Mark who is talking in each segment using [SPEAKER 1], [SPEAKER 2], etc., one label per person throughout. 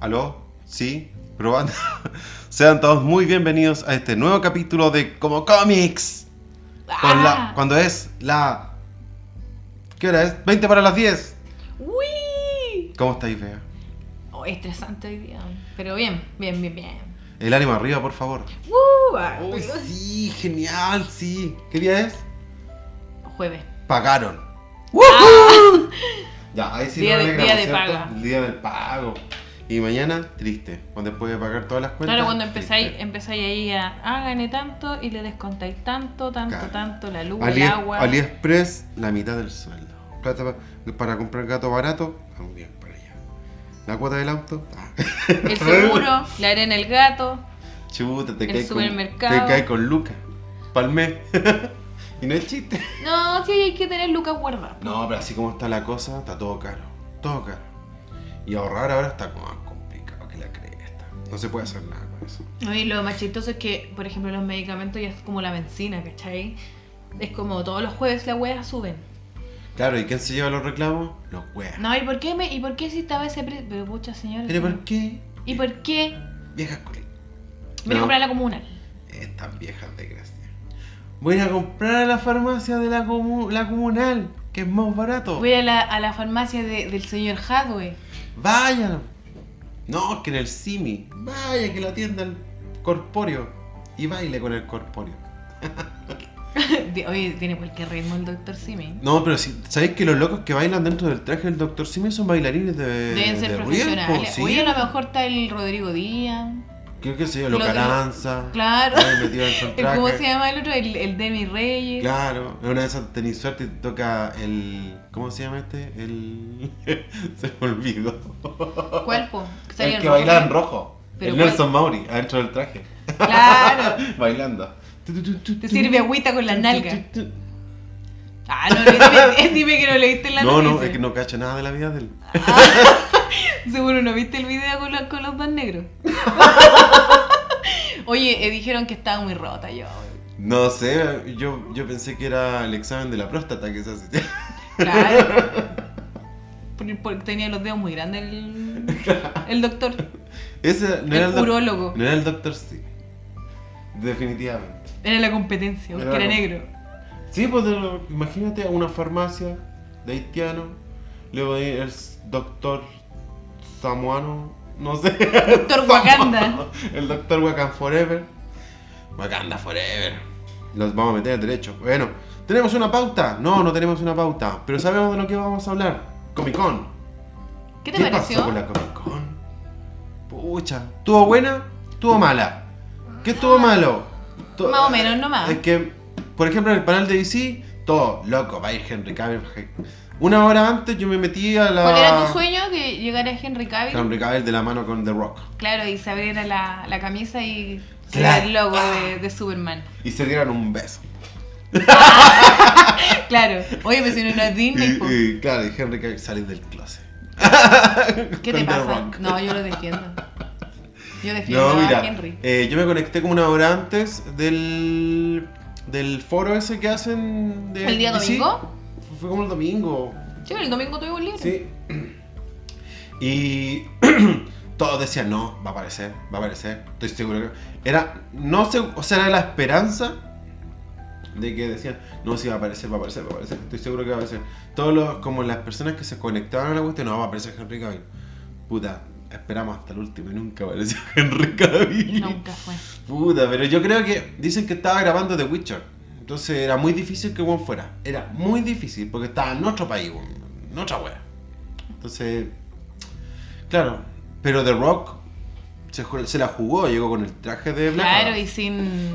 [SPEAKER 1] ¿Aló? ¿Sí? ¿Probando? Sean todos muy bienvenidos a este nuevo capítulo de Como Comics. Con la-
[SPEAKER 2] ¡Ah!
[SPEAKER 1] cuando es la... ¿Qué hora es? 20 para las 10.
[SPEAKER 2] ¡Uy!
[SPEAKER 1] ¿Cómo estáis, Bea?
[SPEAKER 2] Oh, estresante hoy día. Pero bien, bien, bien, bien.
[SPEAKER 1] El ánimo arriba, por favor.
[SPEAKER 2] ¡Uh! Ah,
[SPEAKER 1] Uy, sí, genial, sí. ¿Qué día es?
[SPEAKER 2] Jueves.
[SPEAKER 1] Pagaron. Uh-huh.
[SPEAKER 2] ¡Ah!
[SPEAKER 1] Ya, ahí sí
[SPEAKER 2] Día
[SPEAKER 1] nos
[SPEAKER 2] de-
[SPEAKER 1] alegramos,
[SPEAKER 2] día de
[SPEAKER 1] ¿cierto?
[SPEAKER 2] paga.
[SPEAKER 1] El día del pago. Y mañana, triste. Cuando después de pagar todas las cuentas.
[SPEAKER 2] Claro, cuando empezáis,
[SPEAKER 1] triste.
[SPEAKER 2] empezáis ahí a. Ah, gané tanto y le descontáis tanto, tanto,
[SPEAKER 1] Claro.
[SPEAKER 2] tanto, la luz,
[SPEAKER 1] Ali-
[SPEAKER 2] el agua.
[SPEAKER 1] AliExpress, la mitad del sueldo. Plata pa- para comprar gato barato, también para allá. La cuota del auto, ah.
[SPEAKER 2] El seguro, la arena, el gato.
[SPEAKER 1] chuta, te
[SPEAKER 2] El
[SPEAKER 1] cae con, te
[SPEAKER 2] supermercado.
[SPEAKER 1] cae con Luca. Palmé. y no es chiste.
[SPEAKER 2] No, sí hay que tener lucas guardadas.
[SPEAKER 1] No, pero así como está la cosa, está todo caro. Todo caro. Y ahorrar ahora está más complicado que la cresta. No se puede hacer nada con eso.
[SPEAKER 2] No, y lo más chistoso es que, por ejemplo, los medicamentos ya es como la benzina, ¿cachai? Es como todos los jueves las weas suben.
[SPEAKER 1] Claro, ¿y quién se lleva los reclamos? Los weas.
[SPEAKER 2] No, ¿y por qué, me, y por qué si estaba ese precio? Pero pucha señora.
[SPEAKER 1] ¿Pero por qué?
[SPEAKER 2] ¿Y por qué
[SPEAKER 1] Viejas colegas.
[SPEAKER 2] me
[SPEAKER 1] No.
[SPEAKER 2] lo compré a la comunal?
[SPEAKER 1] Estas viejas desgracias. Voy a ir a comprar a la farmacia de la, comu- la comunal, que es más barato.
[SPEAKER 2] Voy a la, a la farmacia de- del señor Hadwe.
[SPEAKER 1] Vayan. No, que en el Simi. Vaya que la tienda el corpóreo. Y baile con el corpóreo.
[SPEAKER 2] De- Oye, tiene cualquier ritmo el doctor Simi.
[SPEAKER 1] No, pero si, ¿sabéis que los locos que bailan dentro del traje del Dr. Simi son bailarines de.
[SPEAKER 2] Deben ser
[SPEAKER 1] Eh, de riesgo,
[SPEAKER 2] profesionales.
[SPEAKER 1] sí.
[SPEAKER 2] Oye, a lo mejor está el Rodrigo Díaz.
[SPEAKER 1] Creo que se yo,
[SPEAKER 2] lo-
[SPEAKER 1] Locaranza.
[SPEAKER 2] Claro.
[SPEAKER 1] ahí metido dentro del
[SPEAKER 2] El- ¿Cómo
[SPEAKER 1] traje.
[SPEAKER 2] se llama el otro? El, el Demi Reyes.
[SPEAKER 1] Claro, en una de esas tenis suerte y te toca el. ¿Cómo se llama este? El. se me olvidó.
[SPEAKER 2] ¿Cuál, po?
[SPEAKER 1] el
[SPEAKER 2] Salía en
[SPEAKER 1] que
[SPEAKER 2] rojo.
[SPEAKER 1] bailaba en rojo.
[SPEAKER 2] Pero
[SPEAKER 1] el
[SPEAKER 2] cuál-
[SPEAKER 1] Nelson Mauri, adentro del traje.
[SPEAKER 2] Claro.
[SPEAKER 1] Bailando. Te
[SPEAKER 2] Te sirve agüita con la nalga. Ah, no, dime, dime que no leíste la
[SPEAKER 1] No, no,
[SPEAKER 2] noticia.
[SPEAKER 1] es que no cacho nada de la vida de él.
[SPEAKER 2] Seguro no viste el video con los, con los dos negros. Oye, eh, dijeron que estaba muy rota yo.
[SPEAKER 1] No sé, yo, yo pensé que era el examen de la próstata que se hace.
[SPEAKER 2] Claro. Por- por- tenía los dedos muy grandes el, el doctor.
[SPEAKER 1] Ese no
[SPEAKER 2] El
[SPEAKER 1] era el doc-
[SPEAKER 2] urólogo.
[SPEAKER 1] No era el doctor Simi. Definitivamente.
[SPEAKER 2] Era la competencia, porque
[SPEAKER 1] Claro.
[SPEAKER 2] era negro.
[SPEAKER 1] Sí, pues de lo- imagínate una farmacia de haitiano, luego ahí el s- doctor samoano, no sé.
[SPEAKER 2] Doctor Wakanda.
[SPEAKER 1] El doctor Wakan Forever. Wakanda Forever. Los vamos a meter en derecho. Bueno, ¿tenemos una pauta? No, no tenemos una pauta, pero sabemos de lo que vamos a hablar. Comic Con.
[SPEAKER 2] ¿Qué te
[SPEAKER 1] pasó
[SPEAKER 2] pareció?
[SPEAKER 1] con la Comic Con? Pucha, ¿tuvo buena? ¿Tuvo mala? ¿Qué tuvo malo? Tu-
[SPEAKER 2] Ah, Más o menos, nomás.
[SPEAKER 1] Es que, por ejemplo, en el panel de DC, todo loco, va a ir Henry Cavill. Una hora antes yo me metí a la.
[SPEAKER 2] ¿Cuál era tu sueño que llegara Henry Cavill?
[SPEAKER 1] Henry Cavill de la mano con The Rock.
[SPEAKER 2] Claro, y se abriera la, la camisa y se
[SPEAKER 1] Claro.
[SPEAKER 2] viera el logo de, de Superman.
[SPEAKER 1] Y se dieran un beso.
[SPEAKER 2] Claro. Oye, pero si no, no es
[SPEAKER 1] Y,
[SPEAKER 2] Disney, po.
[SPEAKER 1] y, claro, y Henry Cavill salir del closet.
[SPEAKER 2] ¿Qué
[SPEAKER 1] con
[SPEAKER 2] te
[SPEAKER 1] The
[SPEAKER 2] pasa?
[SPEAKER 1] Rock.
[SPEAKER 2] No, yo lo defiendo. Yo defiendo
[SPEAKER 1] No,
[SPEAKER 2] a
[SPEAKER 1] mira,
[SPEAKER 2] Henry.
[SPEAKER 1] eh, yo me conecté como una hora antes del, del foro ese que hacen de
[SPEAKER 2] ¿El día
[SPEAKER 1] DC.
[SPEAKER 2] domingo?
[SPEAKER 1] Fue como el domingo,
[SPEAKER 2] Sí, el domingo tuvimos libre.
[SPEAKER 1] sí. Y todos decían, no, va a aparecer, va a aparecer, estoy seguro que... Era, no sé, o sea, era la esperanza de que decían, no, sí va a aparecer, va a aparecer, va a aparecer, estoy seguro que va a aparecer. Todos los, como las personas que se conectaban a la cuestión, no, va a aparecer Henry Cavill. Puta, esperamos hasta el último y nunca apareció Henry Cavill.
[SPEAKER 2] Nunca fue.
[SPEAKER 1] Puta, pero yo creo que dicen que estaba grabando The Witcher. Entonces era muy difícil que Juan fuera. Era muy difícil porque estaba en otro país, weón, en otra wea. Entonces, claro. Pero The Rock se, ju- se la jugó, llegó con el traje de Black.
[SPEAKER 2] Claro,
[SPEAKER 1] Adam.
[SPEAKER 2] y sin,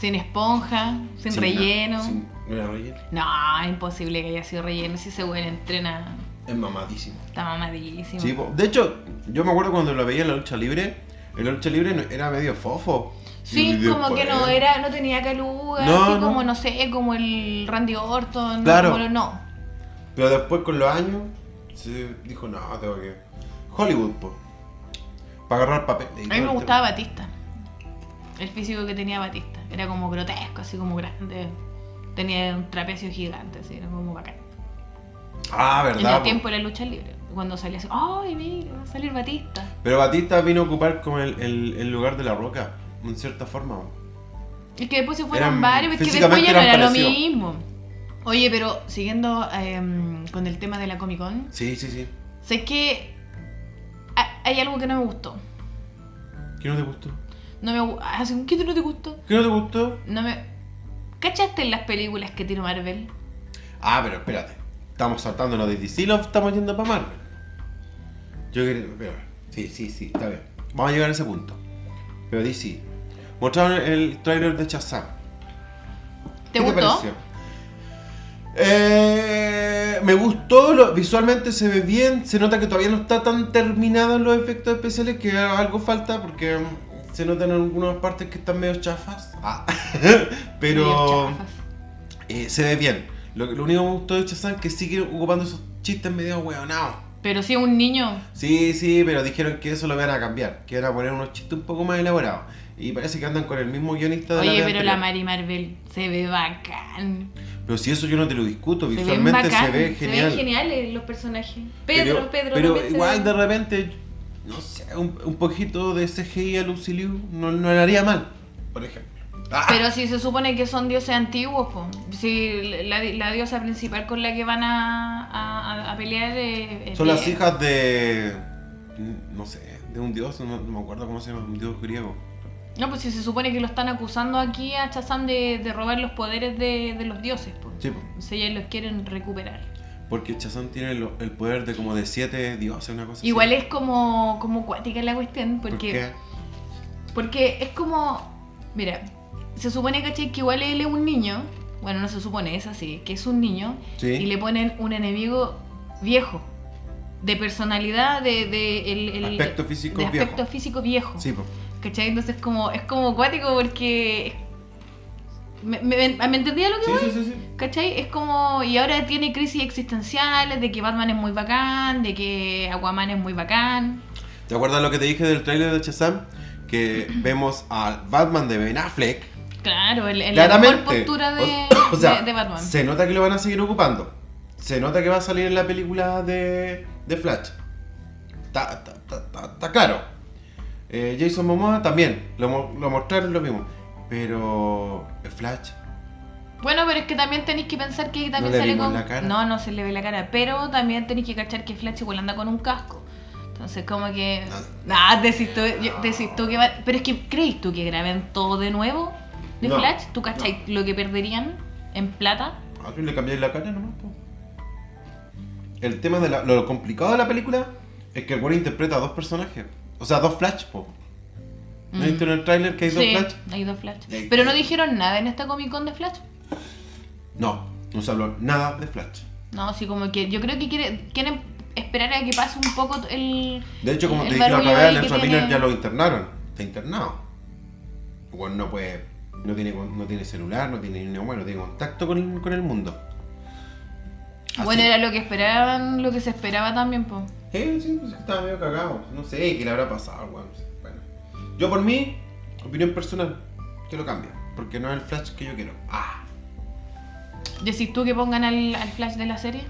[SPEAKER 2] sin esponja, sin,
[SPEAKER 1] na-
[SPEAKER 2] relleno.
[SPEAKER 1] sin- no era relleno.
[SPEAKER 2] No, imposible que haya sido relleno. Si ese weón entrena,
[SPEAKER 1] Es mamadísimo.
[SPEAKER 2] está mamadísimo.
[SPEAKER 1] Sí, po. de hecho, yo me acuerdo cuando lo veía en la lucha libre. En la lucha libre no- era medio fofo.
[SPEAKER 2] Sí,
[SPEAKER 1] Y
[SPEAKER 2] como que no
[SPEAKER 1] después-
[SPEAKER 2] era, no tenía caluga,
[SPEAKER 1] No,
[SPEAKER 2] así
[SPEAKER 1] no.
[SPEAKER 2] como, no sé, como el Randy Orton.
[SPEAKER 1] Claro.
[SPEAKER 2] como lo- no.
[SPEAKER 1] Pero después con los años se dijo, no, tengo que... Hollywood, po. Para agarrar papel.
[SPEAKER 2] A mí me gustaba Batista. El físico que tenía Batista. Era como grotesco, así como grande. Tenía un trapecio gigante, así, era como bacán.
[SPEAKER 1] Ah,
[SPEAKER 2] En
[SPEAKER 1] ¿verdad?
[SPEAKER 2] el
[SPEAKER 1] po?
[SPEAKER 2] tiempo de la lucha libre. cuando salía así, ¡ay, mira! Va a salir Batista.
[SPEAKER 1] Pero Batista vino a ocupar como el, el- el lugar de la roca, en cierta forma.
[SPEAKER 2] Y que después se fueron
[SPEAKER 1] Eran-
[SPEAKER 2] varios, porque después ya
[SPEAKER 1] físicamente
[SPEAKER 2] no
[SPEAKER 1] eran
[SPEAKER 2] era lo
[SPEAKER 1] parecidos.
[SPEAKER 2] mismo. Oye, pero siguiendo em, con el tema de la Comic Con,
[SPEAKER 1] Sí, sí, sí.
[SPEAKER 2] sé que ha- hay algo que no me gustó.
[SPEAKER 1] ¿Qué no te gustó?
[SPEAKER 2] No me gu- ah, sí, ¿Qué no te gustó?
[SPEAKER 1] ¿Qué no te gustó?
[SPEAKER 2] No me. ¿Cachaste en las películas que tiene Marvel?
[SPEAKER 1] Ah, pero espérate. Estamos saltándonos de DC, lo estamos yendo para Marvel. Yo quería. pero- Sí, sí, sí, está bien. Vamos a llegar a ese punto. Pero DC. Mostraron el tráiler de Shazam.
[SPEAKER 2] ¿Te
[SPEAKER 1] ¿Qué
[SPEAKER 2] gustó?
[SPEAKER 1] pareció? Eh, me gustó, lo- visualmente se ve bien, se nota que todavía no está tan terminado en los efectos especiales, que algo falta porque mm, se notan en algunas partes que están medio chafas. Ah, pero
[SPEAKER 2] Medio chafas.
[SPEAKER 1] eh, se ve bien. Lo, lo único que me gustó de Shazam es que sigue ocupando esos chistes medio hueonados.
[SPEAKER 2] Pero sí, un niño.
[SPEAKER 1] Sí, sí, pero dijeron que eso lo iban a cambiar, que iban a poner unos chistes un poco más elaborados. Y parece que andan con el mismo guionista de la
[SPEAKER 2] Oye,
[SPEAKER 1] vez
[SPEAKER 2] pero la
[SPEAKER 1] anterior.
[SPEAKER 2] Mary Marvel se ve bacán.
[SPEAKER 1] Pero si eso yo no te lo discuto,
[SPEAKER 2] Se ven
[SPEAKER 1] visualmente se
[SPEAKER 2] bacán,
[SPEAKER 1] ve genial.
[SPEAKER 2] Se ven geniales los personajes. Pedro,
[SPEAKER 1] pero,
[SPEAKER 2] Pedro.
[SPEAKER 1] pero
[SPEAKER 2] también se
[SPEAKER 1] igual
[SPEAKER 2] ve-
[SPEAKER 1] de repente, no sé, un, un poquito de CGI a Lucy Liu no, no le haría mal, por ejemplo. ¡Ah!
[SPEAKER 2] Pero si se supone que son dioses antiguos, po. si la, la diosa principal con la que van a, a- a- a pelear es, es
[SPEAKER 1] Son las
[SPEAKER 2] vie-
[SPEAKER 1] hijas de. No sé, de un dios, no, no me acuerdo cómo se llama, un dios griego.
[SPEAKER 2] No, pues si se supone que lo están acusando aquí a Chazán de, de robar los poderes de, de los dioses, po.
[SPEAKER 1] Sí, po,
[SPEAKER 2] Entonces ellos los quieren recuperar.
[SPEAKER 1] porque Chazán tiene lo- el poder de como de siete dioses, una cosa
[SPEAKER 2] Igual
[SPEAKER 1] así.
[SPEAKER 2] es como, como cuática la cuestión, porque.
[SPEAKER 1] ¿Por qué?
[SPEAKER 2] Porque es como. Mira, se supone, ¿cachai? Que igual él es un niño. Bueno, no se supone, es así, que es un niño.
[SPEAKER 1] Sí.
[SPEAKER 2] Y le ponen un enemigo viejo. De personalidad, de. de el, el-
[SPEAKER 1] Aspecto físico
[SPEAKER 2] de aspecto
[SPEAKER 1] viejo.
[SPEAKER 2] físico viejo.
[SPEAKER 1] Sí, po.
[SPEAKER 2] ¿Cachai? Entonces como, es como cuático porque. ¿Me, me, me entendía lo que
[SPEAKER 1] Sí,
[SPEAKER 2] voy?
[SPEAKER 1] sí, sí, sí.
[SPEAKER 2] ¿Cachai? Es como. Y ahora tiene crisis existenciales de que Batman es muy bacán, de que Aquaman es muy bacán.
[SPEAKER 1] ¿Te acuerdas lo que te dije del tráiler de Shazam? Que vemos al Batman de Ben Affleck
[SPEAKER 2] Claro, el, el- la
[SPEAKER 1] Claramente.
[SPEAKER 2] mejor postura de,
[SPEAKER 1] O- o sea,
[SPEAKER 2] de- de Batman.
[SPEAKER 1] Se nota que lo van a seguir ocupando. Se nota que va a salir en la película de, de Flash. Está, está, está- está- está claro. Eh, Jason Momoa también. Lo, mo- lo mostraron lo mismo. Pero. eh, Flash.
[SPEAKER 2] Bueno, pero es que también tenéis que pensar que también
[SPEAKER 1] le
[SPEAKER 2] sale
[SPEAKER 1] vimos
[SPEAKER 2] con.
[SPEAKER 1] la cara.
[SPEAKER 2] No, no se le ve la cara. Pero también tenéis que cachar que Flash igual anda con un casco. Entonces, como que. Ah, decís tú, yo- decís tú que va. Pero es que, ¿crees tú que graben todo de nuevo de
[SPEAKER 1] No,
[SPEAKER 2] Flash? ¿Tú cachai lo que perderían en plata?
[SPEAKER 1] A ver, ah, le cambié la cara nomás. po. El tema de la- lo complicado de la película es que el güey interpreta a dos personajes. O sea, dos Flash, po. ¿No
[SPEAKER 2] Mm.
[SPEAKER 1] viste en el tráiler que hay dos
[SPEAKER 2] sí,
[SPEAKER 1] Flash?
[SPEAKER 2] hay dos Flash.
[SPEAKER 1] Y hay-
[SPEAKER 2] Pero no dijeron nada en esta Comic Con de Flash.
[SPEAKER 1] No, no se habló nada de Flash.
[SPEAKER 2] No, así como que yo creo que quiere- quieren esperar a que pase un poco el.
[SPEAKER 1] De hecho, como
[SPEAKER 2] el
[SPEAKER 1] te dije la
[SPEAKER 2] barullo
[SPEAKER 1] otra vez, a
[SPEAKER 2] ahí que
[SPEAKER 1] Nelson
[SPEAKER 2] tiene.
[SPEAKER 1] Miller ya lo internaron. Está internado. Bueno, no puede. No tiene, no tiene celular, no tiene ni bueno, no tiene contacto con, con el mundo. Así.
[SPEAKER 2] Bueno, era lo que esperaban, lo que se esperaba también, po.
[SPEAKER 1] Eh, sí, pues estaba medio cagado. No sé qué le habrá pasado, weón. Bueno. Yo por mí, opinión personal, que lo cambie. Porque no es el flash que yo quiero. Ah.
[SPEAKER 2] ¿Decís tú que pongan al, al Flash de la serie?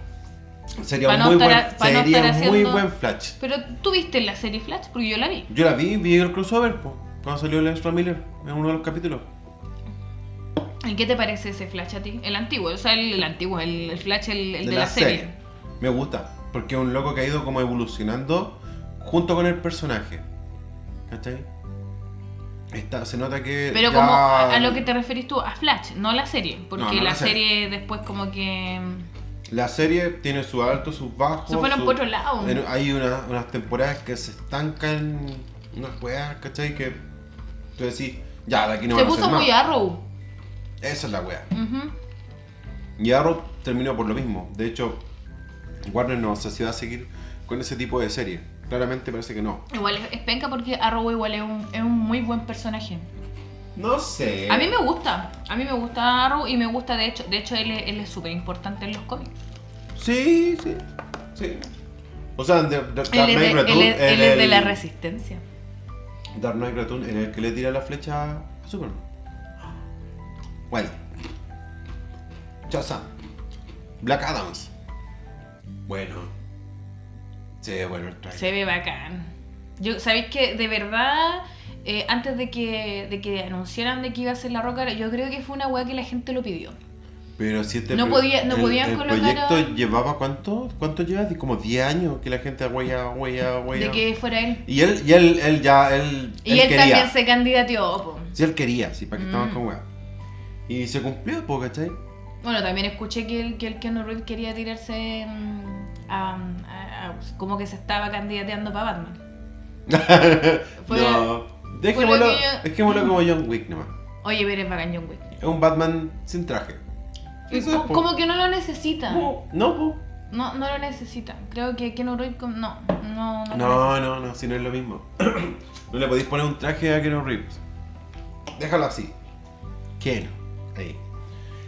[SPEAKER 1] Sería
[SPEAKER 2] Pa
[SPEAKER 1] un
[SPEAKER 2] no
[SPEAKER 1] muy,
[SPEAKER 2] estar-
[SPEAKER 1] buen,
[SPEAKER 2] pa no
[SPEAKER 1] sería
[SPEAKER 2] estar
[SPEAKER 1] muy
[SPEAKER 2] haciendo-
[SPEAKER 1] buen flash.
[SPEAKER 2] Pero tú viste la serie Flash, porque yo la vi.
[SPEAKER 1] Yo la vi, vi el crossover, po, cuando salió el Ezra Miller en uno de los capítulos.
[SPEAKER 2] ¿Y qué te parece ese Flash a ti? El antiguo, o sea, el, el antiguo, el, el Flash, el, el de, la, serie.
[SPEAKER 1] Me gusta, porque es un loco que ha ido como evolucionando junto con el personaje. ¿Cachai? Está, se nota que.
[SPEAKER 2] Pero
[SPEAKER 1] ya-
[SPEAKER 2] como a, a lo que te referís tú, a Flash, no a la serie. Porque
[SPEAKER 1] No, no a
[SPEAKER 2] la,
[SPEAKER 1] la
[SPEAKER 2] serie.
[SPEAKER 1] serie.
[SPEAKER 2] después como que...
[SPEAKER 1] La serie tiene sus altos, sus bajos.
[SPEAKER 2] Se fueron
[SPEAKER 1] sus-
[SPEAKER 2] por otro lado.
[SPEAKER 1] en- Hay una- unas temporadas que se estancan, unas weas, ¿cachai? Que tú decís, ya, de aquí no
[SPEAKER 2] se
[SPEAKER 1] van a
[SPEAKER 2] puso
[SPEAKER 1] hacer más.
[SPEAKER 2] muy Arrow.
[SPEAKER 1] Esa es la wea.
[SPEAKER 2] Ujú.
[SPEAKER 1] Y Arrow terminó por lo mismo. De hecho, Warner no sé si va a seguir con ese tipo de serie. Claramente parece que no.
[SPEAKER 2] Igual es, es penca porque Arrow igual es un, es un muy buen personaje.
[SPEAKER 1] No sé.
[SPEAKER 2] A mí me gusta, a mí me gusta Arrow y me gusta de hecho, de hecho él, es- él es súper importante en los cómics.
[SPEAKER 1] Sí, sí. Sí. O sea, de- de- Dark
[SPEAKER 2] Él es,
[SPEAKER 1] Knight
[SPEAKER 2] de, él
[SPEAKER 1] Return.
[SPEAKER 2] es- él es de
[SPEAKER 1] el-
[SPEAKER 2] la resistencia.
[SPEAKER 1] Dark Knight Return, en el que le tira la flecha a Superman. Wild. Shazam. Black Adams. Bueno. Se ve bueno el trailer.
[SPEAKER 2] Se ve bacán. Yo, ¿Sabéis que de verdad, eh, antes de que, de que anunciaran de que iba a ser La Roca, yo creo que fue una weá que la gente lo pidió.
[SPEAKER 1] Pero si este
[SPEAKER 2] No
[SPEAKER 1] pro-
[SPEAKER 2] podía- no
[SPEAKER 1] el,
[SPEAKER 2] podían
[SPEAKER 1] el
[SPEAKER 2] colocar
[SPEAKER 1] proyecto
[SPEAKER 2] a-
[SPEAKER 1] llevaba cuánto, cuánto lleva, De como 10 años que la gente huella, huella, huella.
[SPEAKER 2] De que fuera él.
[SPEAKER 1] Y él, y él, él ya, él,
[SPEAKER 2] Y
[SPEAKER 1] él
[SPEAKER 2] él,
[SPEAKER 1] quería.
[SPEAKER 2] también se candidateó. po.
[SPEAKER 1] Si él quería, sí, para que estaban
[SPEAKER 2] Mm.
[SPEAKER 1] con weá. Y se cumplió, po, ¿cachai?
[SPEAKER 2] Bueno, también escuché que el, que el Keanu Reeves quería tirarse mm, a, a- a- como que se estaba candidateando para Batman. Fue-
[SPEAKER 1] no. Dejémoslo,
[SPEAKER 2] que yo-
[SPEAKER 1] dejémoslo como John Wick nomás.
[SPEAKER 2] Oye, pero es bacán John Wick.
[SPEAKER 1] Es un Batman sin traje.
[SPEAKER 2] Y
[SPEAKER 1] Eso es,
[SPEAKER 2] co-
[SPEAKER 1] po.
[SPEAKER 2] Como que no lo necesita.
[SPEAKER 1] No, no, po.
[SPEAKER 2] No, no lo necesita. Creo que Keanu Reeves com- no, no, no.
[SPEAKER 1] No, no, no, si no es lo mismo. no le podéis poner un traje a Keanu Reeves. Déjalo así. Keanu. Ahí.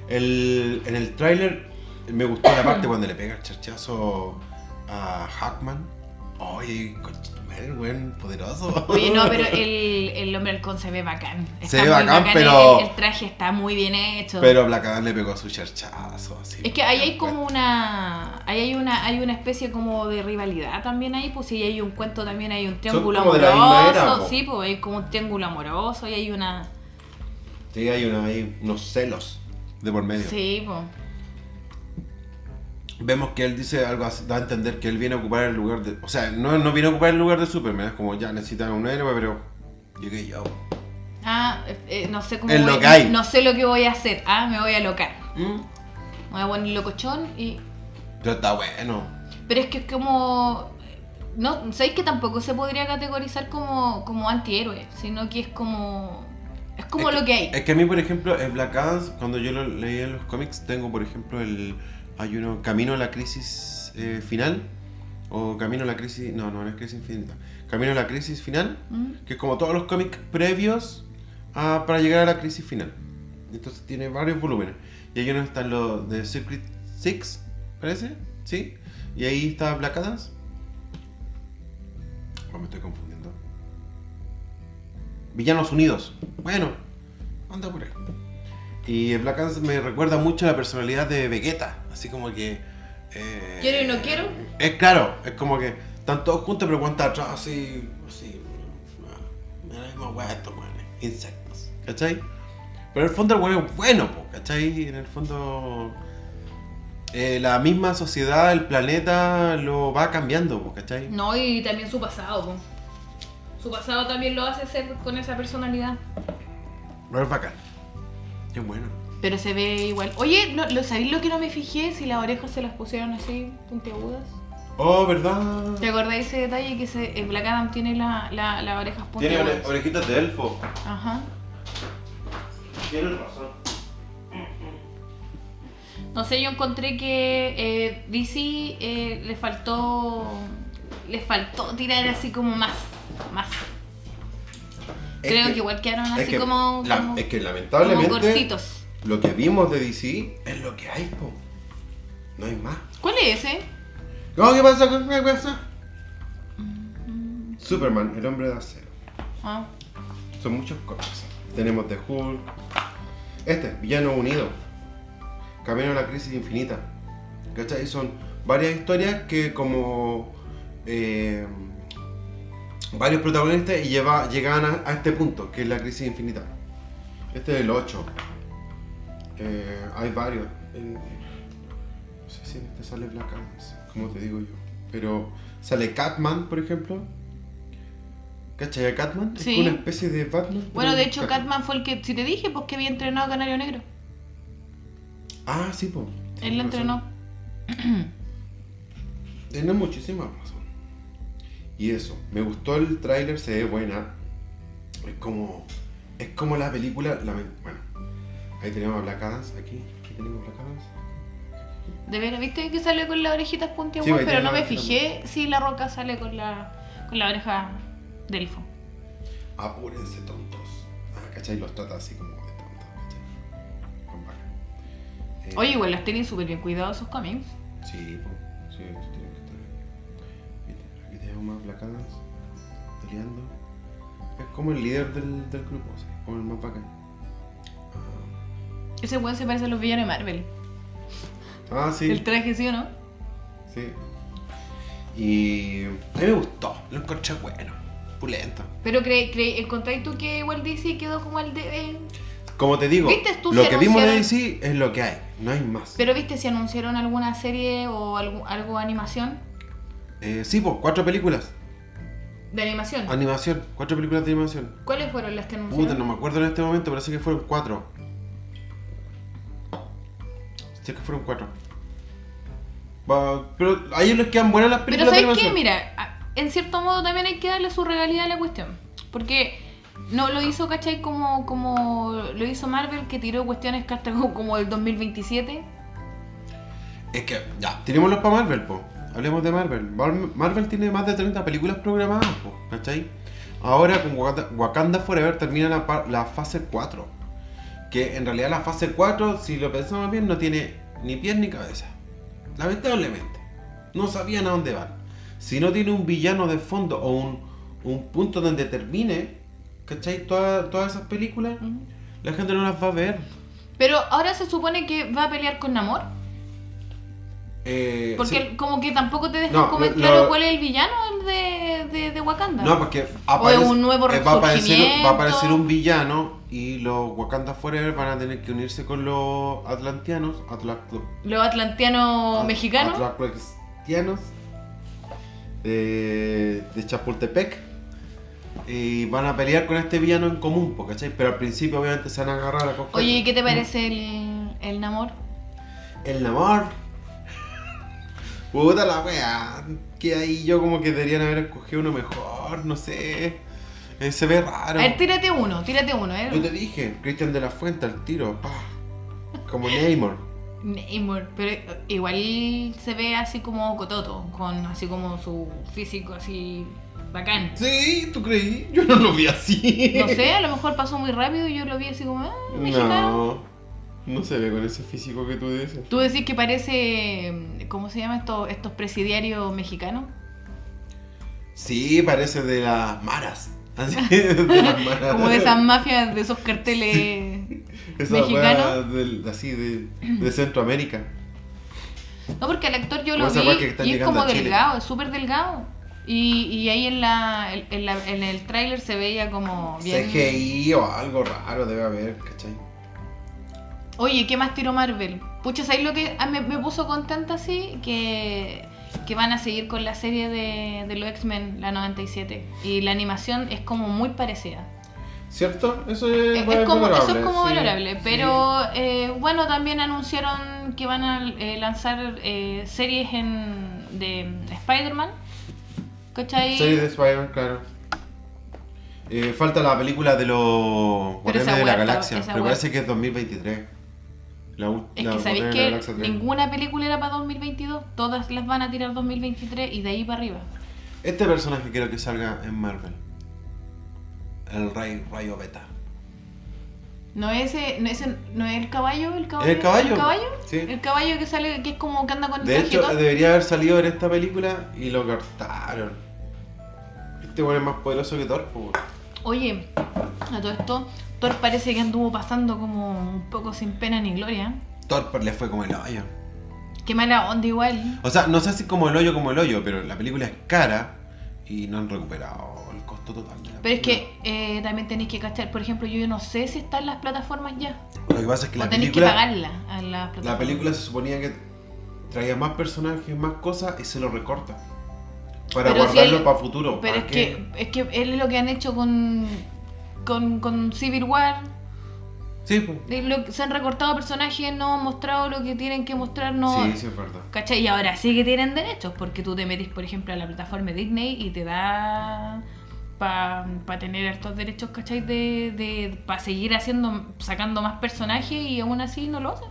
[SPEAKER 1] El- en el tráiler me gustó la parte cuando le pega el charchazo a Hackman. Oye, concha tu madre, weón, poderoso.
[SPEAKER 2] Oye, no, pero el, el hombre halcón se ve bacán.
[SPEAKER 1] Se ve
[SPEAKER 2] muy
[SPEAKER 1] bacán,
[SPEAKER 2] el-
[SPEAKER 1] pero-
[SPEAKER 2] El, traje está muy bien hecho.
[SPEAKER 1] Pero Black Adam le pegó su charchazo así.
[SPEAKER 2] Es que ahí hay como una. Ahí hay una, hay una especie como de rivalidad también ahí, pues si hay un cuento también hay un triángulo
[SPEAKER 1] como de la
[SPEAKER 2] amoroso.
[SPEAKER 1] misma era, po.
[SPEAKER 2] sí, pues hay como un triángulo amoroso y hay una.
[SPEAKER 1] Sí, hay una- hay unos celos de por medio.
[SPEAKER 2] Sí, pues.
[SPEAKER 1] vemos que él dice algo así, da a entender que él viene a ocupar el lugar de. O sea, no, no viene a ocupar el lugar de Superman, es como ya necesitan un héroe, pero. Llegué yo.
[SPEAKER 2] Ah, eh, no sé cómo.
[SPEAKER 1] Es
[SPEAKER 2] voy-
[SPEAKER 1] lo que hay.
[SPEAKER 2] No sé lo que voy a hacer. Ah, me voy a locar.
[SPEAKER 1] Mm,
[SPEAKER 2] Me voy a poner locochón y.
[SPEAKER 1] Pero está bueno.
[SPEAKER 2] Pero es que es como. No, ¿sabéis que tampoco se podría categorizar como, como antihéroe? Sino que es como. Es como
[SPEAKER 1] Es
[SPEAKER 2] lo que hay.
[SPEAKER 1] Es que a mí, por ejemplo, en Black Adam, cuando yo lo leí en los cómics, tengo, por ejemplo, el. Hay uno, Camino a la Crisis eh, Final. O Camino a la Crisis. No, no, no es Crisis Infinita. Camino a la Crisis Final.
[SPEAKER 2] ¿Mm?
[SPEAKER 1] que es como todos los cómics previos a- para llegar a la crisis final. Entonces tiene varios volúmenes. Y ahí uno están los de Secret Six, parece, ¿sí? Y ahí está Black Adam. O me estoy confundiendo. Villanos Unidos. Bueno, anda por ahí. Y el Black Adam me recuerda mucho la personalidad de Vegeta. Así como que... eh,
[SPEAKER 2] ¿Quiero y no quiero?
[SPEAKER 1] es claro, es como que están todos juntos, pero cuenta atrás así, así. Me da la misma weá estos weones, insectos, ¿cachai? Pero en el fondo el weón es bueno, po, ¿cachai? En el fondo. eh, la misma sociedad, el planeta, lo va cambiando, po, ¿cachai?
[SPEAKER 2] No, y también su pasado. po. Su pasado también lo hace ser con esa personalidad.
[SPEAKER 1] Pero es bacán. Qué bueno.
[SPEAKER 2] Pero se ve igual. Oye, no, ¿lo sabéis lo que no me fijé? Si las orejas se las pusieron así, puntiagudas.
[SPEAKER 1] Oh, ¿verdad?
[SPEAKER 2] ¿Te acordáis ese detalle que se, en Black Adam tiene la- la- las orejas
[SPEAKER 1] Tiene
[SPEAKER 2] puntiagudas?
[SPEAKER 1] ore- orejitas de elfo.
[SPEAKER 2] Ajá.
[SPEAKER 1] Tienes razón.
[SPEAKER 2] No sé, yo encontré que eh, DC eh, le faltó. Le faltó tirar así como más. Más.
[SPEAKER 1] Es
[SPEAKER 2] Creo
[SPEAKER 1] que-
[SPEAKER 2] que, igual quedaron así
[SPEAKER 1] es que
[SPEAKER 2] como.
[SPEAKER 1] la-
[SPEAKER 2] como,
[SPEAKER 1] es que
[SPEAKER 2] como
[SPEAKER 1] lamentablemente.
[SPEAKER 2] cortitos.
[SPEAKER 1] Lo que vimos de DC es lo que hay, po. No hay más.
[SPEAKER 2] ¿Cuál es ese?
[SPEAKER 1] No, ¿qué pasa? ¿Qué- ¿Qué pasa? Superman, el hombre de acero.
[SPEAKER 2] Mm, Ah.
[SPEAKER 1] Son muchos cómics. Tenemos The Hulk. Este, Villano Unido. Camino a la crisis infinita. ¿Cachai? Son varias historias que como eh, varios protagonistas y lleva, llegaban a, a este punto, que es la crisis infinita. Este es el 8. Eh, hay varios. En- no sé si en este sale Black Adam, como te digo yo. Pero sale Catman, por ejemplo. ¿Cachai a Catman? Es
[SPEAKER 2] Sí.
[SPEAKER 1] como una especie de Batman. pero
[SPEAKER 2] Bueno, de
[SPEAKER 1] un
[SPEAKER 2] hecho,
[SPEAKER 1] Catman.
[SPEAKER 2] Catman fue el que, si te dije, pues que había entrenado a Canario Negro.
[SPEAKER 1] Ah, sí, po.
[SPEAKER 2] Él
[SPEAKER 1] Tienes
[SPEAKER 2] lo
[SPEAKER 1] razón.
[SPEAKER 2] entrenó.
[SPEAKER 1] Tiene muchísima razón. Y eso, me gustó el tráiler, se ve buena. Es como. Es como la película. la men- bueno, ahí tenemos a Black Adam, aquí. Aquí tenemos a Black Adam.
[SPEAKER 2] De veras, ¿viste que sale con las orejitas
[SPEAKER 1] Sí,
[SPEAKER 2] puntiagudas?
[SPEAKER 1] pues,
[SPEAKER 2] pero
[SPEAKER 1] tiene
[SPEAKER 2] no
[SPEAKER 1] la
[SPEAKER 2] me
[SPEAKER 1] orejita
[SPEAKER 2] fijé si la roca sale con la, con la oreja del elfo.
[SPEAKER 1] Apúrense, tontos. Ah, ¿cachai? Los trata así como de tontos, ¿cachai? Con vaca. Eh,
[SPEAKER 2] Oye, igual las tienen súper bien cuidados esos cómics.
[SPEAKER 1] Sí, po. Sí, esto tiene que estar aquí. Mira, Aquí tenemos más Black Adams peleando. Es como el líder del, del grupo, o sea, como el más bacán.
[SPEAKER 2] Ese weón se parece a los villanos de Marvel.
[SPEAKER 1] Ah, sí.
[SPEAKER 2] El traje, ¿sí o no?
[SPEAKER 1] Sí. Y a mí me gustó, lo encontré bueno, pulento.
[SPEAKER 2] Pero cre, cre, encontráis tú que Walt Disney quedó como el de. eh,
[SPEAKER 1] Como te digo,
[SPEAKER 2] ¿Viste tú
[SPEAKER 1] lo
[SPEAKER 2] si
[SPEAKER 1] que vimos de
[SPEAKER 2] anunciaron?
[SPEAKER 1] DC es lo que hay, no hay más.
[SPEAKER 2] Pero viste si anunciaron alguna serie o algo, algo de animación.
[SPEAKER 1] Eh, sí, pues, cuatro películas.
[SPEAKER 2] De animación.
[SPEAKER 1] Animación, cuatro películas de animación.
[SPEAKER 2] ¿Cuáles fueron las que anunciaron?
[SPEAKER 1] Puta, no me acuerdo en este momento, pero sé que fueron cuatro. Sé que fueron cuatro. Va, pero a ellos les quedan buenas las
[SPEAKER 2] Pero
[SPEAKER 1] películas
[SPEAKER 2] ¿sabes
[SPEAKER 1] de
[SPEAKER 2] qué?
[SPEAKER 1] animación.
[SPEAKER 2] Mira, a- en cierto modo también hay que darle su regalidad a la cuestión. Porque no lo hizo, ¿cachai? Como, como lo hizo Marvel, que tiró cuestiones que hasta como, como el 2027.
[SPEAKER 1] Es que, ya, tenemos los para Marvel, po. Hablemos de Marvel. Mar- Marvel tiene más de 30 películas programadas, po. ¿Cachai? Ahora con Wakanda, Wakanda Forever termina la, pa- la fase 4. Que en realidad la fase 4, si lo pensamos bien, no tiene ni pies ni cabeza. Lamentablemente. No sabían a dónde van. Si no tiene un villano de fondo o un, un punto donde termine, ¿cachai? Toda- todas esas películas, la gente no las va a ver.
[SPEAKER 2] Pero ahora se supone que va a pelear con Namor.
[SPEAKER 1] Eh, sí.
[SPEAKER 2] Porque como que tampoco te dejan
[SPEAKER 1] No,
[SPEAKER 2] comer
[SPEAKER 1] lo-
[SPEAKER 2] claro
[SPEAKER 1] lo-
[SPEAKER 2] cuál es el villano de, de, de Wakanda.
[SPEAKER 1] No, porque
[SPEAKER 2] es un nuevo
[SPEAKER 1] eh, va, a aparecer, va a aparecer
[SPEAKER 2] resurgimiento.
[SPEAKER 1] un villano y los Wakanda Forever van a tener que unirse con los atlantianos, atlantianos
[SPEAKER 2] Los
[SPEAKER 1] Ah,
[SPEAKER 2] atlanteanos mexicanos.
[SPEAKER 1] atlantianos eh, de Chapultepec y van a pelear con este villano en común, po, ¿cachai? Pero al principio obviamente se van a agarrar a cosas.
[SPEAKER 2] Oye, ¿y ¿qué te parece el, el Namor?
[SPEAKER 1] El Namor. Puta la wea. Que ahí yo como que deberían haber escogido uno mejor, no sé. Eh, se ve raro.
[SPEAKER 2] A ver, tírate uno, tírate uno, ¿eh?
[SPEAKER 1] Yo te dije, Cristian de la Fuente al tiro, pa. Como Neymar.
[SPEAKER 2] Namor, pero eh, igual se ve así como cototo, con así como su físico así bacán.
[SPEAKER 1] Sí, ¿tú creí? Yo no lo vi así.
[SPEAKER 2] No sé, a lo mejor pasó muy rápido y yo lo vi así como, ah, mexicano.
[SPEAKER 1] No. No se ve con ese físico que tú dices.
[SPEAKER 2] Tú decís que parece, mm, ¿cómo se llama esto? Estos presidiarios mexicanos.
[SPEAKER 1] Sí, parece de las maras. Así, de las maras.
[SPEAKER 2] Como de esas mafias, de esos carteles.
[SPEAKER 1] Esa
[SPEAKER 2] mexicano.
[SPEAKER 1] wea del- así de, de Centroamérica.
[SPEAKER 2] No, porque el actor yo
[SPEAKER 1] Como
[SPEAKER 2] lo
[SPEAKER 1] esa
[SPEAKER 2] vi
[SPEAKER 1] weá que están
[SPEAKER 2] y es
[SPEAKER 1] llegando
[SPEAKER 2] como
[SPEAKER 1] a Chile.
[SPEAKER 2] delgado, es súper delgado. Y, y ahí en la en, en la- en el tráiler se veía como bien.
[SPEAKER 1] CGI o algo raro debe haber, ¿cachai?
[SPEAKER 2] Oye, ¿qué más tiró Marvel? Pucha, ¿sabes lo que ah, me, me puso contenta así? Que, que van a seguir con la serie de, de los X-Men, la 97. Y la animación es como muy parecida.
[SPEAKER 1] ¿Cierto? Eso
[SPEAKER 2] Es-
[SPEAKER 1] es,
[SPEAKER 2] es
[SPEAKER 1] bueno,
[SPEAKER 2] como,
[SPEAKER 1] valorable,
[SPEAKER 2] eso es como
[SPEAKER 1] sí,
[SPEAKER 2] valorable.
[SPEAKER 1] sí.
[SPEAKER 2] Pero eh, bueno, también anunciaron que van a eh, lanzar eh, series en, de Spider-Man. ¿Cachai?
[SPEAKER 1] Series de Spider-Man, claro. Eh, falta la película de los
[SPEAKER 2] esa
[SPEAKER 1] Guardianes de la
[SPEAKER 2] hueá,
[SPEAKER 1] Galaxia,
[SPEAKER 2] esa
[SPEAKER 1] pero
[SPEAKER 2] hueá.
[SPEAKER 1] parece que es 2023. La, ul-
[SPEAKER 2] Es
[SPEAKER 1] la
[SPEAKER 2] que
[SPEAKER 1] Guardianes de
[SPEAKER 2] sabéis
[SPEAKER 1] la
[SPEAKER 2] que
[SPEAKER 1] Galaxia 3.
[SPEAKER 2] ninguna película era para 2022, todas las van a tirar 2023 y de ahí para arriba.
[SPEAKER 1] Este personaje quiero que salga en Marvel. El Rey Rayo Beta.
[SPEAKER 2] No es, ese- no, ese- no es el caballo, el caballo.
[SPEAKER 1] ¿El caballo?
[SPEAKER 2] El caballo,
[SPEAKER 1] Sí.
[SPEAKER 2] El caballo que sale, que es como que anda con el
[SPEAKER 1] De hecho, eh,
[SPEAKER 2] tarjetón.
[SPEAKER 1] debería haber salido en esta película y lo cortaron. Este bueno es más poderoso que Thor, pues. po, weón.
[SPEAKER 2] Oye, a todo esto, Thor parece que anduvo pasando como un poco sin pena ni gloria.
[SPEAKER 1] Thor pues, le fue como el hoyo.
[SPEAKER 2] Qué mala onda igual.
[SPEAKER 1] O sea, no sé si como el hoyo como el hoyo, pero la película es cara y no han recuperado el costo total. de la
[SPEAKER 2] Pero es
[SPEAKER 1] película.
[SPEAKER 2] que eh, también tenéis que cachar, por ejemplo, yo no sé si están las plataformas ya.
[SPEAKER 1] Lo que pasa es que
[SPEAKER 2] o
[SPEAKER 1] la
[SPEAKER 2] tenéis
[SPEAKER 1] película,
[SPEAKER 2] que pagarla a las plataformas.
[SPEAKER 1] la película se suponía que traía más personajes, más cosas y se lo recorta. Para
[SPEAKER 2] Pero si
[SPEAKER 1] guardarlo
[SPEAKER 2] él-
[SPEAKER 1] para futuro.
[SPEAKER 2] Pero
[SPEAKER 1] ¿para
[SPEAKER 2] es
[SPEAKER 1] qué?
[SPEAKER 2] que, es que es lo que han hecho con, con, con Civil War.
[SPEAKER 1] Sí, pues.
[SPEAKER 2] De lo- se han recortado personajes, no han mostrado lo que tienen que mostrar, no.
[SPEAKER 1] Sí, sí, es verdad.
[SPEAKER 2] ¿Cachai? Y ahora sí que tienen derechos, porque tú te metes, por ejemplo, a la plataforma Disney y te da para tener estos derechos, ¿cachai? De, para seguir haciendo, sacando más personajes y aún así no lo hacen.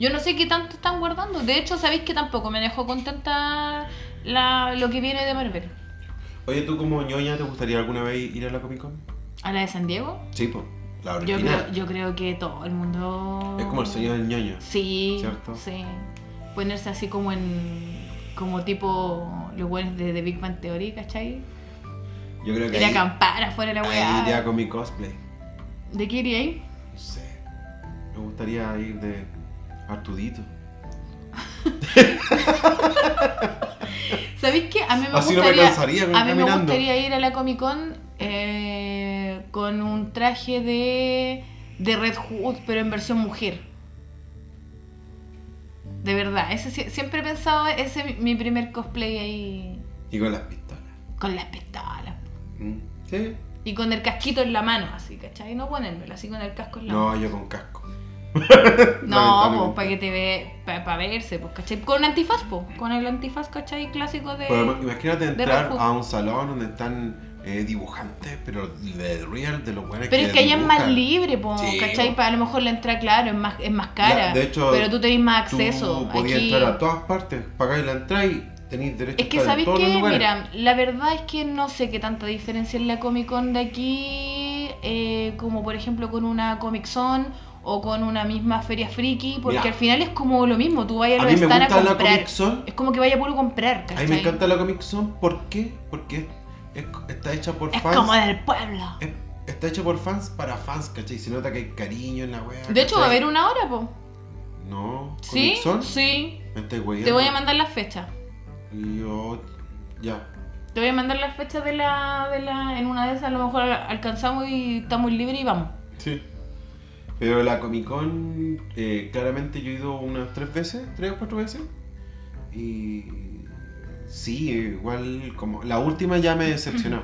[SPEAKER 2] Yo no sé qué tanto están guardando. De hecho, sabéis que tampoco me dejó contenta la, lo que viene de Marvel.
[SPEAKER 1] Oye, ¿tú como ñoña te gustaría alguna vez ir a la Comic Con?
[SPEAKER 2] ¿A la de San Diego?
[SPEAKER 1] Sí, pues. La
[SPEAKER 2] Yo
[SPEAKER 1] original.
[SPEAKER 2] creo, yo creo que todo el mundo...
[SPEAKER 1] Es como el sueño del ñoño.
[SPEAKER 2] Sí,
[SPEAKER 1] ¿Cierto?
[SPEAKER 2] sí. Ponerse así como en. como tipo los buenos de The Big Bang Theory, ¿cachai?
[SPEAKER 1] Yo creo que
[SPEAKER 2] Ir a
[SPEAKER 1] ahí,
[SPEAKER 2] acampar afuera de la
[SPEAKER 1] ahí iría
[SPEAKER 2] weá.
[SPEAKER 1] con mi cosplay.
[SPEAKER 2] ¿De qué iría ahí?
[SPEAKER 1] No sé. Me gustaría ir de Artudito.
[SPEAKER 2] ¿Sabéis qué? A mí me
[SPEAKER 1] Así no me
[SPEAKER 2] gustaría,
[SPEAKER 1] cansaría,
[SPEAKER 2] a mí me
[SPEAKER 1] caminando.
[SPEAKER 2] gustaría ir a la Comic Con eh, con un traje de, de Red Hood, pero en versión mujer. De verdad, ese, sí- siempre he pensado, ese es mi primer cosplay ahí
[SPEAKER 1] Y con las pistolas.
[SPEAKER 2] con las pistolas.
[SPEAKER 1] Mm, ¿Sí?
[SPEAKER 2] Y con el casquito en la mano, así, ¿cachai? No ponérmelo así con el casco en la mano.
[SPEAKER 1] No, yo con casco.
[SPEAKER 2] No,
[SPEAKER 1] Lamentablemente.
[SPEAKER 2] pues para que te ve, para verse, pues, ¿cachai? Con antifaz, pues, con el antifaz, ¿cachai? Clásico de...
[SPEAKER 1] Pero imagínate entrar
[SPEAKER 2] Red Hood.
[SPEAKER 1] a un salón donde están eh, dibujantes, pero de real, de los buenos
[SPEAKER 2] Pero es que allá es más
[SPEAKER 1] dibujan.
[SPEAKER 2] libre, po,
[SPEAKER 1] Sí,
[SPEAKER 2] ¿cachai?
[SPEAKER 1] po.
[SPEAKER 2] Pa- a lo mejor la entrada, claro, es más, es más cara.
[SPEAKER 1] La- de hecho,
[SPEAKER 2] pero tú tenés más
[SPEAKER 1] Tú
[SPEAKER 2] acceso.
[SPEAKER 1] podías
[SPEAKER 2] Aquí-
[SPEAKER 1] entrar a todas partes, pagáis la entrada y tenéis derecho
[SPEAKER 2] Es que
[SPEAKER 1] a estar en
[SPEAKER 2] sabéis
[SPEAKER 1] todos los
[SPEAKER 2] que,
[SPEAKER 1] lugares.
[SPEAKER 2] mira, la verdad es que no sé qué tanta diferencia en la Comic Con de aquí, eh, como por ejemplo con una Comic Zone o con una misma feria friki, porque
[SPEAKER 1] Mira.
[SPEAKER 2] al final es como lo mismo, tú vayas a
[SPEAKER 1] a
[SPEAKER 2] los
[SPEAKER 1] mí me
[SPEAKER 2] stand a
[SPEAKER 1] gusta la
[SPEAKER 2] comprar.
[SPEAKER 1] Comic Zone.
[SPEAKER 2] Es como que vaya a puro comprar,
[SPEAKER 1] A
[SPEAKER 2] ¿cachai?
[SPEAKER 1] mí me encanta la Comic Zone. ¿Por qué? Porque es- está hecha por
[SPEAKER 2] Es
[SPEAKER 1] fans.
[SPEAKER 2] como del pueblo.
[SPEAKER 1] es- está hecha por fans para fans, ¿cachai? Se nota que hay cariño en la wea.
[SPEAKER 2] De hecho, va a
[SPEAKER 1] ¿cachai?
[SPEAKER 2] haber una hora, po.
[SPEAKER 1] No,
[SPEAKER 2] ¿Sí?
[SPEAKER 1] Comic Zone.
[SPEAKER 2] Sí.
[SPEAKER 1] Me estáis weyando.
[SPEAKER 2] Te voy a mandar las fechas.
[SPEAKER 1] Y Yo. Ya.
[SPEAKER 2] Te voy a mandar las fechas de la, de la. En una de esas a lo mejor alcanzamos y estamos libres y vamos.
[SPEAKER 1] Sí. Pero la Comic Con, eh, claramente yo he ido unas tres veces, tres o cuatro veces. Y sí, igual como... La última ya me decepcionó.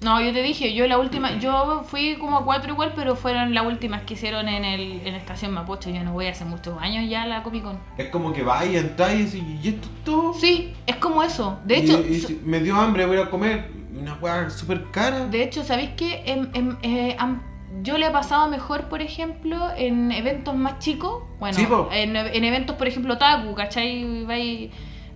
[SPEAKER 2] No, yo te dije, yo la última, yo fui como a cuatro igual, pero fueron las últimas que hicieron en el en la estación Mapocho. Yo no voy hace muchos años ya a la Comic Con.
[SPEAKER 1] Es como que vas y entras y decís, ¿y esto es todo?
[SPEAKER 2] Sí, es como eso. De
[SPEAKER 1] Y-
[SPEAKER 2] hecho,
[SPEAKER 1] y si- me dio hambre, voy a ir a comer. Una hueá súper cara.
[SPEAKER 2] De hecho, ¿sabéis qué? Em- em- eh, am- yo le he pasado mejor, por ejemplo, en eventos más chicos. Bueno,
[SPEAKER 1] Sí, po.
[SPEAKER 2] en, en eventos, por ejemplo, Taku, ¿cachai? Vais-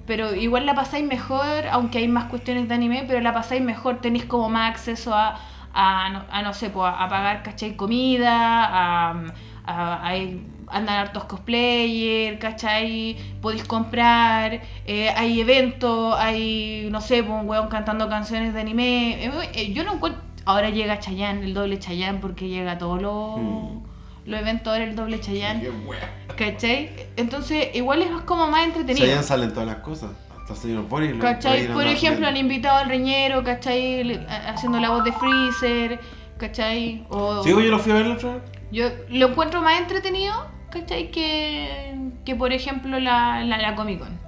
[SPEAKER 2] pero igual la pasáis mejor, aunque hay más cuestiones de anime, pero la pasáis mejor, tenéis como más acceso a, a, no, a no sé, po, a, a pagar, ¿cachai? Comida, a... a- hay- andan hartos cosplayers, ¿cachai? Podéis comprar, eh, hay eventos, hay, no sé, po, un weón cantando canciones de anime. Eh, eh, yo no encuentro... Ahora llega Chayanne, el doble Chayanne, porque llega a todos los,
[SPEAKER 1] Mm.
[SPEAKER 2] los eventos, ahora el doble Chayanne,
[SPEAKER 1] Qué hueá.
[SPEAKER 2] ¿cachai? Entonces, igual es como más entretenido.
[SPEAKER 1] Se hayan salen todas las cosas. Hasta señor Boris. lo-
[SPEAKER 2] ¿Cachai?
[SPEAKER 1] Boris
[SPEAKER 2] Por
[SPEAKER 1] anda
[SPEAKER 2] ejemplo, han
[SPEAKER 1] haciendo.
[SPEAKER 2] invitado al reñero, ¿cachai? Le- ha- Haciendo la voz de Freezer, ¿cachai? O,
[SPEAKER 1] Sí, yo lo fui a ver la otra vez.
[SPEAKER 2] Yo lo encuentro más entretenido, ¿cachai? Que, que por ejemplo, la, la, la Comic Con.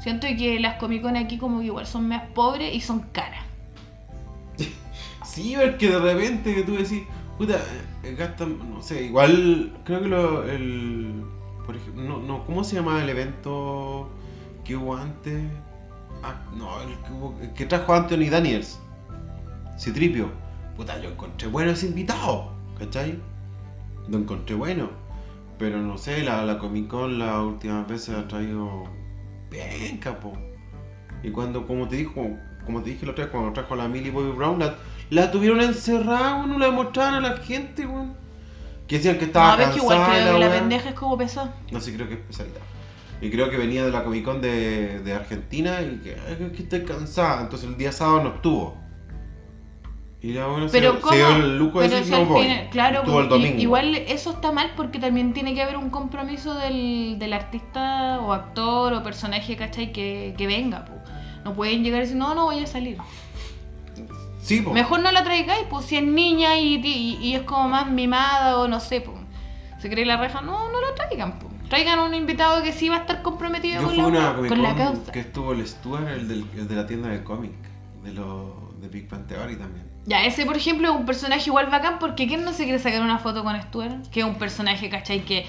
[SPEAKER 2] Siento que las Comic Con aquí como que igual son más pobres y son caras.
[SPEAKER 1] Sí, porque de repente que tú decís, puta, eh, gastan, no sé, igual creo que lo, el, por ejemplo, no, no, ¿cómo se llamaba el evento que hubo antes? Ah, no, el que, hubo- el que trajo Anthony Daniels, Citripio. Puta, yo encontré buenos invitados, ¿cachai? Lo encontré bueno, pero no sé, la, la Comic Con las últimas veces ha traído bien capo. Y cuando, como te dijo, como te dije la otra vez, cuando trajo a la Millie Bobby Brown, la, la tuvieron encerrada, weón, no la mostraron a la gente, weón. Que decían que estaba
[SPEAKER 2] a ver que igual
[SPEAKER 1] cansada,
[SPEAKER 2] creo que la
[SPEAKER 1] weá.
[SPEAKER 2] pendeja es como pesada.
[SPEAKER 1] No sé, creo que es pesadita. Y creo que venía de la Comic Con de, de Argentina y que, "Ay, que- que estoy cansada. Entonces el día sábado no estuvo. Y la buena se,
[SPEAKER 2] Pero
[SPEAKER 1] se
[SPEAKER 2] cómo,
[SPEAKER 1] dio el lujo de
[SPEAKER 2] pero
[SPEAKER 1] decir
[SPEAKER 2] si
[SPEAKER 1] no
[SPEAKER 2] al
[SPEAKER 1] voy.
[SPEAKER 2] final- claro,
[SPEAKER 1] estuvo el
[SPEAKER 2] porque
[SPEAKER 1] domingo.
[SPEAKER 2] igual eso está mal porque también tiene que haber un compromiso del, del artista o actor o personaje, ¿cachai? Que, que venga, po. No pueden llegar y decir, no, no voy a salir.
[SPEAKER 1] Sí, po.
[SPEAKER 2] Mejor no la traigáis, pues si es niña y, y- y es como más mimada o no sé, pues. Se cree la reja, no, no la traigan, pues. Traigan a un invitado que sí va a estar comprometido
[SPEAKER 1] Yo
[SPEAKER 2] con
[SPEAKER 1] fui a
[SPEAKER 2] la,
[SPEAKER 1] una
[SPEAKER 2] con
[SPEAKER 1] Comic
[SPEAKER 2] la
[SPEAKER 1] Con
[SPEAKER 2] causa.
[SPEAKER 1] que estuvo el Stuart, el, del- el de la tienda de cómic, de, lo, de Big Bang Theory también.
[SPEAKER 2] Ya, ese por ejemplo es un personaje igual bacán porque ¿quién no se quiere sacar una foto con Stuart? Que es un personaje, ¿cachai? Que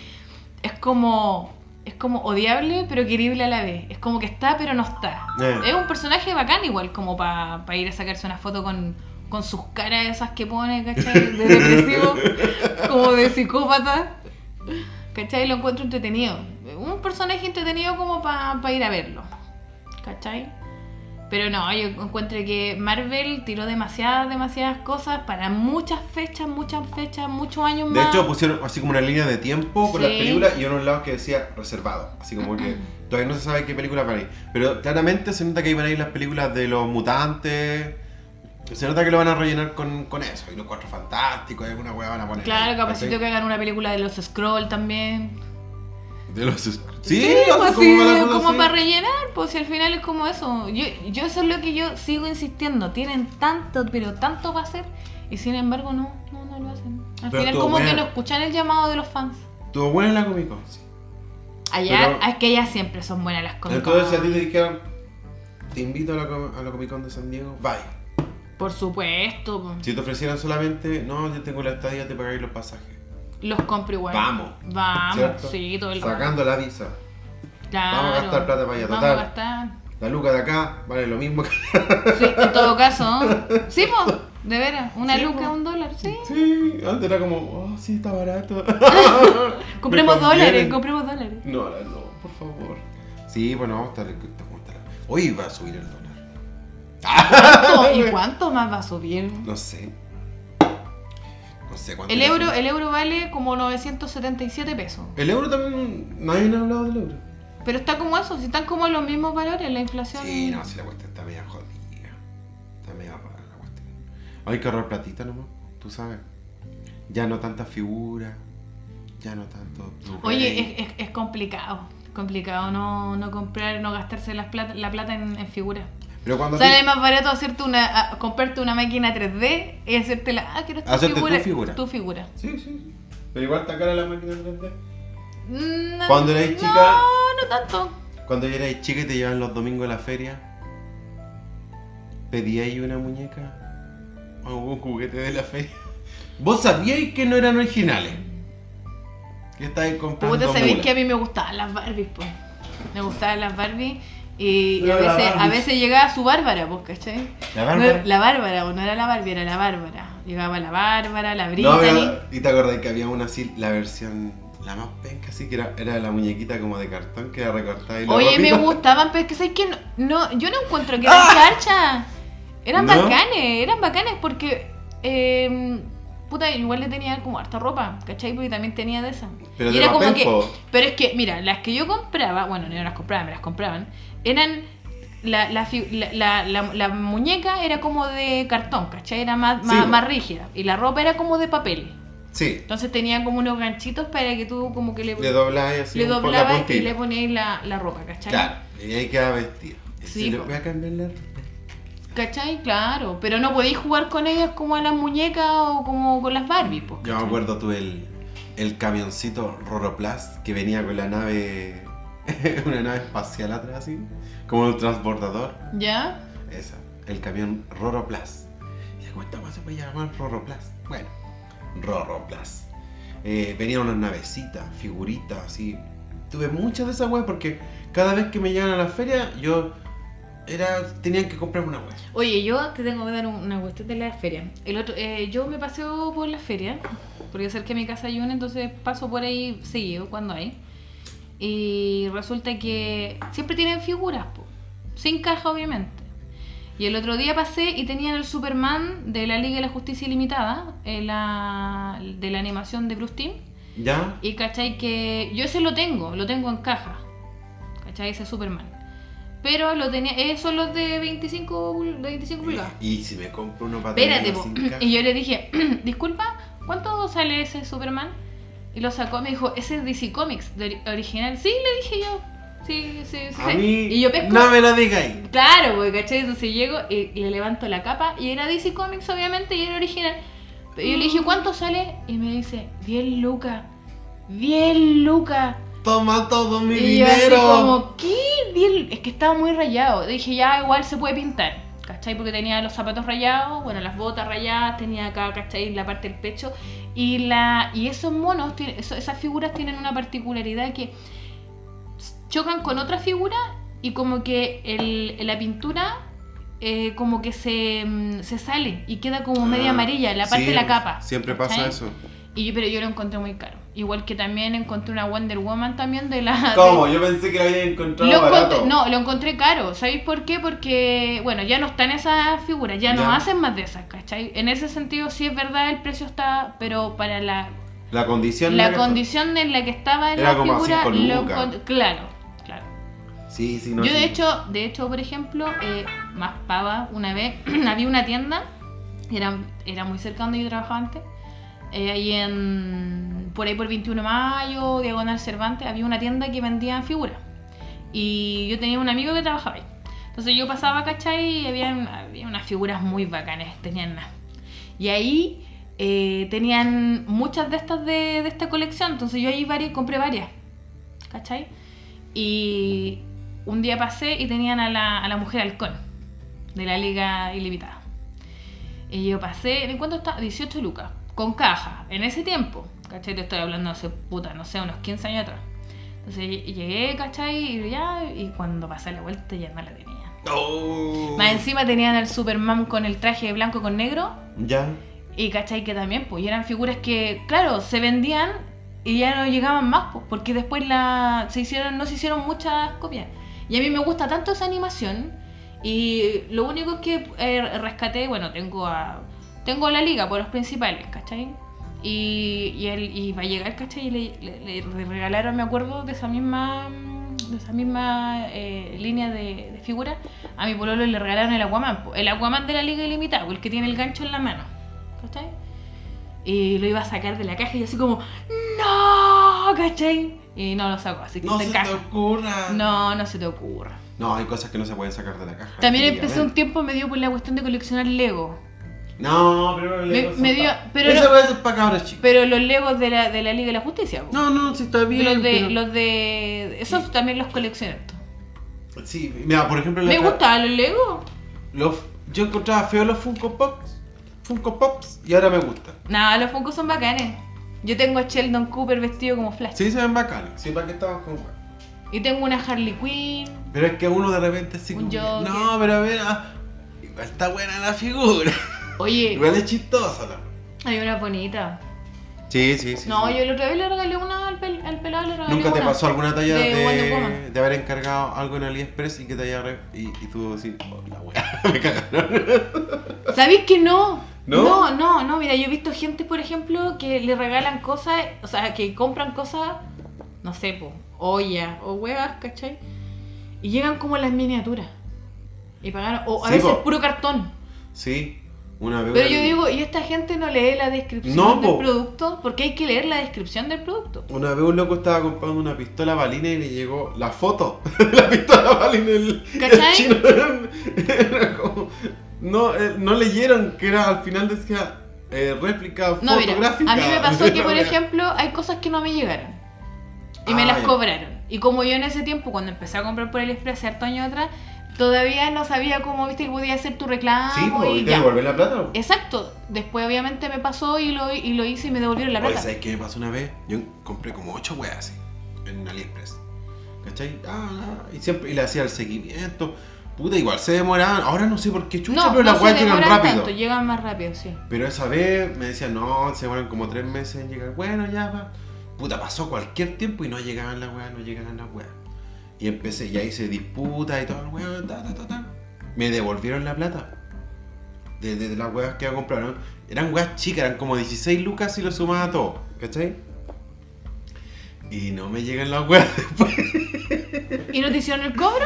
[SPEAKER 2] es como... Es como odiable pero querible a la vez. Es como que está pero no está.
[SPEAKER 1] Eh.
[SPEAKER 2] Es un personaje bacán igual como para ir a sacarse una foto con, con sus caras esas que pone, ¿cachai? De depresivo, como de psicópata. ¿Cachai? Lo encuentro entretenido. Un personaje entretenido como para ir a verlo. ¿Cachai? Pero no, yo encuentro que Marvel tiró demasiadas, demasiadas cosas para muchas fechas, muchas fechas, muchos años
[SPEAKER 1] De
[SPEAKER 2] más.
[SPEAKER 1] hecho, pusieron así como una línea de tiempo con las
[SPEAKER 2] Sí. Mm.
[SPEAKER 1] películas y unos lados que decía reservado. Así como que todavía no se sabe qué películas van a ir. Pero claramente se nota que iban a ir las películas de los mutantes. Se nota que lo van a rellenar con, con eso. Y los cuatro fantásticos, y alguna hueá van a poner.
[SPEAKER 2] claro,
[SPEAKER 1] ahí,
[SPEAKER 2] capacito
[SPEAKER 1] ¿cachai?
[SPEAKER 2] que hagan una película de los Scroll también.
[SPEAKER 1] De los... Sí,
[SPEAKER 2] Sí,
[SPEAKER 1] hace
[SPEAKER 2] pues,
[SPEAKER 1] como
[SPEAKER 2] sí,
[SPEAKER 1] para
[SPEAKER 2] como,
[SPEAKER 1] algunos, sí.
[SPEAKER 2] para rellenar, pues si al final es como eso. Yo, yo eso es lo que yo sigo insistiendo. Tienen tanto, pero tanto para hacer y sin embargo no, no, no lo hacen. Al
[SPEAKER 1] Pero
[SPEAKER 2] final
[SPEAKER 1] tú,
[SPEAKER 2] como que
[SPEAKER 1] bueno.
[SPEAKER 2] no escuchan el llamado de los fans.
[SPEAKER 1] Estuvo buena la Comic Con, sí.
[SPEAKER 2] Allá,
[SPEAKER 1] Pero-
[SPEAKER 2] es que allá siempre son buenas las cosas.
[SPEAKER 1] Entonces a ti te dijeron, te invito a la, com- a la Comic Con de San Diego, bye.
[SPEAKER 2] Por supuesto. pues. po.
[SPEAKER 1] Si te ofrecieran solamente, no, yo tengo la estadía, te pagáis los pasajes.
[SPEAKER 2] Los compro igual.
[SPEAKER 1] Vamos.
[SPEAKER 2] Vamos,
[SPEAKER 1] ¿Cierto?
[SPEAKER 2] sí, todo el
[SPEAKER 1] Sacando la visa.
[SPEAKER 2] Claro.
[SPEAKER 1] vamos a gastar plata para allá,
[SPEAKER 2] Vamos
[SPEAKER 1] total.
[SPEAKER 2] a gastar.
[SPEAKER 1] La luca de acá vale lo mismo que...
[SPEAKER 2] Sí, en todo caso. Sí, po, de veras. Una
[SPEAKER 1] Sí,
[SPEAKER 2] luca,
[SPEAKER 1] po.
[SPEAKER 2] un dólar, sí.
[SPEAKER 1] Sí, antes era como, oh, sí, está barato.
[SPEAKER 2] Compremos
[SPEAKER 1] Me conviene.
[SPEAKER 2] dólares, compremos dólares.
[SPEAKER 1] No, ahora no, por favor. Sí, bueno, vamos a estar... vamos a estar- Hoy va a subir el dólar.
[SPEAKER 2] ¿Cuánto- ¿Y cuánto más va a subir?
[SPEAKER 1] No sé. No sé cuánto.
[SPEAKER 2] El
[SPEAKER 1] va a
[SPEAKER 2] euro,
[SPEAKER 1] subir.
[SPEAKER 2] el euro vale como 977 pesos.
[SPEAKER 1] El euro también... Nadie ha hablado del euro.
[SPEAKER 2] Pero está como eso, si están como los mismos valores, la inflación.
[SPEAKER 1] Sí, no, si la cuestión está media jodida. Está media rara la cuestión. Hay que ahorrar platita nomás, tú sabes. Ya no tantas figuras, ya no tanto. Blu-ray.
[SPEAKER 2] Oye, es, es- es complicado. Complicado no, no comprar, no gastarse las plata, la plata en, en figuras.
[SPEAKER 1] Pero cuando a ti-
[SPEAKER 2] Sale más barato hacerte una, a- comprarte una máquina 3D y hacerte la. Ah, quiero esta
[SPEAKER 1] Hacerte tu
[SPEAKER 2] figura.
[SPEAKER 1] figura.
[SPEAKER 2] Tu figura.
[SPEAKER 1] Sí, sí, sí. Pero igual está cara la máquina 3D.
[SPEAKER 2] Mm, No,
[SPEAKER 1] Cuando erais chica-
[SPEAKER 2] No, no tanto.
[SPEAKER 1] Cuando ya eras chica y te llevaban los domingos a la feria, pedíais una muñeca o algún juguete de la feria. Vos sabíais que no eran originales. Que estabais comprando.
[SPEAKER 2] Puta, sabéis
[SPEAKER 1] mula.
[SPEAKER 2] que a mí me gustaban las Barbies, pues. Me gustaban las Barbies. Y, y a,
[SPEAKER 1] Pero la
[SPEAKER 2] veces, a
[SPEAKER 1] Barbie.
[SPEAKER 2] veces llegaba su Bárbara, pues, ¿cachai?
[SPEAKER 1] La
[SPEAKER 2] No
[SPEAKER 1] Bárbara.
[SPEAKER 2] era- la Bárbara, o no era la Barbie, era la Bárbara. Llegaba la Bárbara, la
[SPEAKER 1] No,
[SPEAKER 2] Brittany.
[SPEAKER 1] pero, y te acordás que había una así, la versión, la más penca así, que era, era la muñequita como de cartón que la recortaba y la
[SPEAKER 2] Oye, me
[SPEAKER 1] ropita.
[SPEAKER 2] gustaban, pero es que ¿sabes qué? No, no, yo no encuentro que eran charchas. Eran
[SPEAKER 1] ¡Ah! ¿No?
[SPEAKER 2] bacanes, eran bacanes porque. eh, puta, igual le tenía como harta ropa, ¿cachai? Porque también tenía de esa.
[SPEAKER 1] Pero
[SPEAKER 2] y
[SPEAKER 1] de
[SPEAKER 2] era como
[SPEAKER 1] papel,
[SPEAKER 2] que.
[SPEAKER 1] po.
[SPEAKER 2] Pero es que, mira, las que yo compraba, bueno, no las compraba, me las compraban, eran. La, la, fi- la- la- la- la muñeca era como de cartón, ¿cachai? Era más,
[SPEAKER 1] Sí,
[SPEAKER 2] más,
[SPEAKER 1] po.
[SPEAKER 2] más rígida. Y la ropa era como de papel.
[SPEAKER 1] Sí,
[SPEAKER 2] Entonces tenía como unos ganchitos para que tú como que le,
[SPEAKER 1] le doblabas así
[SPEAKER 2] le
[SPEAKER 1] por la
[SPEAKER 2] doblabas y
[SPEAKER 1] puntita.
[SPEAKER 2] le ponías la, la ropa, ¿cachai?
[SPEAKER 1] Claro, y ahí quedaba vestida. Y
[SPEAKER 2] Sí,
[SPEAKER 1] se le-
[SPEAKER 2] po.
[SPEAKER 1] voy a cambiar la ropa.
[SPEAKER 2] ¿Cachai? Claro, pero no podéis jugar con ellas como a las muñecas o como con las Barbies. Pues,
[SPEAKER 1] Yo me
[SPEAKER 2] ¿cachai?
[SPEAKER 1] acuerdo tú el, el camioncito Roroplast que venía con la nave, una nave espacial atrás así, como un transbordador.
[SPEAKER 2] ¿Ya?
[SPEAKER 1] Esa, el camión Roroplast. Y dije, ¿cuánto más se puede llamar Roroplast? Bueno, Roroplast. Eh, venían unas navecitas, figuritas, así. Tuve muchas de esas weas porque cada vez que me llegan a la feria, yo era tenían que comprarme una wea.
[SPEAKER 2] Oye, yo te tengo que dar un- una cuestión de la feria. El otro, eh, yo me paseo por la feria, porque cerca de mi casa hay una, entonces paso por ahí seguido cuando hay. Y resulta que siempre tienen figuras, po, sin caja obviamente. Y el otro día pasé y tenían el Superman de la Liga de la Justicia Ilimitada, eh, la- de la animación de Bruce Timm.
[SPEAKER 1] ¿Ya?
[SPEAKER 2] Y cachai que yo ese lo tengo, lo tengo en caja. Cachai, ese Superman. Pero lo tenía, eh, son los de 25, pul- de 25 pulgadas.
[SPEAKER 1] Y, si me compro uno para tener
[SPEAKER 2] Espérate,
[SPEAKER 1] uno
[SPEAKER 2] po.
[SPEAKER 1] sin caja.
[SPEAKER 2] y yo le dije, disculpa, ¿cuánto sale ese Superman? Y lo sacó, me dijo, ese es DC Comics, de ori- original. Sí, le dije yo. Sí, sí, sí.
[SPEAKER 1] A
[SPEAKER 2] sí".
[SPEAKER 1] mí,
[SPEAKER 2] y yo pesco.
[SPEAKER 1] no me lo digáis.
[SPEAKER 2] Claro, porque cachai, entonces llego y y le levanto la capa y era DC Comics obviamente y era original. Pero yo le dije, ¿cuánto sale? Y me dice, 10 lucas, 10 lucas.
[SPEAKER 1] Toma todo mi
[SPEAKER 2] y yo así
[SPEAKER 1] dinero.
[SPEAKER 2] como, ¿qué? 10 lu-". Es que estaba muy rayado. Dije, ya, igual se puede pintar, ¿cachai? Porque tenía los zapatos rayados, bueno, las botas rayadas, tenía acá, ¿cachai? La parte del pecho. Y, la, y esos monos, tienen- eso- esas figuras tienen una particularidad que chocan con otra figura y como que el, la pintura eh, como que se, mm, se sale y queda como media
[SPEAKER 1] Ah,
[SPEAKER 2] amarilla, la parte
[SPEAKER 1] sí,
[SPEAKER 2] de la capa.
[SPEAKER 1] Siempre
[SPEAKER 2] ¿cachai?
[SPEAKER 1] pasa eso.
[SPEAKER 2] Y yo- pero yo lo encontré muy caro. Igual que también encontré una Wonder Woman también de la...
[SPEAKER 1] ¿Cómo? Yo pensé que lo había
[SPEAKER 2] de-
[SPEAKER 1] encontrado
[SPEAKER 2] lo
[SPEAKER 1] barato.
[SPEAKER 2] encontré- no, lo encontré caro. ¿Sabéis por qué? Porque, bueno, ya no están esas figuras, ya no
[SPEAKER 1] Ya.
[SPEAKER 2] hacen más de esas, ¿cachai? En ese sentido sí es verdad, el precio está, pero para la
[SPEAKER 1] La condición.
[SPEAKER 2] la
[SPEAKER 1] era que-
[SPEAKER 2] condición en la que estaba en
[SPEAKER 1] Era
[SPEAKER 2] la
[SPEAKER 1] como a
[SPEAKER 2] figura
[SPEAKER 1] cinco
[SPEAKER 2] lo
[SPEAKER 1] lucas.
[SPEAKER 2] encont- claro claro
[SPEAKER 1] Sí, sí, no.
[SPEAKER 2] yo de
[SPEAKER 1] sí.
[SPEAKER 2] hecho de hecho por ejemplo eh, más pava una vez había una tienda era, era muy cerca donde yo trabajaba antes eh, ahí en. Por ahí por 21 de mayo, Diagonal Cervantes, había una tienda que vendía figuras. Y yo tenía un amigo que trabajaba ahí. Entonces yo pasaba, ¿cachai? Y habían- había unas figuras muy bacanas, tenían unas y ahí eh, tenían muchas de estas de, de esta colección. Entonces yo ahí varias, compré varias. ¿Cachai? Y un día pasé y tenían a la, a la mujer halcón de la Liga Ilimitada. Y yo pasé, ¿en cuánto está? 18 lucas, con caja, en ese tiempo. ¿Cachai? Te estoy hablando hace puta, no sé, unos 15 años atrás. Entonces ll- llegué, ¿cachai? Y ya, y cuando pasé la vuelta ya no la tenía.
[SPEAKER 1] Oh.
[SPEAKER 2] Más encima tenían al Superman con el traje de blanco con negro.
[SPEAKER 1] Ya.
[SPEAKER 2] Y cachai que también, pues, y eran figuras que, claro, se vendían y ya no llegaban más, pues, porque después la, se hicieron, no se hicieron muchas copias. Y a mí me gusta tanto esa animación y lo único que eh, rescaté, bueno, tengo a, tengo a la liga por los principales, ¿cachai? Y, y, el, y va a llegar, ¿cachai? Y le, le- le regalaron, me acuerdo, de esa misma de esa misma eh, línea de, de figuras, a mi pololo le regalaron el Aquaman, po, el Aquaman de la Liga Ilimitada, el que tiene el gancho en la mano. ¿cachai? Y lo iba a sacar de la caja y así como, ¡No! ¿cachai? Y no lo sacó, así que
[SPEAKER 1] No
[SPEAKER 2] está
[SPEAKER 1] se
[SPEAKER 2] en
[SPEAKER 1] te
[SPEAKER 2] caja.
[SPEAKER 1] ocurra.
[SPEAKER 2] No, no se te ocurra.
[SPEAKER 1] No, hay cosas que no se pueden sacar de la caja.
[SPEAKER 2] También
[SPEAKER 1] definitivamente.
[SPEAKER 2] empecé un tiempo, me dio por la cuestión de coleccionar Lego.
[SPEAKER 1] No, pero
[SPEAKER 2] Me-
[SPEAKER 1] Lego son
[SPEAKER 2] me dio-
[SPEAKER 1] pa-
[SPEAKER 2] pero
[SPEAKER 1] Eso
[SPEAKER 2] no-
[SPEAKER 1] puede ser para cabros chicos.
[SPEAKER 2] Pero los Legos de la, de la Liga de la Justicia. po.
[SPEAKER 1] No, no, sí está bien.
[SPEAKER 2] los de,
[SPEAKER 1] pero-
[SPEAKER 2] los de. Esos también los coleccioné.
[SPEAKER 1] Sí, mira, por ejemplo. la
[SPEAKER 2] Me
[SPEAKER 1] otra-
[SPEAKER 2] gustaban los Legos.
[SPEAKER 1] los- Yo encontraba feo los Funko Pops. Funko Pops y ahora me gustan.
[SPEAKER 2] Nada, los Funko son bacanes. Yo tengo a Sheldon Cooper vestido como Flash.
[SPEAKER 1] Sí, se ven bacanes. Sí, para qué estamos con Juan.
[SPEAKER 2] Y tengo una Harley Quinn.
[SPEAKER 1] Pero es que uno de repente así
[SPEAKER 2] Un
[SPEAKER 1] como que,
[SPEAKER 2] Joker.
[SPEAKER 1] No, pero a ver. ah, igual está buena la figura.
[SPEAKER 2] Oye,
[SPEAKER 1] Igual es chistosa la.
[SPEAKER 2] hay una bonita.
[SPEAKER 1] Sí, sí, sí.
[SPEAKER 2] No,
[SPEAKER 1] sí.
[SPEAKER 2] yo el otro día le regalé una al, pel- al pelado, le regalé
[SPEAKER 1] ¿Nunca te
[SPEAKER 2] una.
[SPEAKER 1] pasó alguna talla
[SPEAKER 2] de
[SPEAKER 1] de,
[SPEAKER 2] Wonder Woman.
[SPEAKER 1] de haber encargado algo en AliExpress y que te haya re- y, y tú decís, oh, la wea, me cagaron?
[SPEAKER 2] ¿Sabéis que no?
[SPEAKER 1] ¿No?
[SPEAKER 2] no, no, no, Mira, yo he visto gente, por ejemplo, que le regalan cosas, o sea, que compran cosas, no sé, po, olla o huevas, ¿cachai? Y llegan como las miniaturas. Y pagaron, o a
[SPEAKER 1] Sí,
[SPEAKER 2] veces
[SPEAKER 1] po.
[SPEAKER 2] puro cartón.
[SPEAKER 1] Sí, una vez.
[SPEAKER 2] Pero
[SPEAKER 1] una-
[SPEAKER 2] yo digo, ¿y esta gente no lee la descripción
[SPEAKER 1] No,
[SPEAKER 2] del
[SPEAKER 1] po.
[SPEAKER 2] producto? Porque hay que leer la descripción del producto.
[SPEAKER 1] Una vez un loco estaba comprando una pistola balina y le llegó la foto de la pistola balina. El, el
[SPEAKER 2] ¿Cachai?
[SPEAKER 1] chino era como- no, eh, no leyeron que era al final decía eh, réplica
[SPEAKER 2] No, mira,
[SPEAKER 1] fotográfica.
[SPEAKER 2] a mí me pasó que,
[SPEAKER 1] Una
[SPEAKER 2] por
[SPEAKER 1] wea.
[SPEAKER 2] ejemplo, hay cosas que no me llegaron. Y me
[SPEAKER 1] Ah,
[SPEAKER 2] las
[SPEAKER 1] ya.
[SPEAKER 2] cobraron. Y como yo en ese tiempo, cuando empecé a comprar por AliExpress hace harto años atrás, todavía no sabía cómo, viste, que podía hacer tu reclamo
[SPEAKER 1] Sí, po,
[SPEAKER 2] y
[SPEAKER 1] pues, ¿y te
[SPEAKER 2] Ah, ya.
[SPEAKER 1] devolver la plata? po?
[SPEAKER 2] Exacto. Después, obviamente, me pasó y lo, y lo hice y me devolvieron la
[SPEAKER 1] Oye,
[SPEAKER 2] plata.
[SPEAKER 1] ¿sabes qué me pasó una vez? Yo compré como 8 weas así en AliExpress. ¿Cachai? Ah, ah, y siempre y le hacía el seguimiento. Puta, igual se demoraban. Ahora no sé por qué chucha,
[SPEAKER 2] no,
[SPEAKER 1] pero
[SPEAKER 2] no
[SPEAKER 1] las
[SPEAKER 2] se
[SPEAKER 1] weas llegan
[SPEAKER 2] demoran
[SPEAKER 1] rápido.
[SPEAKER 2] tanto, llegan más rápido, sí.
[SPEAKER 1] Pero esa vez me decían, no, se demoran como 3 meses en llegar. Bueno, ya va. Puta, pasó cualquier tiempo y no llegaban las weas, no llegaban las weas. Y empecé, y ahí se disputa y todo el weón, ta, ta, ta, ta. Me devolvieron la plata. De, de- de las weas que compraron. Eran weas chicas, eran como 16 lucas y lo sumaba a todo. ¿Cachai? Y no me llegan las weas después.
[SPEAKER 2] ¿Y no te hicieron el cobro?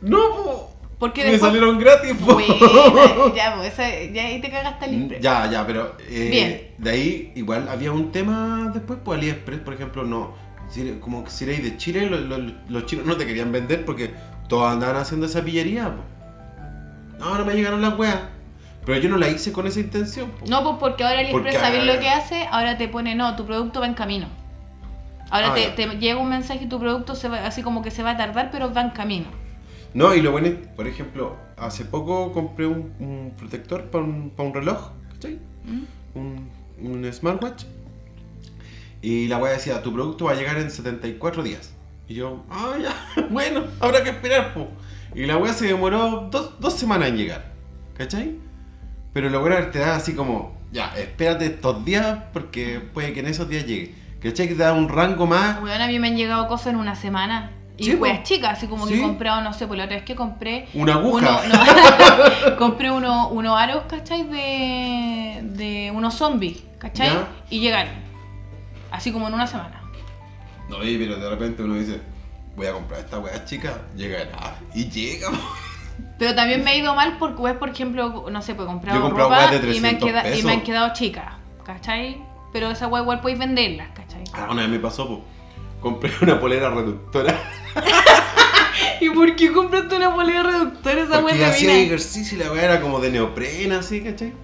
[SPEAKER 1] No, po.
[SPEAKER 2] Porque
[SPEAKER 1] Me
[SPEAKER 2] después...
[SPEAKER 1] salieron gratis, po.
[SPEAKER 2] Buena, ya, pues, esa- ya ahí te cagaste el
[SPEAKER 1] Mm,
[SPEAKER 2] AliExpress.
[SPEAKER 1] Ya, ya, pero eh,
[SPEAKER 2] Bien.
[SPEAKER 1] de ahí igual había un tema después, pues AliExpress, por ejemplo, no. Si- como que si erais de Chile, lo- lo- los chinos no te querían vender porque todos andaban haciendo esa pillería, po. No, no me llegaron las weas. Pero yo no la hice con esa intención, po.
[SPEAKER 2] No, pues porque ahora AliExpress,
[SPEAKER 1] Porque-
[SPEAKER 2] ¿sabes lo que hace? Ahora te pone, no, tu producto va en camino. Ahora
[SPEAKER 1] Ah,
[SPEAKER 2] te,
[SPEAKER 1] ya.
[SPEAKER 2] te llega un mensaje y tu producto se va, así como que se va a tardar, pero va en camino.
[SPEAKER 1] No, y lo bueno es, por ejemplo, hace poco compré un, un protector para un, para un reloj, ¿cachai?
[SPEAKER 2] ¿Mm?
[SPEAKER 1] un, un smartwatch y la wea decía, tu producto va a llegar en 74 días. Y yo, ah, ya, bueno, habrá que esperar, po. Y la wea se demoró dos, dos semanas en llegar, ¿cachai? Pero lo bueno es que te da así como, ya, espérate estos días porque puede que en esos días llegue. ¿Cachai? Que te da un rango más.
[SPEAKER 2] Weón, a mí me han llegado cosas en una semana. Y
[SPEAKER 1] Sí,
[SPEAKER 2] weas
[SPEAKER 1] po.
[SPEAKER 2] chicas, así como que
[SPEAKER 1] Sí.
[SPEAKER 2] he comprado, no sé, por la otra vez que compré.
[SPEAKER 1] Una aguja.
[SPEAKER 2] Uno, no, compré uno, unos aros, ¿cachai? De, de unos zombies, ¿cachai?
[SPEAKER 1] Ya.
[SPEAKER 2] Y llegaron. Así como en una semana.
[SPEAKER 1] No, y pero de repente uno dice, voy a comprar esta wea chica, llegará. Y llega, po.
[SPEAKER 2] Pero también me ha ido mal porque, por ejemplo, no sé, pues he comprado
[SPEAKER 1] Yo he comprado
[SPEAKER 2] ropa
[SPEAKER 1] weas de
[SPEAKER 2] y, me han
[SPEAKER 1] 300
[SPEAKER 2] queda- y me
[SPEAKER 1] pesos.
[SPEAKER 2] han quedado chicas, ¿cachai? pero esa weá igual podéis venderlas, ¿cachai?
[SPEAKER 1] Ah, una vez me pasó, po. compré una polera reductora.
[SPEAKER 2] ¿Y por qué compraste una polea reductora esa
[SPEAKER 1] Porque
[SPEAKER 2] weá
[SPEAKER 1] hacía
[SPEAKER 2] mina?
[SPEAKER 1] ejercicio y la weá era como de neoprena, así, ¿cachai?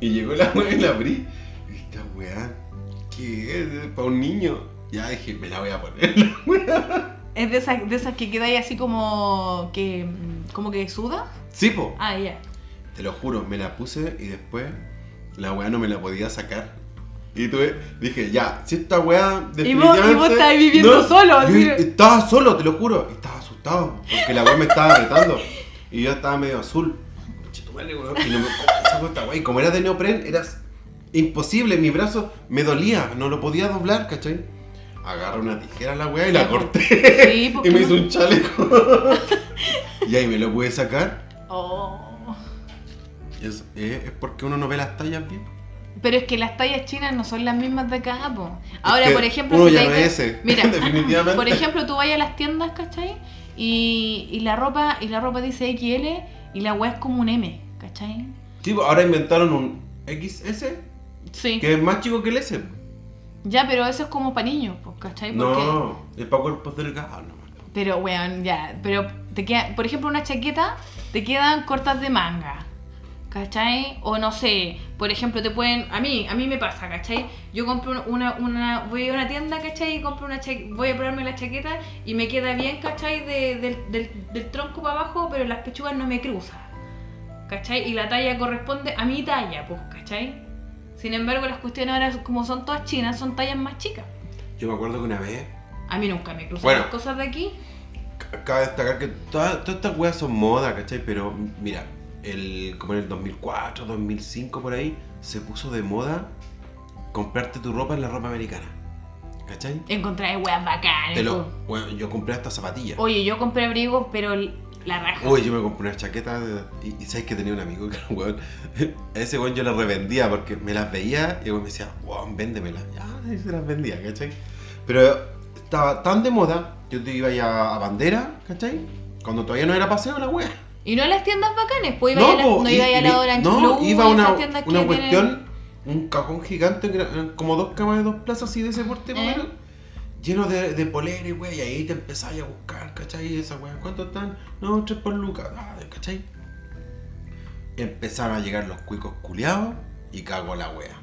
[SPEAKER 1] Y llegó la weá y la abrí. Y esta weá, ¿qué es? Para un niño. Ya dije, me la voy a poner.
[SPEAKER 2] Es de esas, de esas que quedáis así como que mm, como que suda.
[SPEAKER 1] Sí, po.
[SPEAKER 2] Ah, ya.
[SPEAKER 1] Te lo juro, me la puse y después la weá no me la podía sacar. Y tuve, dije, ya, si esta weá
[SPEAKER 2] Y vos- y vos
[SPEAKER 1] definitivamente
[SPEAKER 2] estabas viviendo solo, así.
[SPEAKER 1] yo estaba solo, te lo juro. Y estaba asustado, porque la weá me estaba apretando. Y yo estaba medio azul. Conchetumare, weón, Y no me ¿cómo saco esta weá? Y como era de neopren, era imposible. Mi brazo me dolía, no lo podía doblar, ¿cachai? Agarré una tijera a la weá y la corté.
[SPEAKER 2] Sí, porque
[SPEAKER 1] Y me
[SPEAKER 2] no-
[SPEAKER 1] hizo un chaleco. y ahí me lo pude sacar.
[SPEAKER 2] Oh.
[SPEAKER 1] Es, eh, es- es porque uno no ve las tallas bien.
[SPEAKER 2] Pero es que las tallas chinas no son las mismas de acá, po. Ahora,
[SPEAKER 1] que
[SPEAKER 2] por ejemplo,
[SPEAKER 1] uno
[SPEAKER 2] si
[SPEAKER 1] ya
[SPEAKER 2] te-
[SPEAKER 1] obedece,
[SPEAKER 2] Mira,
[SPEAKER 1] definitivamente.
[SPEAKER 2] por ejemplo, tú vas a las tiendas, ¿cachai? Y, y la ropa y la ropa dice XL y la weá es como un M, ¿cachai?
[SPEAKER 1] Sí, pues, ahora inventaron un XS
[SPEAKER 2] Sí.
[SPEAKER 1] que es más chico que el S.
[SPEAKER 2] Ya, pero eso es como para niños, po, ¿cachai? Porque-
[SPEAKER 1] No, es para cuerpos delgados nomás.
[SPEAKER 2] Pero, weón, ya. Pero te queda, por ejemplo, una chaqueta te quedan cortas de manga. ¿Cachai? O no sé, por ejemplo, te pueden. A mí, a mí me pasa, ¿cachai? Yo compro una, una. Voy a una tienda, ¿cachai? Y compro una chaqueta. Voy a probarme la chaqueta y me queda bien, ¿cachai? De- del, del- del tronco para abajo, pero las pechugas no me cruzan. ¿Cachai? Y la talla corresponde a mi talla, pues, ¿cachai? Sin embargo, las cuestiones ahora, como son todas chinas, son tallas más chicas.
[SPEAKER 1] Yo me acuerdo que una vez,
[SPEAKER 2] A mí nunca me cruzan
[SPEAKER 1] Bueno.
[SPEAKER 2] las cosas de aquí.
[SPEAKER 1] ca- cabe destacar que toda- todas estas weas son moda, ¿cachai? Pero mira, el, como en el 2004, 2005 por ahí, se puso de moda comprarte tu ropa en la ropa americana. ¿Cachai?
[SPEAKER 2] Encontré weas bacanas.
[SPEAKER 1] Te lo,
[SPEAKER 2] po.
[SPEAKER 1] bueno, yo compré hasta zapatillas.
[SPEAKER 2] Oye, yo compré abrigos, pero l- la raja.
[SPEAKER 1] Uy, yo me compré una chaqueta de- y, y sabes que tenía un amigo que era un weón. A ese weón yo la revendía porque me las veía y el weón me decía, weón, véndemela. Ya, y se las vendía, ¿cachai? Pero estaba tan de moda que tú ibas a, a bandera, ¿cachai? Cuando todavía no era paseo la wea.
[SPEAKER 2] Y no a las tiendas bacanes, pues iba
[SPEAKER 1] no,
[SPEAKER 2] a la,
[SPEAKER 1] po,
[SPEAKER 2] no
[SPEAKER 1] y-
[SPEAKER 2] iba a
[SPEAKER 1] y-
[SPEAKER 2] la Orange
[SPEAKER 1] no,
[SPEAKER 2] Blue,
[SPEAKER 1] iba a una,
[SPEAKER 2] esas tiendas que
[SPEAKER 1] una
[SPEAKER 2] tienen-
[SPEAKER 1] cuestión, un cajón gigante, que eran como dos camas de dos plazas así de ese porte, más o
[SPEAKER 2] ¿Eh?
[SPEAKER 1] menos, lleno de, de polera y wey, y ahí te empezabas a buscar, ¿cachai? Esa weá, ¿cuánto están? No, tres por lucas, ah, ¿cachai? Empezaron a llegar los cuicos culiados y cago la wea.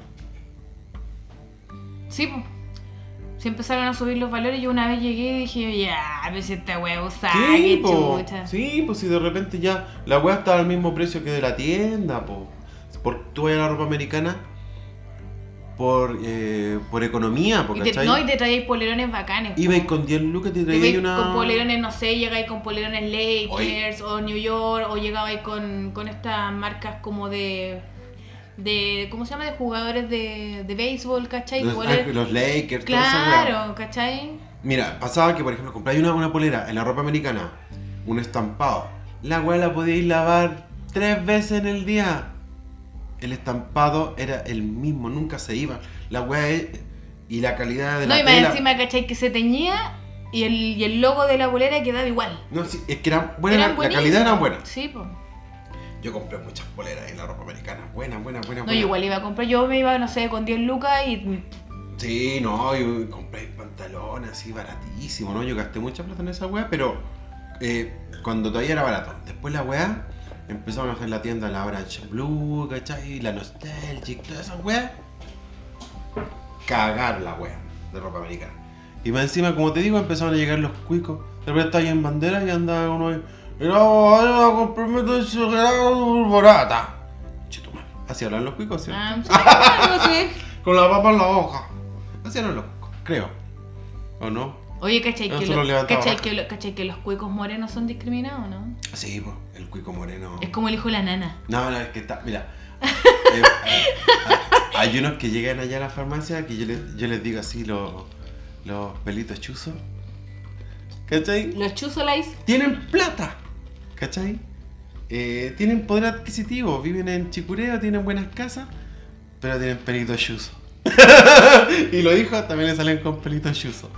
[SPEAKER 2] Sí, pues. Se empezaron a subir los valores. Yo una vez llegué y dije, ya, pero si esta wea usada, qué
[SPEAKER 1] po,
[SPEAKER 2] chucha.
[SPEAKER 1] sí, pues si de repente ya la weá estaba al mismo precio que de la tienda, po. Por, tú vas a la ropa americana por, eh, por economía, porque
[SPEAKER 2] y te, no, y te traíais polerones bacanes. po.
[SPEAKER 1] Ibais con 10 lucas y te
[SPEAKER 2] Te ibais
[SPEAKER 1] traía una.
[SPEAKER 2] con polerones, no sé, llegáis con polerones Lakers o New York, o llegabais con, con estas marcas como de, de. ¿Cómo se llama? De jugadores de, de béisbol, ¿cachai?
[SPEAKER 1] Los,
[SPEAKER 2] Polerones-
[SPEAKER 1] ah, los Lakers, toda esa weá.
[SPEAKER 2] Claro, ¿cachai?
[SPEAKER 1] Mira, pasaba que, por ejemplo, compráis una, una polera en la ropa americana, un estampado. La weá la podíais lavar tres veces en el día. El estampado era el mismo, nunca se iba. La weá es- y la calidad de
[SPEAKER 2] No,
[SPEAKER 1] la
[SPEAKER 2] y más
[SPEAKER 1] tela.
[SPEAKER 2] encima, ¿cachai? Que se teñía y el, y el logo de la bolera quedaba igual.
[SPEAKER 1] No, sí, es que eran buenas,
[SPEAKER 2] Eran
[SPEAKER 1] la calidad era
[SPEAKER 2] buenísimas.
[SPEAKER 1] buena.
[SPEAKER 2] Sí, pues.
[SPEAKER 1] Yo compré muchas poleras en la ropa americana. Buenas, buenas, buenas.
[SPEAKER 2] No,
[SPEAKER 1] buenas.
[SPEAKER 2] yo igual iba a comprar. Yo me iba, no sé, con 10 lucas y. mm,
[SPEAKER 1] Sí, no, yo compré pantalones así baratísimo, ¿no? Yo gasté mucha plata en esa weá, pero eh, cuando todavía era barato. Después la weá empezaron a hacer la tienda la Orange Blue, ¿cachai? La Nostalgic, toda esa weá. Cagar la weá de ropa americana. Y más encima, como te digo, empezaron a llegar los cuicos. De repente ahí en bandera y andaba uno ahí. Y no, comprarme todo eso que era borata. Chetumal. Así hablan los cuicos, ¿cierto?
[SPEAKER 2] Ah, sí, algo así.
[SPEAKER 1] Con la papa en la hoja. Así no lo creo. ¿O no?
[SPEAKER 2] Oye, ¿cachai que,
[SPEAKER 1] Eso lo
[SPEAKER 2] lo-
[SPEAKER 1] levantaba.
[SPEAKER 2] ¿cachai, que lo- ¿cachai que los cuecos morenos son discriminados, no?
[SPEAKER 1] Sí, po, el cuico moreno.
[SPEAKER 2] Es como el hijo de la nana.
[SPEAKER 1] No, no, es que está. Mira. eh, hay- hay unos que llegan allá a la farmacia que yo les, yo les digo así los, los pelitos chuzos. ¿Cachai?
[SPEAKER 2] Los chusolais.
[SPEAKER 1] Tienen plata. ¿Cachai? Eh, tienen poder adquisitivo, viven en Chicureo, tienen buenas casas, pero tienen pelitos chuzos. y los hijos también le salen con pelitos chuzos.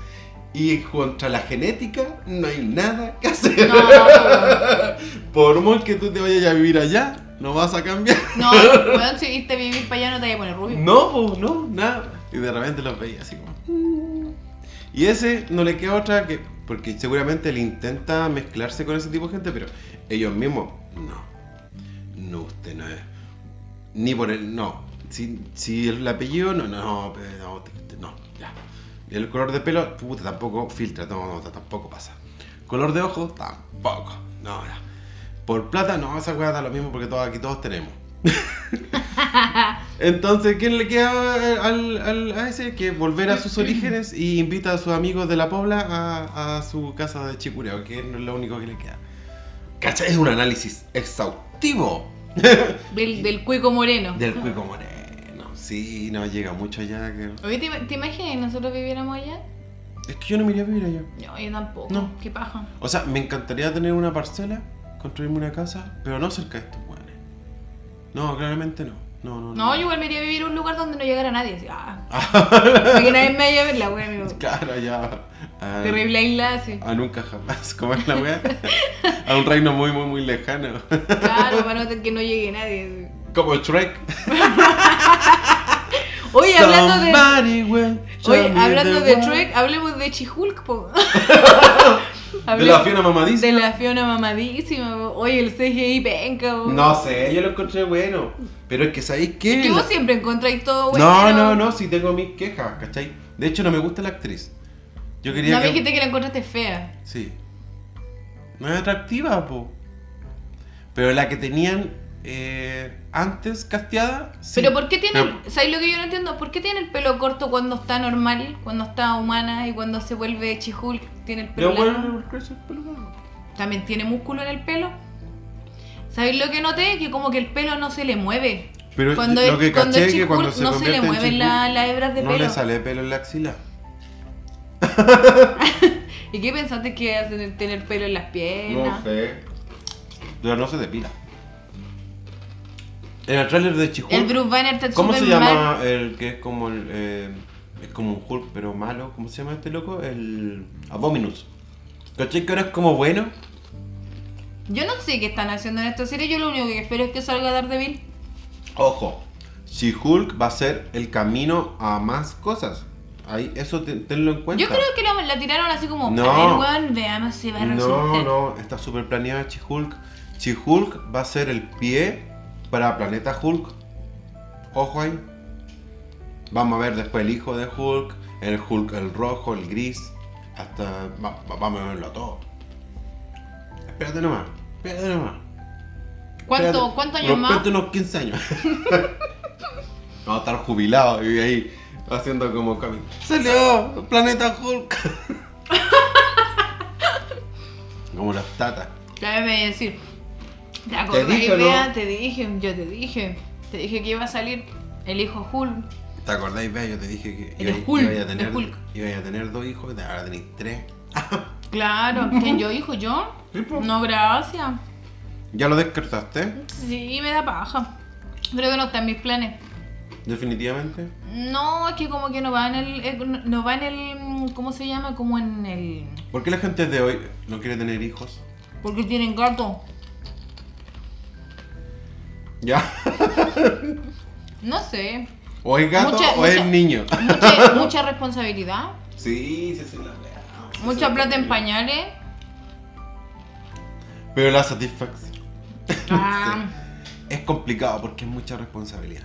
[SPEAKER 1] Y contra la genética no hay nada que hacer.
[SPEAKER 2] No, no,
[SPEAKER 1] Por muy que tú te vayas a vivir allá, no vas a cambiar.
[SPEAKER 2] no, no, weón, si irte a vivir para allá no te voy a poner rubio.
[SPEAKER 1] No, pues, no, nada. Y de repente los veía así como. Y ese no le queda otra que. Porque seguramente él intenta mezclarse con ese tipo de gente, pero ellos mismos, no. No, usted no es. Ni por el. No. Si, si el apellido, no, no, no, no, ya. El color de pelo, puta, tampoco filtra, no, no, tampoco pasa. Color de ojos, tampoco. No, ya. Por plata, no, esa weá da lo mismo porque todos, aquí todos tenemos. Entonces, ¿quién le queda al, al- a ese? Que volver a sus orígenes y invita a sus amigos de la Pobla a, a su casa de Chicureo, que es lo único que le queda. ¿Cachai? Es un análisis exhaustivo
[SPEAKER 2] Del, del cuico moreno.
[SPEAKER 1] del Cuico Moreno. Sí, no llega mucho allá. que-
[SPEAKER 2] Oye, ¿te, te imaginas que nosotros viviéramos allá?
[SPEAKER 1] Es que yo no me iría a vivir allá.
[SPEAKER 2] No, yo tampoco.
[SPEAKER 1] No.
[SPEAKER 2] Qué paja.
[SPEAKER 1] O sea, me encantaría tener una parcela, construirme una casa, pero no cerca de estos weones. No, claramente no. No, no,
[SPEAKER 2] No,
[SPEAKER 1] no.
[SPEAKER 2] yo igual me iría a vivir a un lugar donde no llegara nadie. Así, ah. Porque nadie me vaya a ver la wea, amigo.
[SPEAKER 1] Claro, ya. ah,
[SPEAKER 2] Terrible isla, así.
[SPEAKER 1] A Ah, nunca jamás, como es la wea. A un reino muy, muy, muy lejano.
[SPEAKER 2] Claro, para no- que no llegue nadie. así.
[SPEAKER 1] Como Shrek.
[SPEAKER 2] Oye, hablando de.
[SPEAKER 1] Somebody will show
[SPEAKER 2] Oye,
[SPEAKER 1] me
[SPEAKER 2] hablando
[SPEAKER 1] the
[SPEAKER 2] de
[SPEAKER 1] way.
[SPEAKER 2] Trek, hablemos de Chihulk, po.
[SPEAKER 1] De la Fiona Mamadís.
[SPEAKER 2] De la Fiona mamadísima, po. Oye, el CGI penca, po.
[SPEAKER 1] No sé, yo lo encontré bueno. Pero es que, ¿sabéis qué?
[SPEAKER 2] Que vos siempre encontráis todo bueno.
[SPEAKER 1] No, no, no, sí tengo mis quejas, ¿cachai? De hecho, no me gusta la actriz. Yo quería
[SPEAKER 2] No me
[SPEAKER 1] que...
[SPEAKER 2] dijiste que la encontraste fea.
[SPEAKER 1] Sí. No es atractiva, po. Pero la que tenían eh, antes casteada... sí. Eh.
[SPEAKER 2] Pero ¿por qué tiene,
[SPEAKER 1] Pero-
[SPEAKER 2] ¿sabes lo que yo no entiendo? ¿Por qué tiene el pelo corto cuando está normal, cuando está humana y cuando se vuelve Chihulk tiene el pelo
[SPEAKER 1] Pero bueno,
[SPEAKER 2] largo?
[SPEAKER 1] porque es el pelo largo.
[SPEAKER 2] También tiene músculo en el pelo. ¿Sabéis lo que noté? Que como que el pelo no se le mueve.
[SPEAKER 1] Pero
[SPEAKER 2] Cuando
[SPEAKER 1] lo
[SPEAKER 2] es,
[SPEAKER 1] que
[SPEAKER 2] cuando
[SPEAKER 1] caché
[SPEAKER 2] es
[SPEAKER 1] es que
[SPEAKER 2] She-Hulk,
[SPEAKER 1] cuando se
[SPEAKER 2] no se
[SPEAKER 1] convierte
[SPEAKER 2] le
[SPEAKER 1] en
[SPEAKER 2] mueven
[SPEAKER 1] She-Hulk,
[SPEAKER 2] la- las hebras de
[SPEAKER 1] no
[SPEAKER 2] pelo.
[SPEAKER 1] le sale pelo en la axila.
[SPEAKER 2] ¿Y qué pensaste que hacen tener pelo en las piernas?
[SPEAKER 1] sé. Pero no se depila. En el tráiler de Chihul.
[SPEAKER 2] El Bruce Banner está
[SPEAKER 1] ¿Cómo se
[SPEAKER 2] súper mal.
[SPEAKER 1] llama el que es como el eh, es como un Hulk pero malo? ¿Cómo se llama este loco? El Abominus. ¿Cachai que ahora es como bueno?
[SPEAKER 2] Yo no sé qué están haciendo en esta serie. Yo lo único que espero es que salga Daredevil.
[SPEAKER 1] Ojo, si Hulk va a ser el camino a más cosas. Ahí, eso te- tenlo en cuenta.
[SPEAKER 2] Yo creo que la, la tiraron así como,
[SPEAKER 1] No.
[SPEAKER 2] a ver, weón, veamos si va a
[SPEAKER 1] No,
[SPEAKER 2] resultar.
[SPEAKER 1] no, está súper planeada Chihulk. Chihulk va a ser el pie para Planeta Hulk. Ojo ahí. Vamos a ver después el hijo de Hulk, el Hulk, el rojo, el gris. Hasta. va- va- vamos a verlo a todo. Espérate nomás, espérate nomás.
[SPEAKER 2] ¿Cuánto,
[SPEAKER 1] Espérate.
[SPEAKER 2] ¿Cuántos años
[SPEAKER 1] Unos-
[SPEAKER 2] más?
[SPEAKER 1] espérate unos 15 años. Vamos a estar jubilados y ahí haciendo como cómic. ¡Salió! ¡Planeta Hulk! como las tatas.
[SPEAKER 2] Ya me voy a decir. ¿Te
[SPEAKER 1] Te
[SPEAKER 2] acordás,
[SPEAKER 1] dije,
[SPEAKER 2] Bea?
[SPEAKER 1] ¿no?
[SPEAKER 2] Te dije, yo te dije. Te dije que iba a salir el hijo Hulk.
[SPEAKER 1] ¿Te acordáis, Bea? Yo te dije que
[SPEAKER 2] El
[SPEAKER 1] iba,
[SPEAKER 2] Hulk,
[SPEAKER 1] iba a tener,
[SPEAKER 2] el Hulk.
[SPEAKER 1] iba a tener dos hijos, ahora tenéis tres.
[SPEAKER 2] Claro, ¿quién yo, hijo? ¿Yo?
[SPEAKER 1] pues.
[SPEAKER 2] No, gracias.
[SPEAKER 1] ¿Ya lo descartaste?
[SPEAKER 2] Sí, me da paja. Creo que no están mis planes.
[SPEAKER 1] Definitivamente.
[SPEAKER 2] No, es que como que no va en el. eh, no- No va en el. mm, ¿Cómo se llama? Como en el.
[SPEAKER 1] ¿Por qué la gente de hoy no quiere tener hijos?
[SPEAKER 2] Porque tienen gato.
[SPEAKER 1] ¿Ya?
[SPEAKER 2] No sé.
[SPEAKER 1] ¿O es gato
[SPEAKER 2] Mucha-
[SPEAKER 1] o
[SPEAKER 2] mucha-
[SPEAKER 1] es niño?
[SPEAKER 2] Mucha, mucha responsabilidad.
[SPEAKER 1] Sí, sí, sí, la Bea. Sí, sí,
[SPEAKER 2] Mucha
[SPEAKER 1] la
[SPEAKER 2] plata en
[SPEAKER 1] Bea.
[SPEAKER 2] pañales.
[SPEAKER 1] Pero la satisfacción.
[SPEAKER 2] Ah,
[SPEAKER 1] Es complicado porque es mucha responsabilidad.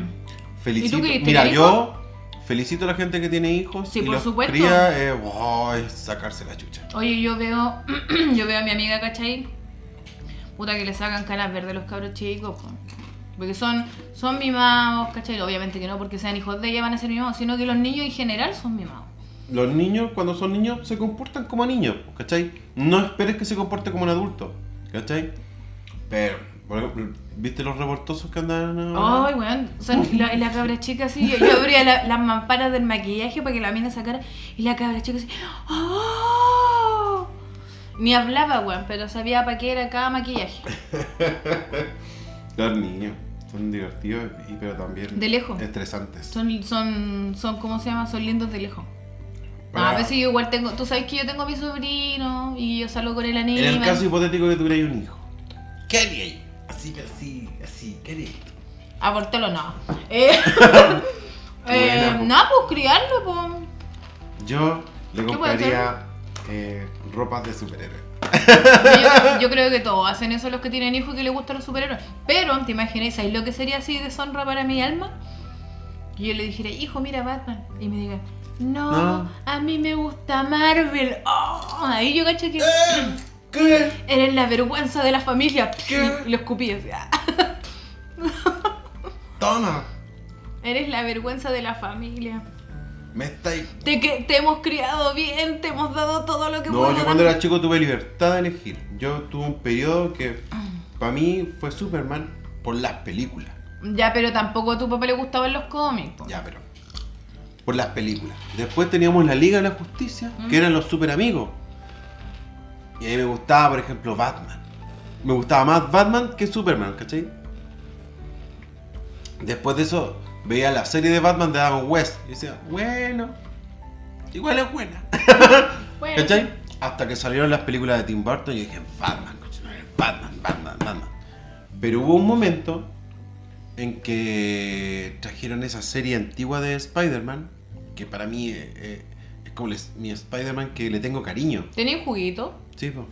[SPEAKER 1] Felicito.
[SPEAKER 2] Ah, ¿Y tú querés
[SPEAKER 1] Mira,
[SPEAKER 2] tener
[SPEAKER 1] yo felicito a la gente que tiene hijos
[SPEAKER 2] Sí,
[SPEAKER 1] y
[SPEAKER 2] por
[SPEAKER 1] los
[SPEAKER 2] supuesto.
[SPEAKER 1] cría, eh, wow, es sacarse la chucha.
[SPEAKER 2] Oye, yo veo. yo veo a mi amiga, ¿cachai? Puta que le sacan caras verdes a los cabros chicos. po. Porque son, son mimados, ¿cachai? Obviamente que no porque sean hijos de ella van a ser mimados, sino que los niños en general son mimados.
[SPEAKER 1] Los niños cuando son niños se comportan como niños, ¿cachai? No esperes que se comporte como un adulto, ¿cachai? Pero, por ejemplo, ¿viste los revoltosos que andan ahora?
[SPEAKER 2] Ay, weón. Son la, la cabra chica así. Yo, yo abría la- las mamparas del maquillaje para que la mina sacara. Y la cabra chica así. ¡Oh! Ni hablaba, weón, pero sabía para qué era cada maquillaje.
[SPEAKER 1] Los niños son divertidos y pero también
[SPEAKER 2] De lejos.
[SPEAKER 1] estresantes.
[SPEAKER 2] Son, son, son, ¿cómo se llama? Son lindos de lejos. No,
[SPEAKER 1] Ah.
[SPEAKER 2] a veces yo igual tengo. Tú sabes que yo tengo a mi sobrino y yo salgo con el anime.
[SPEAKER 1] En el caso hipotético que tuvierais un hijo. ¿Qué haríais?
[SPEAKER 2] Ah,
[SPEAKER 1] Así, pero así, así, ¿qué haríais?
[SPEAKER 2] Abortelo no. Eh, Eh,
[SPEAKER 1] Buena, po.
[SPEAKER 2] no, pues criarlo, pues.
[SPEAKER 1] Yo le
[SPEAKER 2] ¿Qué puede
[SPEAKER 1] compraría eh, ropas de superhéroe.
[SPEAKER 2] Yo, yo creo que todos hacen eso los que tienen hijos y que les gustan los superhéroes. Pero, ¿te imagináis? ¿Sabéis lo que sería así deshonra para mi alma? Y yo le dijera, hijo, mira Batman. Y me diga, no,
[SPEAKER 1] No.
[SPEAKER 2] a mí me gusta Marvel. Oh, ahí yo cacho
[SPEAKER 1] ¡Eh!
[SPEAKER 2] que
[SPEAKER 1] ¿Qué?
[SPEAKER 2] eres la vergüenza de la familia.
[SPEAKER 1] ¿Qué?
[SPEAKER 2] Y lo escupí así, ah.
[SPEAKER 1] Toma,
[SPEAKER 2] Eres la vergüenza de la familia.
[SPEAKER 1] me estáis.
[SPEAKER 2] Te, que- te hemos criado bien, te hemos dado todo lo que
[SPEAKER 1] No,
[SPEAKER 2] puedo
[SPEAKER 1] yo cuando
[SPEAKER 2] dar.
[SPEAKER 1] era chico tuve libertad de elegir. Yo tuve un periodo que para mí fue Superman por las películas.
[SPEAKER 2] Ya, pero tampoco a tu papá le gustaban los cómics. po.
[SPEAKER 1] Ya, pero. Por las películas. Después teníamos la Liga de la Justicia, que eran los super amigos. Y a mí me gustaba, por ejemplo, Batman. Me gustaba más Batman que Superman, ¿cachai? Después de eso, veía la serie de Batman de Adam West. Y decía, bueno, igual es buena.
[SPEAKER 2] Bueno,
[SPEAKER 1] ¿Cachai? Hasta que salieron las películas de Tim Burton y dije, Batman, coño, Batman, Batman, Batman. Pero hubo un momento en que trajeron esa serie antigua de Spider-Man, que para mí eh, eh, es como les- mi Spider-Man que le tengo cariño.
[SPEAKER 2] ¿Tenéis juguito?
[SPEAKER 1] Sí, po.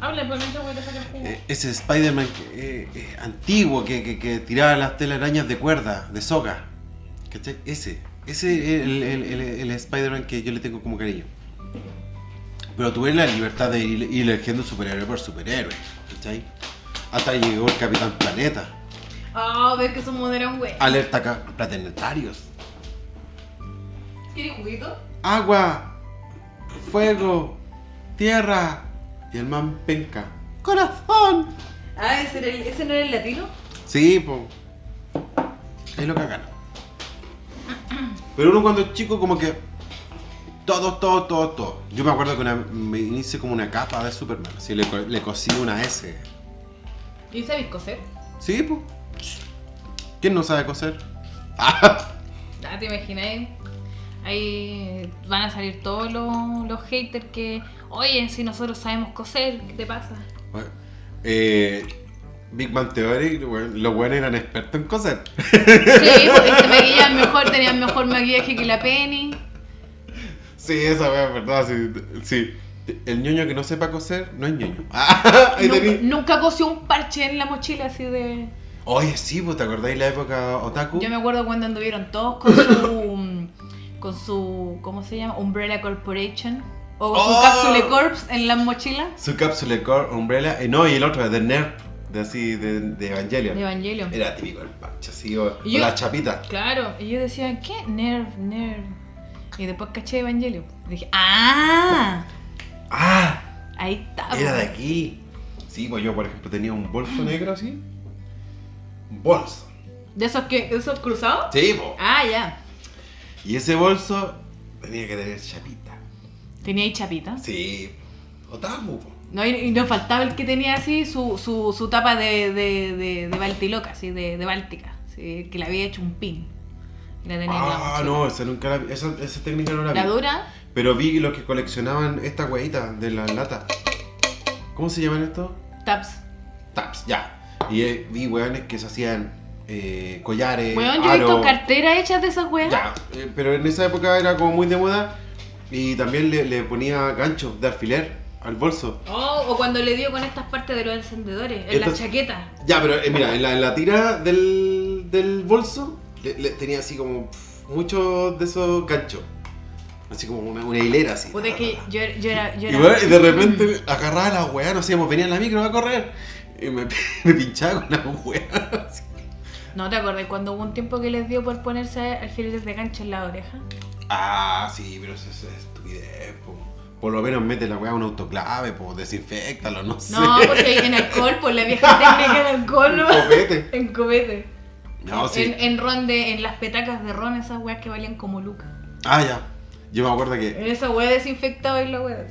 [SPEAKER 2] Habla, pues mientras voy a sacar jugo.
[SPEAKER 1] Eh, ese Spider-Man que, eh, eh, antiguo que, que- que tiraba las telarañas de cuerda, de soga. ¿Cachai? Ese. Ese es el, el- el- el Spider-Man que yo le tengo como cariño. Pero tuve la libertad de ir, ir eligiendo superhéroe por superhéroe. ¿Cachai? Hasta llegó el Capitán Planeta.
[SPEAKER 2] Ah, ves que somos de un güey.
[SPEAKER 1] Alerta ca- planetarios.
[SPEAKER 2] ¿Quieres juguito?
[SPEAKER 1] Agua, fuego, tierra. Y el man penca. ¡Corazón!
[SPEAKER 2] Ah, ¿ese, era el- ese no era el latino.
[SPEAKER 1] Sí, po. Es lo que gana. Pero uno cuando es chico como que todo, todo, todo, todo. Yo me acuerdo que una- me hice como una capa de Superman. Así le, co- le cosí una S.
[SPEAKER 2] ¿Y sabéis coser?
[SPEAKER 1] Sí, po. ¿Quién no sabe coser?
[SPEAKER 2] Ah, te imagináis. Ahí van a salir todos los, los haters que, oye, si nosotros sabemos coser, ¿qué te pasa?
[SPEAKER 1] Bueno, eh, Big Bang Theory, bueno, los buenos eran expertos en coser.
[SPEAKER 2] Sí, porque se maquillaban mejor, tenían mejor maquillaje que la Penny.
[SPEAKER 1] Sí, esa wea es verdad. Sí, sí. El ñoño que no sepa coser no es ñoño. Ahí
[SPEAKER 2] Nunca,
[SPEAKER 1] tení.
[SPEAKER 2] nunca cosió un parche en la mochila así de...
[SPEAKER 1] Oye, sí, pues, ¿te acordáis la época otaku?
[SPEAKER 2] Yo me acuerdo cuando anduvieron todos con su. con su. ¿Cómo se llama? Umbrella Corporation. O su
[SPEAKER 1] ¡Oh!
[SPEAKER 2] cápsula Corps en las mochilas.
[SPEAKER 1] Su cápsula de Core Umbrella. eh, no, y el otro de Nerd, de así, de, de Evangelion.
[SPEAKER 2] De Evangelion.
[SPEAKER 1] Era típico el parche, así, o,
[SPEAKER 2] Y yo-
[SPEAKER 1] o las chapitas.
[SPEAKER 2] Claro. Y yo decía, ¿qué? Nerf, nerf. Y después caché Evangelion. Y dije, ¡ah!
[SPEAKER 1] ¡Ah!
[SPEAKER 2] Ahí está.
[SPEAKER 1] Oh. Era
[SPEAKER 2] po.
[SPEAKER 1] de aquí. Sí, pues yo, por ejemplo, tenía un bolso negro así. Un bolso.
[SPEAKER 2] ¿De esos que. de esos cruzados?
[SPEAKER 1] Sí, pues.
[SPEAKER 2] Ah, ya.
[SPEAKER 1] Y ese bolso tenía que tener chapita.
[SPEAKER 2] Tenía ahí chapitas.
[SPEAKER 1] Sí. Otaku, po.
[SPEAKER 2] No, y, y no faltaba el que tenía así su, su, su tapa de, de, de, de Baltiloca, así, de, de Báltica. así, que le había hecho un pin. Y la tenía en la
[SPEAKER 1] Ah,
[SPEAKER 2] mochila.
[SPEAKER 1] no, esa nunca la vi. Esa, esa técnica no la vi.
[SPEAKER 2] La dura,
[SPEAKER 1] Pero vi los que coleccionaban esta hueita de las latas. ¿Cómo se llaman estos?
[SPEAKER 2] taps.
[SPEAKER 1] Taps, ya. Y eh, vi weones que se hacían eh, collares.
[SPEAKER 2] Weón, yo he
[SPEAKER 1] aros,
[SPEAKER 2] visto carteras hechas de esas weas.
[SPEAKER 1] Ya, eh, pero en esa época era como muy de moda y también le, le ponía ganchos de alfiler al bolso.
[SPEAKER 2] Oh, o cuando le dio con estas partes de los encendedores, en
[SPEAKER 1] Esto-
[SPEAKER 2] las chaquetas.
[SPEAKER 1] Ya, pero eh, mira, en la, en la tira del, del bolso le, le tenía así como pf, muchos de esos ganchos. Así como una, una hilera así.
[SPEAKER 2] Puta, es que
[SPEAKER 1] Ta, ta, ta.
[SPEAKER 2] yo, yo era. Yo
[SPEAKER 1] Y,
[SPEAKER 2] era
[SPEAKER 1] bueno, y de repente agarraba a la weá, no sé, pues, venía en la micro a correr. Y me, me pinchaba con la weá. así.
[SPEAKER 2] No te acordás cuando hubo un tiempo que les dio por ponerse alfileres de gancho en la oreja.
[SPEAKER 1] Ah, sí, pero eso es estupidez, po. Por lo menos mete la weá a un autoclave, po, desinfectalo, no sé.
[SPEAKER 2] No, porque en alcohol, por la vieja técnica en alcohol, ¿no?
[SPEAKER 1] Copete.
[SPEAKER 2] En copete.
[SPEAKER 1] No, sí.
[SPEAKER 2] en, en ron de, en las petacas de ron, esas weas que valían como lucas.
[SPEAKER 1] Ah, ya. Yo me acuerdo que
[SPEAKER 2] En esa wea desinfectaba y la wea.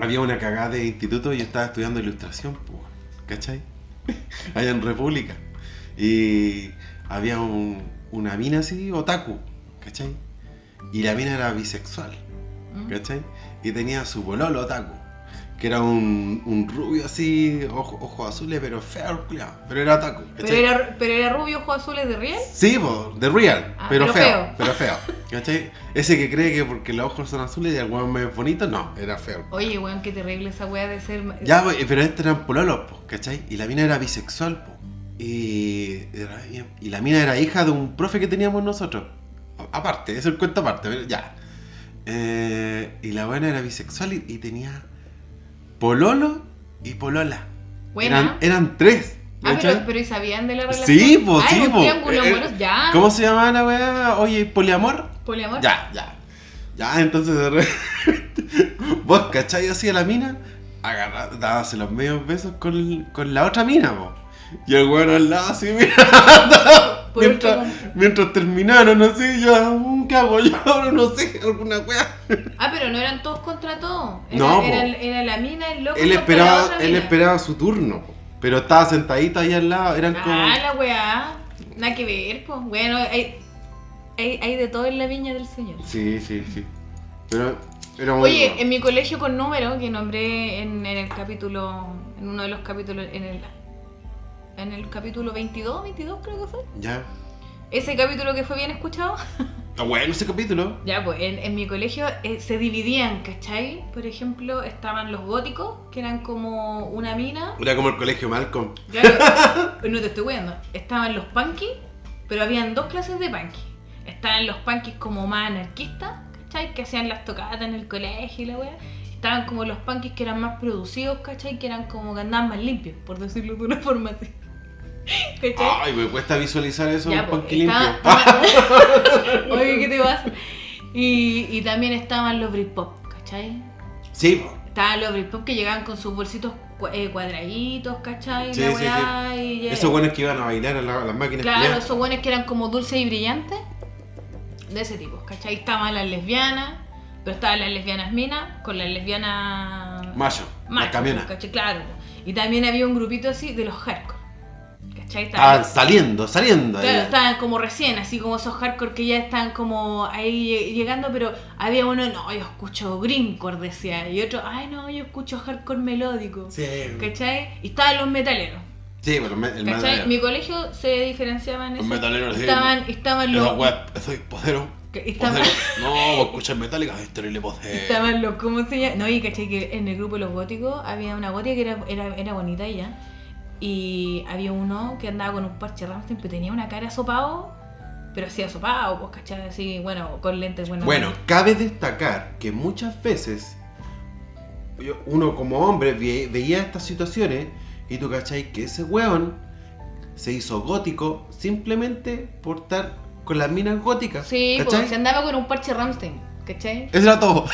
[SPEAKER 1] había una cagada de instituto y yo estaba estudiando ilustración, po, ¿cachai? Allá en República. Y había un- una mina así, otaku, ¿cachai? Y la mina era bisexual.
[SPEAKER 2] ¿Mm?
[SPEAKER 1] ¿cachai? Y tenía su bololo otaku, que era un, un rubio así, ojo- ojos azules, pero feo, el culiao, pero era otaku.
[SPEAKER 2] Pero
[SPEAKER 1] ¿cachai?
[SPEAKER 2] era, pero era rubio, ojos azules de riel.
[SPEAKER 1] Sí, po, de real,
[SPEAKER 2] Ah,
[SPEAKER 1] pero,
[SPEAKER 2] pero
[SPEAKER 1] feo,
[SPEAKER 2] feo.
[SPEAKER 1] pero feo. ¿Cachai? Ese que cree que porque los ojos son azules y el weón es bonito, no, era feo.
[SPEAKER 2] Oye, weón, qué terrible esa weá de ser.
[SPEAKER 1] Ya, wey, pero este eran pololos, po, ¿cachai? Y la mina era bisexual, po. Y, era- y la mina era hija de un profe que teníamos nosotros. A- Aparte, eso es cuento aparte, pero ya. Eh, y la buena era bisexual y, y tenía pololo y polola.
[SPEAKER 2] Buena.
[SPEAKER 1] Eran, eran tres.
[SPEAKER 2] Ah, pero,
[SPEAKER 1] ¿cachai?
[SPEAKER 2] pero ah. ¿y sabían de la relación? Ah,
[SPEAKER 1] Sí, po,
[SPEAKER 2] Ay,
[SPEAKER 1] sí,
[SPEAKER 2] un
[SPEAKER 1] po.
[SPEAKER 2] triángulo
[SPEAKER 1] Eh,
[SPEAKER 2] amoroso, ya.
[SPEAKER 1] ¿Cómo se llamaba la weá? Oye, poliamor.
[SPEAKER 2] Poliamor.
[SPEAKER 1] Ya, ya. Ya, entonces de repente, Vos, ¿cachai? Así a la mina, agarra, dábase los medios besos con, con la otra mina, vos. Y el weón al lado así mirando.
[SPEAKER 2] Por
[SPEAKER 1] Mientras,
[SPEAKER 2] último.
[SPEAKER 1] mientras terminaron, no sé, yo, mm, ¿qué hago yo? ahora? No sé, alguna weá.
[SPEAKER 2] Ah, pero no eran todos contra todos. Era,
[SPEAKER 1] No, po.
[SPEAKER 2] era, era la mina, el loco.
[SPEAKER 1] Él
[SPEAKER 2] contra la
[SPEAKER 1] esperaba,
[SPEAKER 2] otra
[SPEAKER 1] él
[SPEAKER 2] mina.
[SPEAKER 1] esperaba su turno, po. pero estaba sentadita ahí al lado, eran como.
[SPEAKER 2] Ah, la weá. Nada que ver, pues. Bueno, hay, hay, hay de todo en la viña del Señor.
[SPEAKER 1] Sí, sí, sí. Pero era muy
[SPEAKER 2] Oye,
[SPEAKER 1] bueno.
[SPEAKER 2] en mi colegio con número, que nombré en, en el capítulo, en uno de los capítulos, en el, en el capítulo 22, 22 creo que fue.
[SPEAKER 1] Ya.
[SPEAKER 2] Ese capítulo que fue bien escuchado.
[SPEAKER 1] Está bueno ese capítulo.
[SPEAKER 2] Ya, pues en, en mi colegio eh, se dividían, ¿cachai? Por ejemplo, estaban los góticos, que eran como una mina.
[SPEAKER 1] Era como el colegio Malcolm.
[SPEAKER 2] Claro, no te estoy cuidando. Estaban los punkies, pero habían dos clases de punkies. Estaban los punkies como más anarquistas, ¿cachai? Que hacían las tocadas en el colegio y la weá. Estaban como los punkies que eran más producidos, ¿cachai? Que eran como que andaban más limpios, por decirlo de una forma así. ¿Cachai?
[SPEAKER 1] Ay, me cuesta visualizar eso
[SPEAKER 2] Ya,
[SPEAKER 1] un
[SPEAKER 2] pues,
[SPEAKER 1] punk limpio.
[SPEAKER 2] estaba- Oye, ¿qué te pasa? Y, y también estaban los Britpop, ¿cachai?
[SPEAKER 1] Sí, po.
[SPEAKER 2] Estaban los Britpop que llegaban con sus bolsitos cua- eh, cuadraditos, ¿cachai?
[SPEAKER 1] Sí,
[SPEAKER 2] la
[SPEAKER 1] sí, sí.
[SPEAKER 2] weá, y-
[SPEAKER 1] esos buenos que iban a bailar a, la- a las máquinas.
[SPEAKER 2] Claro,
[SPEAKER 1] culiadas.
[SPEAKER 2] esos buenos que eran como dulces y brillantes. De ese tipo, ¿cachai? Estaban las lesbianas, pero estaban las lesbianas minas con las lesbianas.
[SPEAKER 1] Mayo,
[SPEAKER 2] machos,
[SPEAKER 1] la camiona.
[SPEAKER 2] ¿cachai? Claro. Y también había un grupito así de los hardcore. ¿cachai?
[SPEAKER 1] Estaban
[SPEAKER 2] Estaban,
[SPEAKER 1] saliendo, saliendo. de
[SPEAKER 2] claro,
[SPEAKER 1] ahí.
[SPEAKER 2] estaban como recién, así como esos hardcore que ya están como ahí lleg- llegando, pero había uno, no, yo escucho greencore, decía, y otro, ay, no, yo escucho hardcore melódico.
[SPEAKER 1] Sí,
[SPEAKER 2] ¿cachai? Y estaban los metaleros.
[SPEAKER 1] sí, pero me- el
[SPEAKER 2] ¿Cachai?
[SPEAKER 1] metalero.
[SPEAKER 2] Mi colegio se diferenciaba en
[SPEAKER 1] Los
[SPEAKER 2] eso.
[SPEAKER 1] metaleros, sí.
[SPEAKER 2] Estaban, estaban
[SPEAKER 1] Esa
[SPEAKER 2] los.
[SPEAKER 1] weá, soy podero.
[SPEAKER 2] que- Estaban,
[SPEAKER 1] podero. No, vos escuchas metálicas, es terrible podero.
[SPEAKER 2] estaban los. ¿Cómo se llama? No, y caché que en el grupo de los góticos había una gótica que era, era, era bonita ella. Y había uno que andaba con un parche Ramstein, pero tenía una cara sopao, pero hacía sopao, pues, ¿cachai? Así, bueno, con lentes, bueno.
[SPEAKER 1] Bueno, cabe destacar que muchas veces yo- uno como hombre ve- veía estas situaciones y tú cachai que ese weón se hizo gótico simplemente por estar con las minas góticas.
[SPEAKER 2] Sí,
[SPEAKER 1] ¿cachai?
[SPEAKER 2] pues, se andaba con un parche Ramstein, ¿cachai?
[SPEAKER 1] Eso era todo.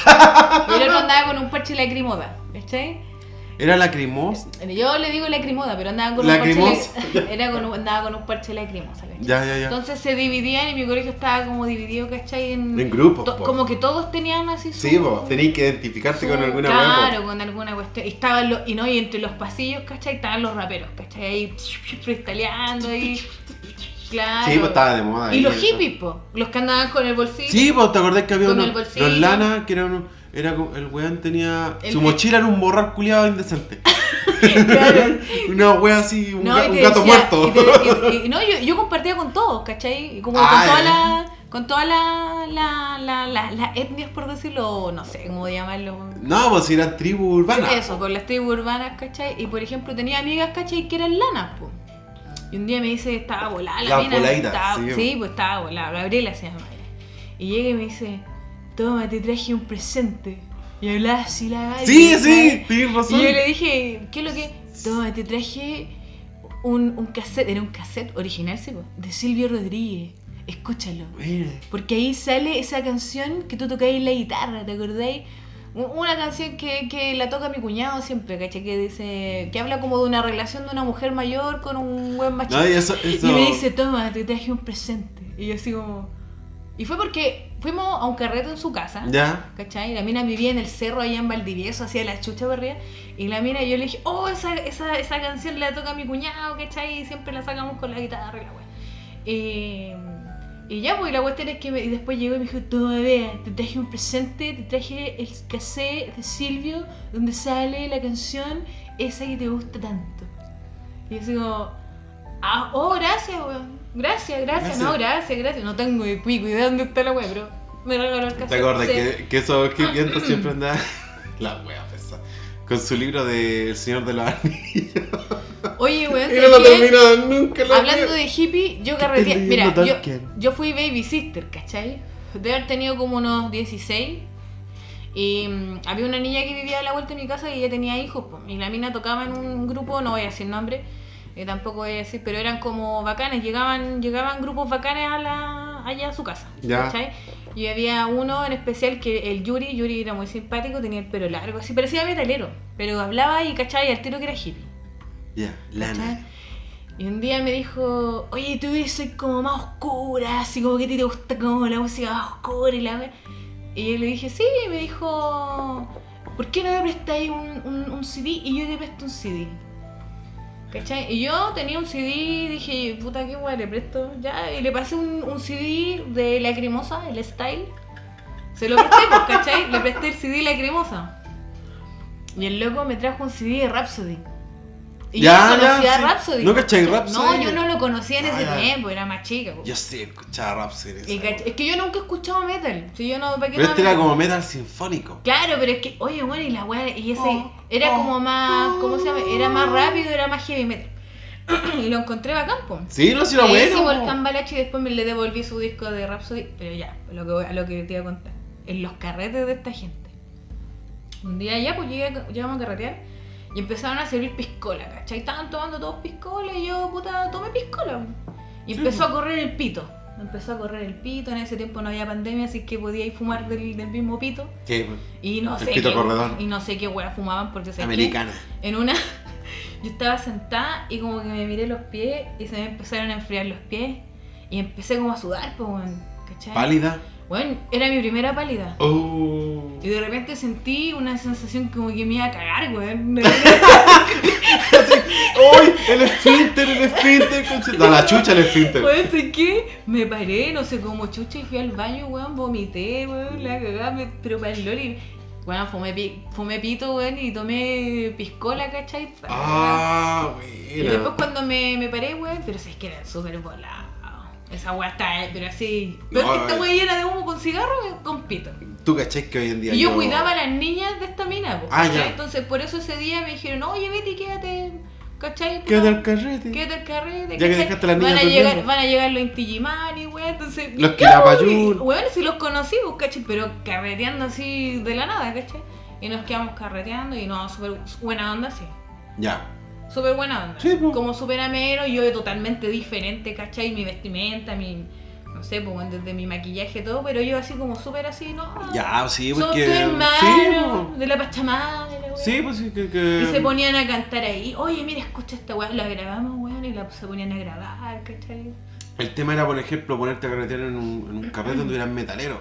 [SPEAKER 2] Y el otro andaba con un parche lacrimoda, ¿cachai?
[SPEAKER 1] Era lacrimos.
[SPEAKER 2] Yo le digo lacrimoda, pero andaba con
[SPEAKER 1] Lacrimosa.
[SPEAKER 2] un parche. lac- Era con un- andaba con un parche lacrimosa, ¿cachai?
[SPEAKER 1] Ya, ya, ya.
[SPEAKER 2] Entonces se dividían y mi colegio estaba como dividido, ¿cachai? En,
[SPEAKER 1] en grupos.
[SPEAKER 2] to-
[SPEAKER 1] po.
[SPEAKER 2] como que todos tenían así su...
[SPEAKER 1] Sí, vos tenéis que identificarte
[SPEAKER 2] su-
[SPEAKER 1] con alguna
[SPEAKER 2] Claro,
[SPEAKER 1] weá, po.
[SPEAKER 2] con alguna cuestión. Y, estaban los, y, no, y entre los pasillos, ¿cachai? Estaban los raperos, ¿cachai? Ahí freestaleando ahí. Claro.
[SPEAKER 1] Sí, pues estaba de moda.
[SPEAKER 2] Y
[SPEAKER 1] ahí,
[SPEAKER 2] los
[SPEAKER 1] eso.
[SPEAKER 2] hippies, po. Los que andaban con el bolsillo.
[SPEAKER 1] Sí, pues te acordás que había
[SPEAKER 2] Con
[SPEAKER 1] uno.
[SPEAKER 2] el bolsillo.
[SPEAKER 1] Los lana, que era uno. Era como- el weón tenía.
[SPEAKER 2] El-
[SPEAKER 1] su mochila era un borrar culiado indecente.
[SPEAKER 2] Claro.
[SPEAKER 1] Una wea así, un,
[SPEAKER 2] No,
[SPEAKER 1] ga-
[SPEAKER 2] y
[SPEAKER 1] un
[SPEAKER 2] te
[SPEAKER 1] gato
[SPEAKER 2] decía-
[SPEAKER 1] muerto.
[SPEAKER 2] y te- y- y- y no, yo, yo compartía con todos, ¿cachai? Y como
[SPEAKER 1] Ah,
[SPEAKER 2] con todas
[SPEAKER 1] ya.
[SPEAKER 2] las con todas las la, la, la- las etnias, por decirlo, o no sé cómo llamarlo.
[SPEAKER 1] No, pues eran tribus urbanas.
[SPEAKER 2] Eso, con las tribus urbanas, ¿cachai? Y por ejemplo, tenía amigas, ¿cachai? Que eran lanas, po. Y un día me dice, estaba volada la
[SPEAKER 1] La
[SPEAKER 2] mina.
[SPEAKER 1] voladita,
[SPEAKER 2] estaba-
[SPEAKER 1] sí.
[SPEAKER 2] pues estaba volada. Gabriela se llama ella. Y llega y me dice, toma, te traje un presente. Y hablaba así la Gaby,
[SPEAKER 1] Sí,
[SPEAKER 2] ¿sabes?
[SPEAKER 1] sí, tienes
[SPEAKER 2] Y
[SPEAKER 1] razón.
[SPEAKER 2] yo le dije, ¿qué es lo que? Toma, te traje un, un cassette, era un cassette original, sí, po, de Silvio Rodríguez. Escúchalo.
[SPEAKER 1] Mira,
[SPEAKER 2] Porque ahí sale esa canción que tú tocáis la guitarra, ¿te acordáis? U- Una canción que, que la toca mi cuñado siempre, ¿cachai? Que dice. que habla como de una relación de una mujer mayor con un buen machito.
[SPEAKER 1] No, y eso. eso...
[SPEAKER 2] Y me dice, toma, te traje un presente. Y yo así como. Y fue porque fuimos a un carrete en su casa.
[SPEAKER 1] Ya.
[SPEAKER 2] ¿Cachai? La mina vivía en el cerro allá en Valdivieso, hacía la chucha para arriba. Y la mina, yo le dije, oh, esa, esa, esa canción la toca mi cuñado, ¿cachai? Y siempre la sacamos con la guitarra y la wea. Eh, Y ya, pues, y la cuestión es que me- y después llegó y me dijo, toma, vea, te traje un presente, te traje el cassette de Silvio, donde sale la canción esa que te gusta tanto. Y yo así como, ah, oh, gracias, weón. Gracias, gracias,
[SPEAKER 1] Gracias.
[SPEAKER 2] no, gracias, gracias. No tengo ni pico idea de dónde está la weá, pero me regaló el cassette.
[SPEAKER 1] ¿Te acuerdas
[SPEAKER 2] Sí. Ah.
[SPEAKER 1] que, que esos escribiendo siempre andaba la wea pesa? Con su libro de El Señor de los Anillos.
[SPEAKER 2] Oye, weón,
[SPEAKER 1] Y no lo
[SPEAKER 2] ¿sabes qué?
[SPEAKER 1] terminaban nunca la
[SPEAKER 2] Hablando
[SPEAKER 1] wea.
[SPEAKER 2] de hippie, yo
[SPEAKER 1] ¿Qué
[SPEAKER 2] carreteé.
[SPEAKER 1] estás
[SPEAKER 2] Mira,
[SPEAKER 1] leyendo,
[SPEAKER 2] yo,
[SPEAKER 1] Tolkien?
[SPEAKER 2] yo fui babysitter, ¿cachai? De haber tenido como unos 16. Y mm, había una niña que vivía a la vuelta de mi casa y ella tenía hijos. po, y la mina tocaba en un grupo, no voy a decir nombre, eh, tampoco voy a decir, pero eran como bacanes. Llegaban, llegaban grupos bacanes a la, allá a su casa.
[SPEAKER 1] Ya.
[SPEAKER 2] ¿cachai? Y había uno en especial que el Yuri, Yuri era muy simpático, tenía el pelo largo, así parecía metalero, pero hablaba y cachai, al tiro que era hippie.
[SPEAKER 1] Ya,
[SPEAKER 2] ¿cachai?
[SPEAKER 1] lana.
[SPEAKER 2] Y un día me dijo, oye, tú soy como más oscura, así como que a ti te gusta como la música más oscura y la... wea". Y yo le dije, sí, y me dijo, ¿por qué no me prestáis un, un, un CD y yo te presto un CD? ¿Cachai? Y yo tenía un CD y dije, puta, qué guay, le presto ya. Y le pasé un, un CD de La Cremosa, el Style. Se lo presté, pues, ¿cachai? Le presté el CD La Cremosa. Y el loco me trajo un CD de Rhapsody. Y
[SPEAKER 1] Ya,
[SPEAKER 2] yo no conocía
[SPEAKER 1] ya, sí.
[SPEAKER 2] Rhapsody.
[SPEAKER 1] ¿No cachai
[SPEAKER 2] ¿cachai?
[SPEAKER 1] Rhapsody?
[SPEAKER 2] No, yo no lo conocía en
[SPEAKER 1] Ah,
[SPEAKER 2] ese
[SPEAKER 1] ya.
[SPEAKER 2] tiempo, era más chica. pues.
[SPEAKER 1] Yo sí escuchaba rap series.
[SPEAKER 2] Y cach- Es que yo nunca he escuchado metal. Si yo no, ¿para qué
[SPEAKER 1] Pero
[SPEAKER 2] no
[SPEAKER 1] este era
[SPEAKER 2] hablo?
[SPEAKER 1] como metal sinfónico.
[SPEAKER 2] Claro, pero es que, oye, bueno, y la weá, y ese,
[SPEAKER 1] Oh,
[SPEAKER 2] era
[SPEAKER 1] oh,
[SPEAKER 2] como más, ¿cómo se llama? Era más
[SPEAKER 1] oh.
[SPEAKER 2] rápido, era más heavy metal. y lo encontré bacán, po.
[SPEAKER 1] Sí, no, si era
[SPEAKER 2] Le hice
[SPEAKER 1] bueno.
[SPEAKER 2] Volcán Balachi y después me le devolví su disco de Rhapsody, pero ya, lo que, voy- a lo que te iba a contar. En los carretes de esta gente. Un día ya, pues llegué a- llegamos a carretear y empezaron a servir piscola, ¿cachai? Estaban tomando todos piscola y yo, puta, tomé piscola. Y
[SPEAKER 1] Sí,
[SPEAKER 2] empezó
[SPEAKER 1] pues.
[SPEAKER 2] a correr el pito. Empezó a correr el pito, en ese tiempo no había pandemia, así que podíais fumar del, del mismo pito.
[SPEAKER 1] Que
[SPEAKER 2] Y no
[SPEAKER 1] El
[SPEAKER 2] sé
[SPEAKER 1] pito
[SPEAKER 2] qué,
[SPEAKER 1] corredor.
[SPEAKER 2] Y no sé qué wea fumaban porque se
[SPEAKER 1] americana.
[SPEAKER 2] en una yo estaba sentada y como que me miré los pies y se me empezaron a enfriar los pies y empecé como a sudar, pues, weón, ¿cachai?
[SPEAKER 1] Pálida.
[SPEAKER 2] Bueno, era mi primera pálida.
[SPEAKER 1] Oh.
[SPEAKER 2] Y de repente sentí una sensación como que me iba a cagar, weón.
[SPEAKER 1] ¡Uy! El esfínter, el esfínter, conche- Da la chucha el esfínter.
[SPEAKER 2] Weón, ¿sí qué? Me paré, no sé cómo chucha, y fui al baño, weón, vomité, weón, la cagada, me- pero para el loli. Weón, fumé, pi- fumé pito, weón, y tomé piscola, ¿cachai?
[SPEAKER 1] Ah,
[SPEAKER 2] Y después
[SPEAKER 1] bueno.
[SPEAKER 2] cuando me, me paré, weón, pero si es que era súper volado. Esa weá está, eh, pero así. Pero
[SPEAKER 1] No,
[SPEAKER 2] es que esta
[SPEAKER 1] eh.
[SPEAKER 2] weá llena de humo con cigarro y con pito.
[SPEAKER 1] Tú cachai que hoy en día.
[SPEAKER 2] Y yo cuidaba a las niñas de esta mina, po,
[SPEAKER 1] Ah,
[SPEAKER 2] ¿cachai?
[SPEAKER 1] ya.
[SPEAKER 2] Entonces por eso ese día me dijeron, oye, vete y quédate, ¿cachai?
[SPEAKER 1] Quédate
[SPEAKER 2] Puta,
[SPEAKER 1] al carrete.
[SPEAKER 2] Quédate al carrete.
[SPEAKER 1] Ya que
[SPEAKER 2] ¿cachai?
[SPEAKER 1] dejaste a las
[SPEAKER 2] van
[SPEAKER 1] niñas
[SPEAKER 2] a llegar,
[SPEAKER 1] durmiendo.
[SPEAKER 2] Van a llegar los Intigimani, weón, entonces.
[SPEAKER 1] Los
[SPEAKER 2] yo,
[SPEAKER 1] Quilapayún.
[SPEAKER 2] Weón, si los conocí, pues, ¿cachai? Pero carreteando así de la nada, ¿cachai? Y nos quedamos carreteando y no, súper buena onda, sí.
[SPEAKER 1] Ya.
[SPEAKER 2] Súper buena onda.
[SPEAKER 1] Sí, po.
[SPEAKER 2] Como súper ameno, yo totalmente diferente, ¿cachai? Mi vestimenta, mi. No sé, pues bueno, desde mi maquillaje, todo, pero yo así como súper así, ¿no?
[SPEAKER 1] Ya, sí,
[SPEAKER 2] Son
[SPEAKER 1] porque.
[SPEAKER 2] tu hermano,
[SPEAKER 1] Sí,
[SPEAKER 2] de la Pachamama. de la
[SPEAKER 1] po.
[SPEAKER 2] wea.
[SPEAKER 1] Sí, pues sí, que. que-
[SPEAKER 2] Y se ponían a cantar ahí, oye, mira, escucha esta weá, la grabamos, weón, y la, se ponían a grabar, ¿cachai?
[SPEAKER 1] El tema era, por ejemplo, ponerte a carretear en un, en un carrete donde eran metaleros.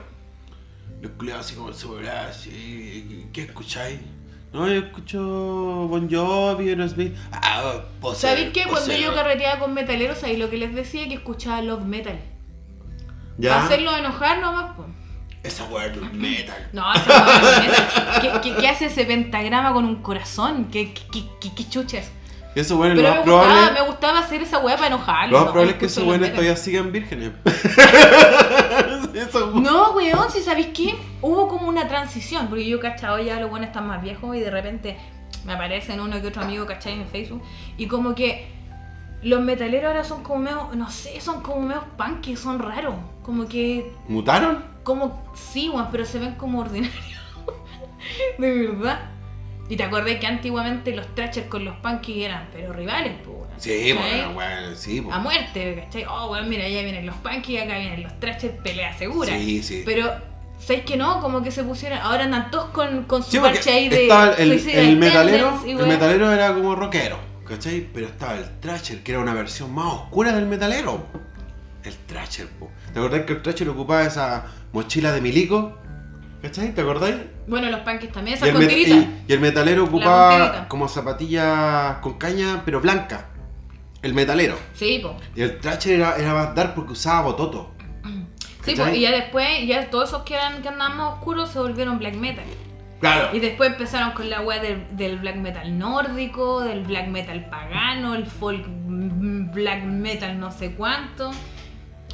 [SPEAKER 1] Los culiados así como el sobrado, así. ¿Qué escucháis? No, yo escucho Bon Jovi, Aerosmith. Ah, pues.
[SPEAKER 2] ¿Sabéis que cuando yo carreteaba con metaleros, ahí lo que les decía que escuchaba love metal?
[SPEAKER 1] Ya.
[SPEAKER 2] Para hacerlos enojar nomás, pues.
[SPEAKER 1] Esa weá es metal.
[SPEAKER 2] No, esa weá, neta. ¿Qué, qué, qué hace ese pentagrama con un corazón? ¿Qué, qué, qué, qué- qué chuchas?
[SPEAKER 1] Eso bueno,
[SPEAKER 2] Pero
[SPEAKER 1] lo
[SPEAKER 2] me
[SPEAKER 1] más
[SPEAKER 2] gustaba,
[SPEAKER 1] probable.
[SPEAKER 2] me gustaba hacer esa weá para enojarlos.
[SPEAKER 1] Lo más
[SPEAKER 2] ¿no?
[SPEAKER 1] probable es que
[SPEAKER 2] Escucho
[SPEAKER 1] esos
[SPEAKER 2] los
[SPEAKER 1] buenos
[SPEAKER 2] metal.
[SPEAKER 1] todavía sigan vírgenes. Eso,
[SPEAKER 2] No, weón, si sabéis qué, hubo como una transición, porque yo cachado ya los buenos están más viejos y de repente me aparecen uno que otro amigo cachai en Facebook y como que los metaleros ahora son como medio, no sé, son como medio punky, son raros, como que
[SPEAKER 1] ¿Mutaron?
[SPEAKER 2] como sí, weón, pero se ven como ordinarios. de verdad. Y te acordás que antiguamente los Thrashers con los Punky eran, pero rivales, pues, weón.
[SPEAKER 1] Sí,
[SPEAKER 2] ¿Cachai?
[SPEAKER 1] bueno, bueno, sí, pues.
[SPEAKER 2] A
[SPEAKER 1] bueno.
[SPEAKER 2] muerte, ¿cachai? Oh, weón, mira, allá vienen los Punky, acá vienen los Thrashers, pelea segura.
[SPEAKER 1] Sí, sí.
[SPEAKER 2] Pero, ¿sabéis que no? Como que se pusieron. Ahora andan todos con, con su
[SPEAKER 1] Sí, porque
[SPEAKER 2] parche ahí de.
[SPEAKER 1] estaba el, el
[SPEAKER 2] Suicidal
[SPEAKER 1] metalero,
[SPEAKER 2] Tendencies, y
[SPEAKER 1] el
[SPEAKER 2] weón.
[SPEAKER 1] metalero era como rockero, ¿cachai? Pero estaba el Thrasher, que era una versión más oscura del metalero. El Thrasher, po. ¿Te acordás que el Thrasher ocupaba esa mochila de milico? ¿Cachai? ¿Te acordáis?
[SPEAKER 2] Bueno, los punkies también,
[SPEAKER 1] y,
[SPEAKER 2] esas
[SPEAKER 1] el met-
[SPEAKER 2] contiritas.
[SPEAKER 1] y- y el metalero
[SPEAKER 2] contirita.
[SPEAKER 1] ocupaba como zapatillas con caña, pero blanca. El metalero.
[SPEAKER 2] Sí, po.
[SPEAKER 1] Y el Thrasher era, era más dark porque usaba bototo.
[SPEAKER 2] Sí,
[SPEAKER 1] ¿cachai?
[SPEAKER 2] pues, y ya después, ya todos esos que, eran, que andaban más oscuros se volvieron black metal.
[SPEAKER 1] Claro.
[SPEAKER 2] Y después empezaron con la wea del, del black metal nórdico, del black metal pagano, el folk mm, black metal no sé cuánto.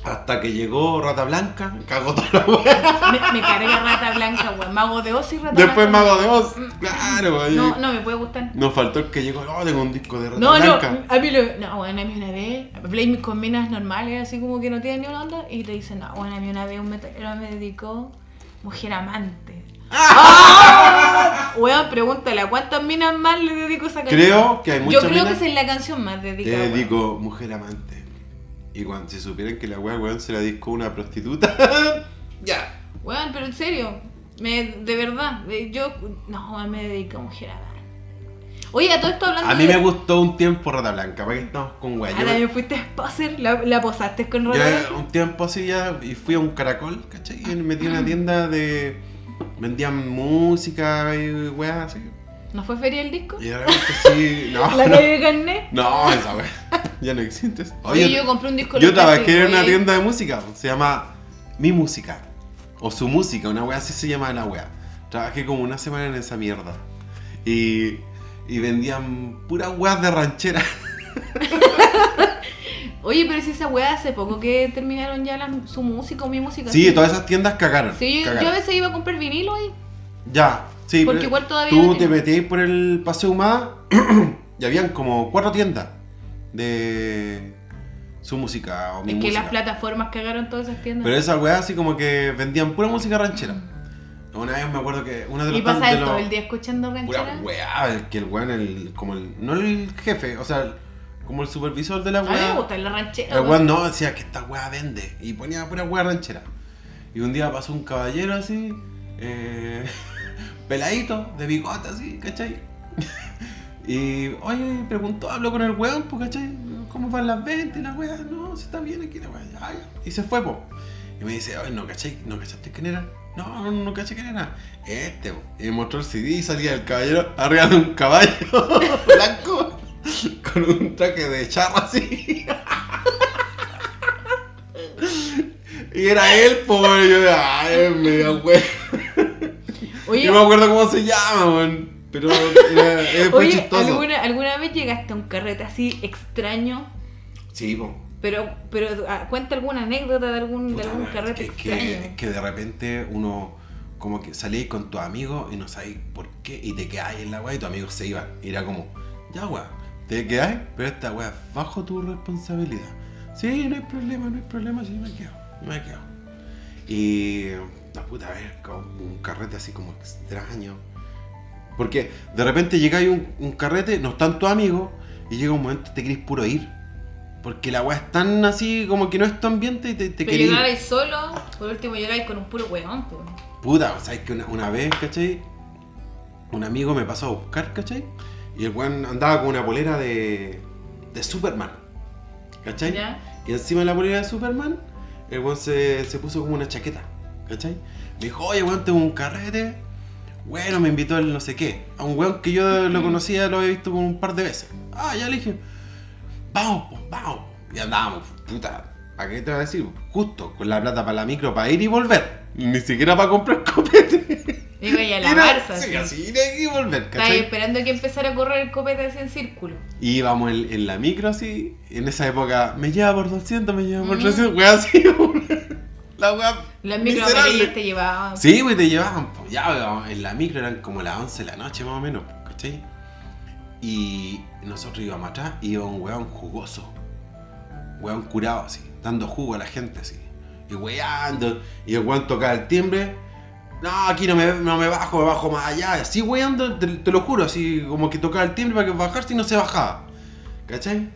[SPEAKER 1] Hasta que llegó Rata Blanca, cagó toda la wea.
[SPEAKER 2] Me, me carga rata blanca, weón. Mago de Oz y rata
[SPEAKER 1] Después
[SPEAKER 2] blanca.
[SPEAKER 1] Mago de Oz.
[SPEAKER 2] Mm.
[SPEAKER 1] Claro, ahí.
[SPEAKER 2] No, no me puede gustar.
[SPEAKER 1] Nos faltó el que llegó, oh, tengo un disco de Rata
[SPEAKER 2] No, no,
[SPEAKER 1] Blanca.
[SPEAKER 2] a mí lo, no, bueno, a mí una vez, Blame con minas normales, así como que no tienen ni una onda, y te dicen, no, bueno, a mí una vez un metalero me dedicó mujer amante. ¡Ah! Weón, pregúntale, ¿a cuántas minas más le dedico esa canción?
[SPEAKER 1] Creo que hay
[SPEAKER 2] Yo
[SPEAKER 1] muchas
[SPEAKER 2] creo que
[SPEAKER 1] minas
[SPEAKER 2] esa es la canción más
[SPEAKER 1] que
[SPEAKER 2] dedicada. weón.
[SPEAKER 1] dedico Eh, Mujer Amante. Y cuando se supieran que la wea, weón, se la disco una prostituta. ya.
[SPEAKER 2] Weón, pero en serio, me, de verdad, eh, yo, no, weón, me dedico a mujer amante. Oye, a todo esto hablando
[SPEAKER 1] A mí me
[SPEAKER 2] de...
[SPEAKER 1] gustó un tiempo Rata Blanca, para que estamos con wea.
[SPEAKER 2] Ahora me fuiste a poser, la, la posaste con
[SPEAKER 1] Yo
[SPEAKER 2] Rodolfo.
[SPEAKER 1] un tiempo así ya y fui a un caracol, ¿cachai? Y me metí en una tienda de. vendían música y weá así.
[SPEAKER 2] ¿No fue feria el disco?
[SPEAKER 1] Y de repente sí. No,
[SPEAKER 2] La
[SPEAKER 1] Ah, no,
[SPEAKER 2] calle de carnet.
[SPEAKER 1] no, esa weá. Ya no existe. eso.
[SPEAKER 2] Oye,
[SPEAKER 1] Oye,
[SPEAKER 2] yo compré un disco
[SPEAKER 1] yo,
[SPEAKER 2] de los
[SPEAKER 1] trabajé en una
[SPEAKER 2] Backstreet
[SPEAKER 1] tienda de música, se llama Mi Música. O su música, una weá así se llama la weá. Trabajé como una semana en esa mierda. Y. y vendían puras weas de ranchera.
[SPEAKER 2] Boys. Oye, pero si esa weá hace poco que terminaron ya la- su música o mi música.
[SPEAKER 1] Sí, todas esas tiendas cagaron.
[SPEAKER 2] Sí, yo,
[SPEAKER 1] cagaron.
[SPEAKER 2] yo a veces iba a comprar vinilo y.
[SPEAKER 1] Ya, sí.
[SPEAKER 2] Porque
[SPEAKER 1] pero
[SPEAKER 2] igual todavía
[SPEAKER 1] Tú
[SPEAKER 2] no
[SPEAKER 1] te
[SPEAKER 2] tiene.
[SPEAKER 1] metías por el Paseo Humada y habían como cuatro tiendas de su música o mi
[SPEAKER 2] Es que
[SPEAKER 1] música.
[SPEAKER 2] las plataformas cagaron todas esas tiendas.
[SPEAKER 1] Pero esa weá así como que vendían pura música ranchera. Una vez me acuerdo que una de los
[SPEAKER 2] y pasa
[SPEAKER 1] de
[SPEAKER 2] él todo
[SPEAKER 1] los-
[SPEAKER 2] el día escuchando ranchera.
[SPEAKER 1] Pura weá, el que el weón, el, como el. No el jefe, o sea, el- como el supervisor de la
[SPEAKER 2] A mí me
[SPEAKER 1] weá.
[SPEAKER 2] gusta la ranchera.
[SPEAKER 1] El
[SPEAKER 2] weón.
[SPEAKER 1] weón no decía que esta weá vende. Y ponía pura weá ranchera. Y un día pasó un caballero así, eh, peladito, de bigote así, ¿cachai? y oye, preguntó, habló con el weón, pues, ¿cachai? ¿Cómo van las ventas y la weá? No, si está bien aquí la weá. Ya, ya. Y se fue, po. Y me dice, oye, no cachai, no cachaste quién era. No, no, no caché quién era. Este, po. Y me mostró el CD y salía el caballero arriba de un caballo blanco con un traje de charro así. Y era él, pobre. Yo, ay, me da hue-
[SPEAKER 2] Oye,
[SPEAKER 1] Yo me acuerdo cómo se llama, weón. Pero era, eh, fue
[SPEAKER 2] oye
[SPEAKER 1] chistoso.
[SPEAKER 2] ¿alguna, ¿alguna vez llegaste a un carrete así extraño?
[SPEAKER 1] Sí, po.
[SPEAKER 2] Pero, pero ah, cuenta alguna anécdota de algún, de
[SPEAKER 1] Puta,
[SPEAKER 2] algún
[SPEAKER 1] weón,
[SPEAKER 2] carrete
[SPEAKER 1] es
[SPEAKER 2] extraño.
[SPEAKER 1] que, es que de repente uno, como que salís con tus amigos y no sabéis por qué. Y te quedáis en la weá y tus amigos se iban. Y era como, ya weá, te quedáis, pero esta weá es bajo tu responsabilidad. Sí, no hay problema, no hay problema, sí, me quedo, me quedo. Y la puta, a ver, como un carrete así como extraño. Porque de repente llegáis a un, un carrete, no están tus amigos, y llega un momento que te querés puro ir. Porque la weá es tan así, como que no es tu ambiente y te, te
[SPEAKER 2] Pero
[SPEAKER 1] querís ir.
[SPEAKER 2] llegáis solo, por último llegáis con un puro weón. po.
[SPEAKER 1] Puta, o sea, es que una, una vez, ¿cachai? Un amigo me pasó a buscar, ¿cachai? Y el weón andaba con una polera de, de Superman, ¿cachai?
[SPEAKER 2] ¿Ya?
[SPEAKER 1] Y encima de la polera de Superman, el weón se, se puso como una chaqueta, ¿cachai? Me dijo, oye, weón, tengo un carrete. Bueno, me invitó el no sé qué. A un weón que yo lo
[SPEAKER 2] Ujú.
[SPEAKER 1] conocía, lo había visto como un par de veces. Ah, ya le dije, vamos, po, vamos. po". Y andábamos, puta, ¿para qué te voy a decir? Justo, con la plata para la micro, para ir y volver. Ni siquiera para comprar copete.
[SPEAKER 2] Iba a la
[SPEAKER 1] Era-
[SPEAKER 2] Barça.
[SPEAKER 1] Sí,
[SPEAKER 2] así.
[SPEAKER 1] así, ir y volver,
[SPEAKER 2] Estaba
[SPEAKER 1] ¿cachai?
[SPEAKER 2] esperando que empezara a correr el copete así en círculo.
[SPEAKER 1] Y íbamos en, en la micro así, en esa época, me lleva por 200, me lleva por
[SPEAKER 2] Mm.
[SPEAKER 1] 300, weá así, la weá
[SPEAKER 2] Las micro
[SPEAKER 1] miserable.
[SPEAKER 2] amarillas te llevaban.
[SPEAKER 1] Sí, güey, te llevaban, po. ya, weón, en la micro eran como las 11 de la noche más o menos, po, ¿cachai? Y nosotros íbamos atrás y iba un weón jugoso, weón curado así, dando jugo a la gente así, y weando, y el weón tocaba el timbre, no, aquí no me, no me bajo, me bajo más allá, y así weando, te, te lo juro, así como que tocaba el timbre para que bajarse y no se bajaba, ¿cachai?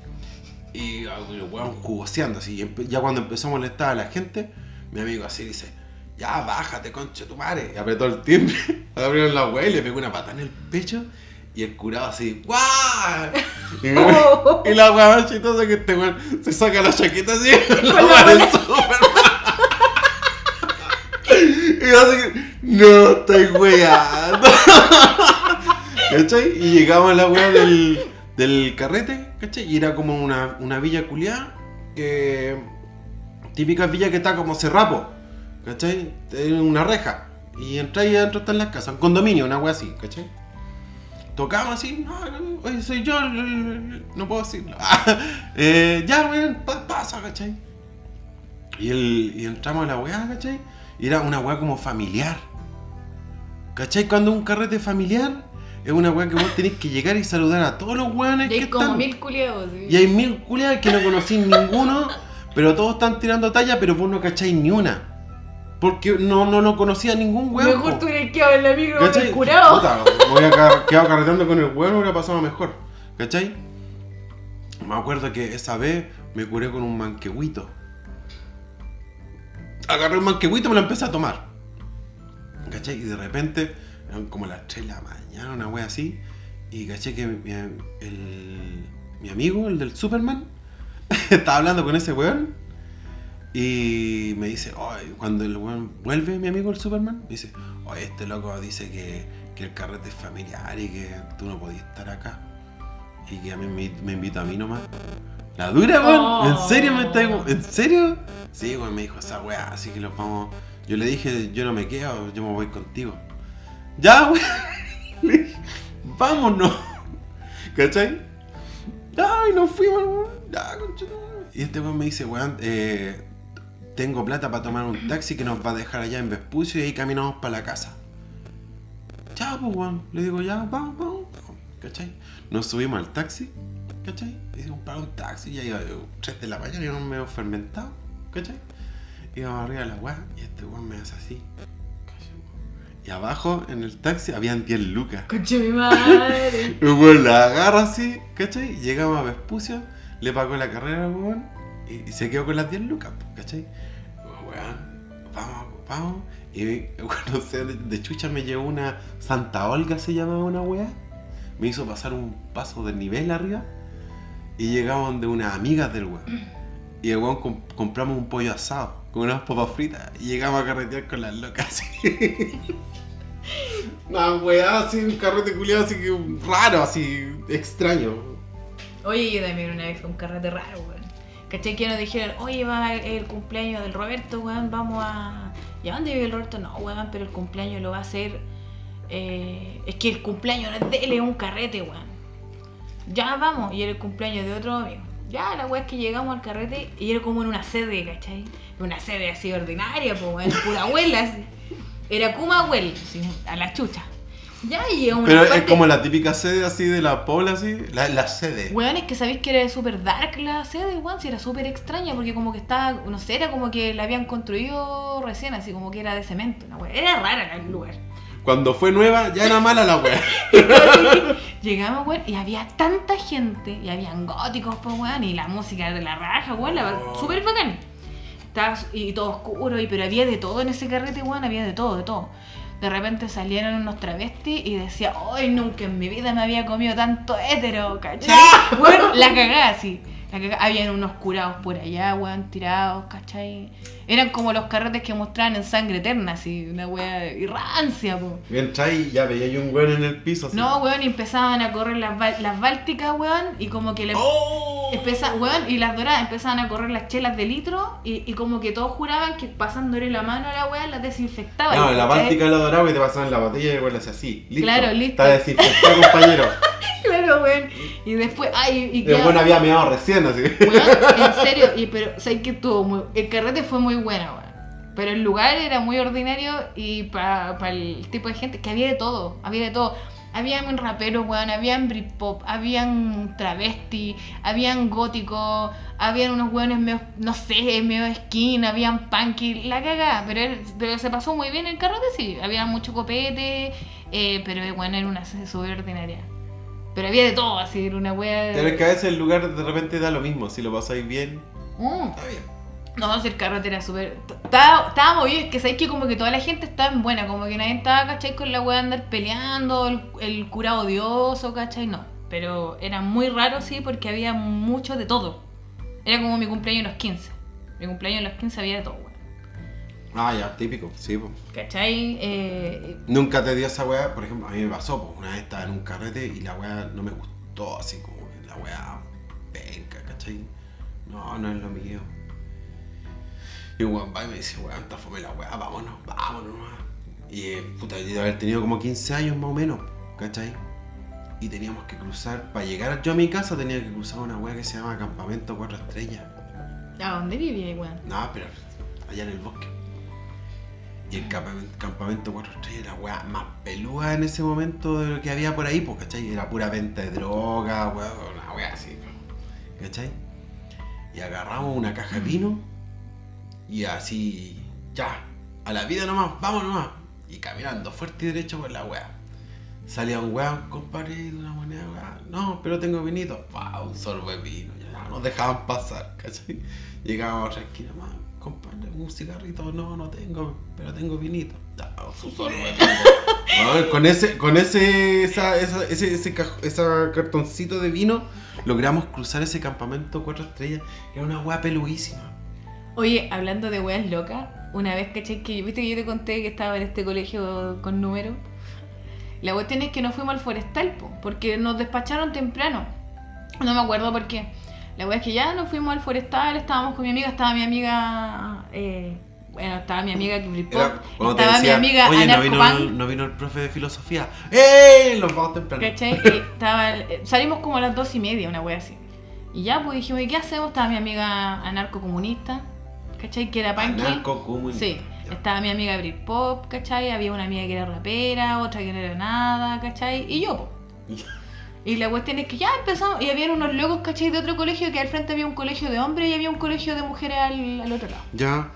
[SPEAKER 1] Y ah, el weón jugoseando así, y empe- ya cuando empezó a molestar a la gente, mi amigo así dice, ya bájate, concha tu madre. Y apretó el timbre, abrieron la wea y le pegó una patada en el pecho. Y el curado así, ¡guau! Y,
[SPEAKER 2] Oh.
[SPEAKER 1] y la wea más chistosa que este weón se saca la chaqueta así, la
[SPEAKER 2] la
[SPEAKER 1] wea del
[SPEAKER 2] bola.
[SPEAKER 1] Superman. Y así, no estoy weando. ¿Cachai? Y llegamos a la wea del, del carrete, ¿cachai? Y era como una, una villa culiada, que... Típica villa que está como cerrapo. ¿Cachai? Hay una reja. Y entráis y adentro están las casas. Un condominio, una wea así, ¿cachai? Tocamos así, no, no, oye, soy yo, no puedo decirlo. Eh, ya, weón, pa- pasa, ¿cachai? Y, el- y entramos a la weá, ¿cachai? Y era una weá como familiar. ¿Cachai? Cuando un carrete familiar es una weá que vos tenés que llegar y saludar a todos los weones
[SPEAKER 2] Y
[SPEAKER 1] que
[SPEAKER 2] hay como
[SPEAKER 1] están.
[SPEAKER 2] mil culiados. sí.
[SPEAKER 1] Y hay mil culias que no conocís ninguno, pero todos están tirando talla, pero vos no cacháis ni una. Porque no, no, no conocía a ningún weón.
[SPEAKER 2] Mejor tú hubieras quedado en la micro con
[SPEAKER 1] ¿Cachai?
[SPEAKER 2] el curado.
[SPEAKER 1] Puta, me hubiera ca- quedado carreteando con el huevo y hubiera pasado mejor. ¿Cachai? Me acuerdo que esa vez me curé con un manquehuito. Agarré un manquehuito y me lo empecé a tomar. ¿Cachai? Y de repente, eran como las 3 de la mañana, una wea así. Y caché que mi, el- mi amigo, el del Superman, estaba hablando con ese weón. Y me dice, "Ay", cuando el weón vuelve, mi amigo el Superman, me dice, oye, este loco dice que, que el carrete es familiar y que tú no podías estar acá. Y que a mí me, me invita a mí nomás. La dura, weón. ¿En serio me está ¿En serio? Sí, weón, me dijo esa weá, así que los vamos. Yo le dije, yo no me quedo, yo me voy contigo. Ya, weón. Le dije, vámonos. ¿Cachai? Ay, nos fuimos, weón. Ya, conchetumare. Y este weón me dice, weón, eh, tengo plata para tomar un taxi que nos va a dejar allá en Vespucio y ahí caminamos para la casa. Ya, pues, weón. Le digo, ya, vamos, vamos. vamos. ¿Cachai? Nos subimos al taxi, ¿cachai? Hicimos para un taxi, ya iba 3 de la mañana y un medio fermentado, ¿cachai? Íbamos arriba de la weá y este weón me hace así. ¿cachai? Y abajo en el taxi habían 10 lucas.
[SPEAKER 2] Conche mi madre.
[SPEAKER 1] El weón la agarra así, ¿cachai? Llegamos a Vespucio, le pagó la carrera al weón y, y se quedó con las 10 lucas, po, ¿cachai? Oh, Weón, vamos, vamos. Y weón, no sé, de, de chucha me llegó una Santa Olga, se llamaba una weá. Me hizo pasar un paso de nivel arriba y llegamos de unas amigas del weón. Y el weón comp- compramos un pollo asado con unas papas fritas y llegamos a carretear con las locas así. Una weá así, un carrete culiado así que raro, así extraño.
[SPEAKER 2] Oye, yo también una vez fui a un carrete raro, weón. ¿Cachai? Que nos dijeron, oye, va el, el cumpleaños del Roberto, weón, vamos a. ¿Y a dónde vive el Roberto? No, weón, pero el cumpleaños lo va a hacer. eh, Es que el cumpleaños no es de él, es un carrete, weón. Ya vamos, y era el cumpleaños de otro amigo. Ya, la weá es que llegamos al carrete y era como en una sede, ¿cachai? Una sede así ordinaria, pues, weón, pura abuela, así. Era Kuma abuela, así, a la chucha. Ya, y a una
[SPEAKER 1] Pero es
[SPEAKER 2] parte-
[SPEAKER 1] como la típica sede así de la pobla, así. La, la sede.
[SPEAKER 2] Weón, es que sabéis que era súper dark la sede, weón, si era súper extraña, porque como que estaba, no sé, era como que la habían construido recién, así como que era de cemento, una weá. Era rara el lugar.
[SPEAKER 1] Cuando fue nueva, ya era mala la weá.
[SPEAKER 2] Llegamos, weón, y había tanta gente, y habían góticos, pues, weón, y la música de la raja, weón, la
[SPEAKER 1] Oh.
[SPEAKER 2] verdad, súper bacán. Estaba, su- y todo oscuro, y, pero había de todo en ese carrete, weón, había de todo, de todo. De repente salieron unos travestis y decía, hoy nunca en mi vida me había comido tanto hétero, ¿cachai? Weón, la cagada así. La cagá. Habían unos curados por allá, weón, tirados, ¿cachai? Eran como los carretes que mostraban en sangre eterna, así, una weá y rancia, po.
[SPEAKER 1] Entra y ya veía yo un weón en el piso así.
[SPEAKER 2] No, weón, y empezaban a correr las, bal- las bálticas, weón, y como que le
[SPEAKER 1] ¡Oh!
[SPEAKER 2] empeza- weón, y las doradas empezaban a correr las chelas de litro y, y como que todos juraban que pasándole la mano a la weón las desinfectaban.
[SPEAKER 1] No, la
[SPEAKER 2] ¿cachai?
[SPEAKER 1] báltica la doraba y te pasaban la botella y igual así. Listo.
[SPEAKER 2] Claro, listo.
[SPEAKER 1] Está desinfectado, compañero.
[SPEAKER 2] Claro, weón. Y después, ay, y Eh.
[SPEAKER 1] Y el
[SPEAKER 2] quedaba-
[SPEAKER 1] weón había meado recién así.
[SPEAKER 2] Weón, en serio, y pero sabes que estuvo muy- el carrete fue muy bueno, weón. Pero el lugar era muy ordinario y para el tipo de gente, que había de todo, había de todo. Habían raperos, weón, habían Britpop, habían travesti, habían gótico, habían unos weones medio, no sé, medio skin, habían punky, la cagada. Pero, él- pero se pasó muy bien el carrete, sí. Había mucho copete, eh, pero weón era una sede súper ordinaria. Pero había de todo, así, era una wea...
[SPEAKER 1] Pero es que a veces el lugar de repente da lo mismo. Si lo pasáis bien,
[SPEAKER 2] Mm.
[SPEAKER 1] está bien.
[SPEAKER 2] No, si el carrete era súper. t- Estaba estaba movido, es que sabéis que como que toda la gente estaba en buena, como que nadie estaba, ¿cachai? Con la wea de andar peleando, el, el cura odioso, ¿cachai? No. Pero era muy raro, sí, porque había mucho de todo. Era como mi cumpleaños en los 15. Mi cumpleaños en los 15 había de todo, weón.
[SPEAKER 1] Ah, ya, típico. Sí, pues.
[SPEAKER 2] ¿cachai? Eh,
[SPEAKER 1] Nunca te dio esa weá, por ejemplo, a mí me pasó, pues, una vez estaba en un carrete y la weá no me gustó, así como que la weá penca, ¿cachai? No, no es lo mío. Y un weón va y me dice, weón, está fome la weá, vámonos, vámonos. Y eh, puta, yo de haber tenido como 15 años más o menos, ¿cachai? Y teníamos que cruzar, para llegar yo a mi casa tenía que cruzar una weá que se llama Campamento Cuatro Estrellas.
[SPEAKER 2] ¿A dónde vivía ahí, weón?
[SPEAKER 1] No, pero allá en el bosque. Y el campamento, campamento 4 estrellas era la weá más peluda en ese momento de lo que había por ahí, pues, ¿cachai? Era pura venta de droga, weá, una weá así, pues, ¿cachai? Y agarramos una caja de vino y así, ya, a la vida nomás, vamos nomás. Y caminando fuerte y derecho por la weá. Salía un weón, compadre, una moneda, weá. No, pero tengo vinito. Pa, un sorbo de vino, ya nos dejaban pasar, ¿cachai? Llegábamos a otra esquina más, compadre, un cigarrito, no, no tengo, pero tengo vinito. Ya, su sorbo de vino. Weón, con ese, con ese, esa, esa- ese, ese caj- esa cartoncito de vino, logramos cruzar ese campamento cuatro estrellas. Era una weá peluísima.
[SPEAKER 2] Oye, hablando de weas locas, una vez caché que viste que yo te conté que estaba en este colegio con número. La cuestión es que no fuimos al forestal, po, porque nos despacharon temprano. No me acuerdo por qué. La wea es que ya nos fuimos al forestal, estábamos con mi amiga, estaba mi amiga. eh, bueno, estaba mi amiga Kibri Pop,
[SPEAKER 1] Era cuando te
[SPEAKER 2] estaba
[SPEAKER 1] decían,
[SPEAKER 2] mi amiga
[SPEAKER 1] Oye, no vino,
[SPEAKER 2] Anarcopunk.
[SPEAKER 1] no vino el profe de filosofía. ¡Eh! Los vamos temprano.
[SPEAKER 2] ¿Cachai? Eh, estaba el- eh, salimos como a las dos y media, una wea así. Y ya, pues dijimos, ¿y qué hacemos? Estaba mi amiga anarcocomunista, ¿cachai? Que era punky.
[SPEAKER 1] Anarcocomunista.
[SPEAKER 2] Sí, estaba mi amiga Britpop, ¿cachai? Había una amiga que era rapera, otra que no era nada, ¿cachai? Y yo, po. Y la cuestión es que ya empezamos, y habían unos locos, ¿cachai? De otro colegio, que al frente había un colegio de hombres y había un colegio de mujeres al, al otro lado.
[SPEAKER 1] Ya.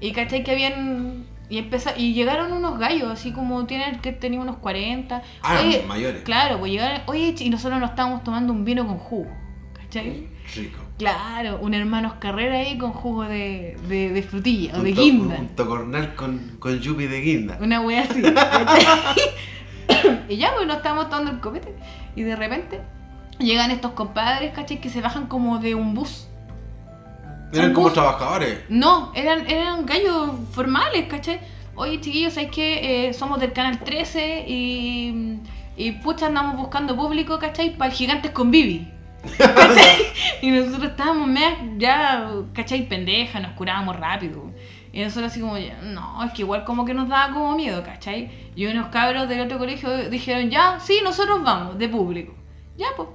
[SPEAKER 2] Y ¿cachai? Que habían... Y, empeza- y llegaron unos gallos, así como tienen que tenían unos 40.
[SPEAKER 1] Ah,
[SPEAKER 2] Oye,
[SPEAKER 1] mayores.
[SPEAKER 2] Claro, pues llegaron, oye, ch- y nosotros nos estábamos tomando un vino con jugo, ¿cachai?
[SPEAKER 1] Rico.
[SPEAKER 2] Claro, un hermanos carrera ahí con jugo de, de, de frutilla o
[SPEAKER 1] Un
[SPEAKER 2] de
[SPEAKER 1] to-
[SPEAKER 2] guinda.
[SPEAKER 1] Un tocornal con, con yupi de guinda.
[SPEAKER 2] Una wea así. ¿cachai? y ya, pues nos estábamos tomando el copete. Y de repente llegan estos compadres, ¿cachai? Que se bajan como de un bus.
[SPEAKER 1] Eran
[SPEAKER 2] un
[SPEAKER 1] como
[SPEAKER 2] bus.
[SPEAKER 1] trabajadores.
[SPEAKER 2] No, eran, eran gallos formales, ¿cachai? Oye, chiquillos, ¿sabes qué? Eh, somos del canal 13 y. Y pucha, andamos buscando público, ¿cachai? Para el Gigantes con Bibi. ¿Cachai? y nosotros estábamos mea- ya, ¿cachai? Pendeja, nos curábamos rápido. Y nosotros así como, ya, no, es que igual como que nos daba como miedo, ¿cachai? Y unos cabros del otro colegio dijeron, ya, sí, nosotros vamos, de público. Ya, pues.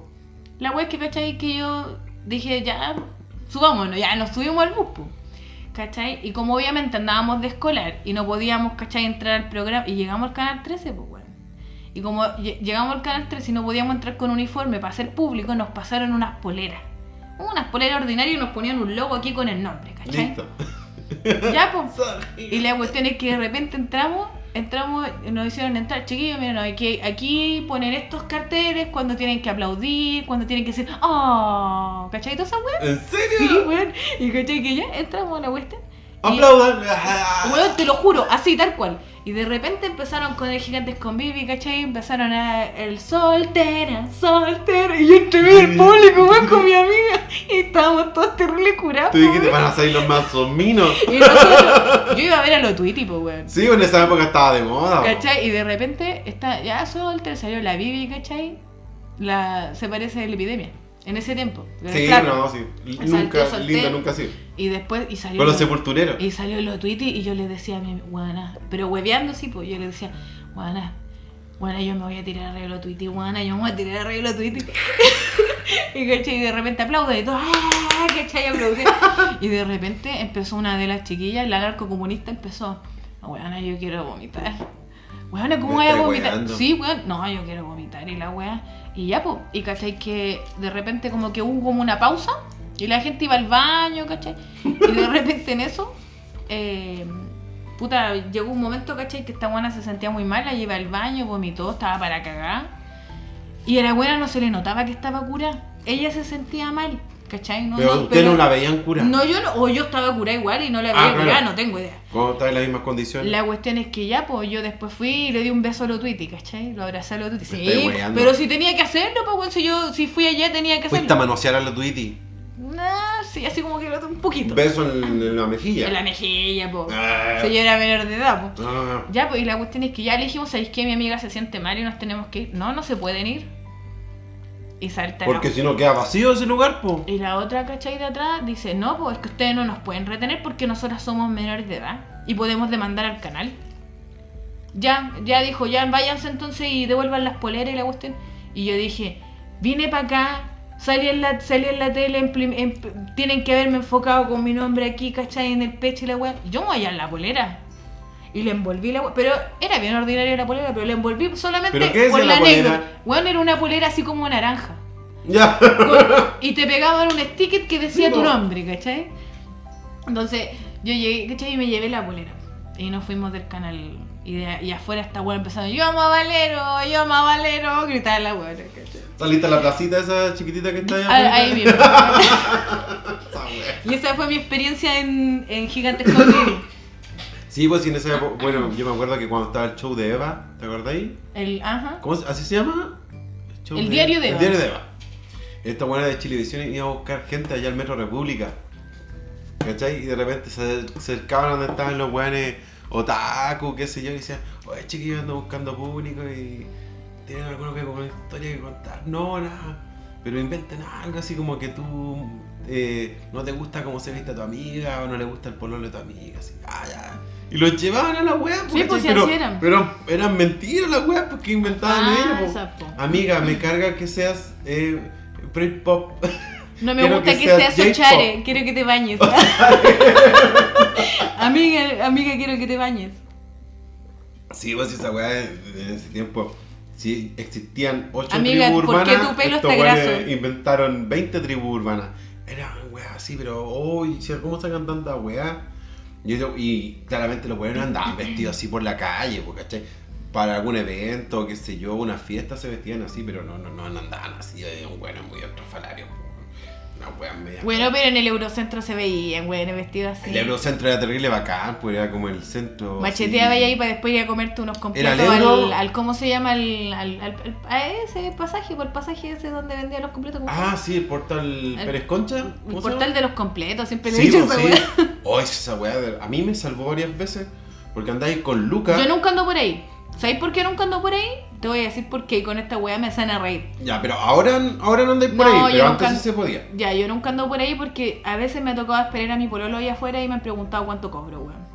[SPEAKER 2] La wea es que, ¿cachai? Que yo dije, ya, subámonos, ya, nos subimos al bus, pues. po. ¿Cachai? Y como obviamente andábamos de escolar y no podíamos, ¿cachai? Entrar al programa y llegamos al canal 13, pues, weón. Y como lle- llegamos al canal 13 y no podíamos entrar con uniforme para ser público, nos pasaron unas poleras. Unas poleras ordinarias y nos ponían un logo aquí con el nombre, ¿cachai?
[SPEAKER 1] Listo.
[SPEAKER 2] Ya, pues. Y la cuestión es que de repente entramos, entramos, nos hicieron entrar, chiquillos, miren, hay que aquí poner estos carteles cuando tienen que aplaudir, cuando tienen que decir, ¡oh! ¿Cachai? Toda esa weá.
[SPEAKER 1] ¿En serio?
[SPEAKER 2] Sí, weón. Y cachai que ya entramos a la cuestión. y-
[SPEAKER 1] Aplaudan.
[SPEAKER 2] Weón, te lo juro, así, tal cual. Y de repente empezaron con el Gigantes con Bibi, ¿cachai? Empezaron a el soltera, soltera. Y yo entre medio del público, weón, con mi amiga. Y estábamos todos terribles curados.
[SPEAKER 1] Tú dijiste,
[SPEAKER 2] weón.
[SPEAKER 1] van a salir los mazominos.
[SPEAKER 2] Y nosotros- yo iba a ver a lo Twitty, pues, weón.
[SPEAKER 1] Sí, en esa época estaba de moda. po.
[SPEAKER 2] ¿Cachai? Y de repente está ya soltera, salió la Bibi, ¿cachai? La, se parece a la epidemia en ese tiempo. la
[SPEAKER 1] Sí,
[SPEAKER 2] flaca.
[SPEAKER 1] no, sí. L-
[SPEAKER 2] Salteo,
[SPEAKER 1] Nunca,
[SPEAKER 2] salteo.
[SPEAKER 1] linda, nunca sí.
[SPEAKER 2] Y después, y salió.
[SPEAKER 1] Con los
[SPEAKER 2] la-
[SPEAKER 1] sepultureros.
[SPEAKER 2] Y salió lo tweet y yo le decía a mi guana, pero hueveando sí, pues yo le decía, guana, guana, yo me voy a tirar arriba de los tweet, guana, yo me voy a tirar arriba de los tweet. y cachai, y de repente aplaudo y todo, ¡ah! cachai, aplaudí. y de repente empezó una de las chiquillas, la narcocomunista empezó, guana, yo quiero vomitar. Weona,
[SPEAKER 1] Me
[SPEAKER 2] ¿cómo voy a
[SPEAKER 1] estáis
[SPEAKER 2] vomitar?
[SPEAKER 1] hueando.
[SPEAKER 2] Sí, weón. No, yo quiero vomitar y la wea. Y ya, pues. Y cachai que de repente como que hubo como una pausa y la gente iba al baño, cachai. Y de repente en eso, eh, puta, llegó un momento, cachai, que esta buena se sentía muy mal, la lleva al baño, vomitó, estaba para cagar. Y a la buena no se le notaba que estaba curada. Ella se sentía mal, cachai. No,
[SPEAKER 1] Pero
[SPEAKER 2] no,
[SPEAKER 1] ustedes no la veían cura.
[SPEAKER 2] No, yo no. O yo estaba curada igual y no la
[SPEAKER 1] Ah,
[SPEAKER 2] veía
[SPEAKER 1] claro.
[SPEAKER 2] curada, no tengo idea.
[SPEAKER 1] ¿Cómo estaba en las mismas condiciones?
[SPEAKER 2] La cuestión es que ya, pues yo después fui y le di un beso a lo Twitty, ¿cachai? Lo abracé a lo Twitty.
[SPEAKER 1] estáis
[SPEAKER 2] Sí,
[SPEAKER 1] weando.
[SPEAKER 2] pero si tenía que hacerlo, pues bueno, si yo si fui allá tenía que
[SPEAKER 1] Fuiste a
[SPEAKER 2] hacerlo.
[SPEAKER 1] manosear a la Tweety.
[SPEAKER 2] Nah, sí, así como que lo- un
[SPEAKER 1] Un
[SPEAKER 2] poquito.
[SPEAKER 1] beso en, en la mejilla.
[SPEAKER 2] En la mejilla, pues.
[SPEAKER 1] Ah.
[SPEAKER 2] Si yo era menor de edad, pues.
[SPEAKER 1] Ah.
[SPEAKER 2] Ya, pues, y la cuestión es que ya le dijimos, ¿sabéis qué? Mi amiga se siente mal y nos tenemos que ir. No, no se pueden ir. Y salta la-
[SPEAKER 1] Porque si no queda vacío ese lugar, po.
[SPEAKER 2] Y la otra, ¿cachai? De atrás dice, no, pues es que ustedes no nos pueden retener porque nosotras somos menores de edad y podemos demandar al canal. Ya, ya dijo, ya váyanse entonces y devuelvan las poleras y la cuestión. Y yo dije, vine para acá, salí en la, salí en la tele, en prim- en pr- tienen que haberme enfocado con mi nombre aquí, ¿cachai? En el pecho y la weá. Yo me voy a la polera. Y le envolví la weá. Pero era bien ordinaria la polera, pero le envolví solamente
[SPEAKER 1] ¿Pero qué decía
[SPEAKER 2] por
[SPEAKER 1] la
[SPEAKER 2] la,
[SPEAKER 1] polera?
[SPEAKER 2] negra. Bueno, era una polera así como naranja.
[SPEAKER 1] Ya.
[SPEAKER 2] Con- y te pegaban un sticker que decía
[SPEAKER 1] Sí,
[SPEAKER 2] tu
[SPEAKER 1] po.
[SPEAKER 2] nombre, ¿cachai? Entonces, yo llegué, ¿cachai? Y me llevé la bolera. Y nos fuimos del canal. Y, de- y afuera esta weá empezando, yo amo a Valero, yo amo a Valero, gritaba la weá, ¿cachai?
[SPEAKER 1] Saliste a la placita esa chiquitita que está allá.
[SPEAKER 2] Ah, Ahí mismo.
[SPEAKER 1] Esa wea.
[SPEAKER 2] y esa fue mi experiencia en, en Gigantes con Baby.
[SPEAKER 1] Sí, pues en esa época- Bueno, yo me acuerdo que cuando estaba el show de Eva, ¿te acordáis?
[SPEAKER 2] El, ajá.
[SPEAKER 1] ¿Cómo se- así se llama? show
[SPEAKER 2] El diario de
[SPEAKER 1] El
[SPEAKER 2] Eva.
[SPEAKER 1] diario de Eva. Esta buena de Chilevisión iba a buscar gente allá al Metro República. ¿Cachai? Y de repente se se acercaban donde estaban los weones otaku, qué sé yo, y decían, oye chiquillos, ando buscando público y tienen alguno que con una historia que contar. No, nada. Pero inventen algo así como que tú eh, no te gusta cómo se viste a tu amiga o no le gusta el pololo de tu amiga. Así, ah, ya. Y los llevaban a la wea,
[SPEAKER 2] Sí,
[SPEAKER 1] ¿cachai?
[SPEAKER 2] pues, sí,
[SPEAKER 1] pero,
[SPEAKER 2] así eran.
[SPEAKER 1] pero eran mentiras las weas porque inventaban ellos. Ah, po.
[SPEAKER 2] Ah, esa po.
[SPEAKER 1] Amiga, me carga que seas eh, pre-pop.
[SPEAKER 2] No me
[SPEAKER 1] Quiero
[SPEAKER 2] gusta
[SPEAKER 1] que
[SPEAKER 2] que,
[SPEAKER 1] seas
[SPEAKER 2] seas
[SPEAKER 1] J-pop.
[SPEAKER 2] ochare, quiero que te bañes. amiga, amiga, quiero que te bañes.
[SPEAKER 1] Sí, pues esa weá de- de ese tiempo. Sí, existían 8
[SPEAKER 2] Amiga,
[SPEAKER 1] tribus
[SPEAKER 2] ¿por
[SPEAKER 1] urbanas.
[SPEAKER 2] qué tu pelo
[SPEAKER 1] estos
[SPEAKER 2] está
[SPEAKER 1] weones
[SPEAKER 2] graso?
[SPEAKER 1] inventaron 20 tribus urbanas. Eran weá así, pero uy, sí, ¿cómo sacan tanta weá? Y, yo- y claramente los weones andaban vestidos así por la calle, po, ¿cachai? Para algún evento, qué sé yo, una fiesta se vestían así, pero no, no, no andaban así, eh, weones muy estrafalarios, po. Una weá media.
[SPEAKER 2] Bueno, pero en el Eurocentro se veían, güey, vestidos así.
[SPEAKER 1] El Eurocentro era terrible bacán, pues era como el centro.
[SPEAKER 2] Macheteaba
[SPEAKER 1] así.
[SPEAKER 2] y ahí para después ir a comerte unos
[SPEAKER 1] Era
[SPEAKER 2] completos
[SPEAKER 1] el Euro.
[SPEAKER 2] al, al- ¿Cómo se llama? Al, al- al- a ese pasaje, por el pasaje ese donde vendían los completos. ¿cómo se llama?
[SPEAKER 1] Ah, sí, el portal
[SPEAKER 2] El-
[SPEAKER 1] Pérez Concha.
[SPEAKER 2] el portal de los completos, siempre le he
[SPEAKER 1] Sí,
[SPEAKER 2] dicho
[SPEAKER 1] pues,
[SPEAKER 2] esa
[SPEAKER 1] sí.
[SPEAKER 2] weá.
[SPEAKER 1] Oh, esa weá. de- A mí me salvó varias veces porque andáis con Lucas.
[SPEAKER 2] Yo nunca ando por ahí. ¿Sabéis por qué nunca ando por ahí? Te voy a decir por qué y con esta weá me hacen a reír.
[SPEAKER 1] Ya, pero ahora, ahora no andáis por
[SPEAKER 2] No,
[SPEAKER 1] ahí,
[SPEAKER 2] yo
[SPEAKER 1] pero antes
[SPEAKER 2] nunca-
[SPEAKER 1] sí se podía.
[SPEAKER 2] Ya, yo nunca ando por ahí porque a veces me ha tocado esperar a mi pololo ahí afuera y me han preguntado cuánto cobro, weón.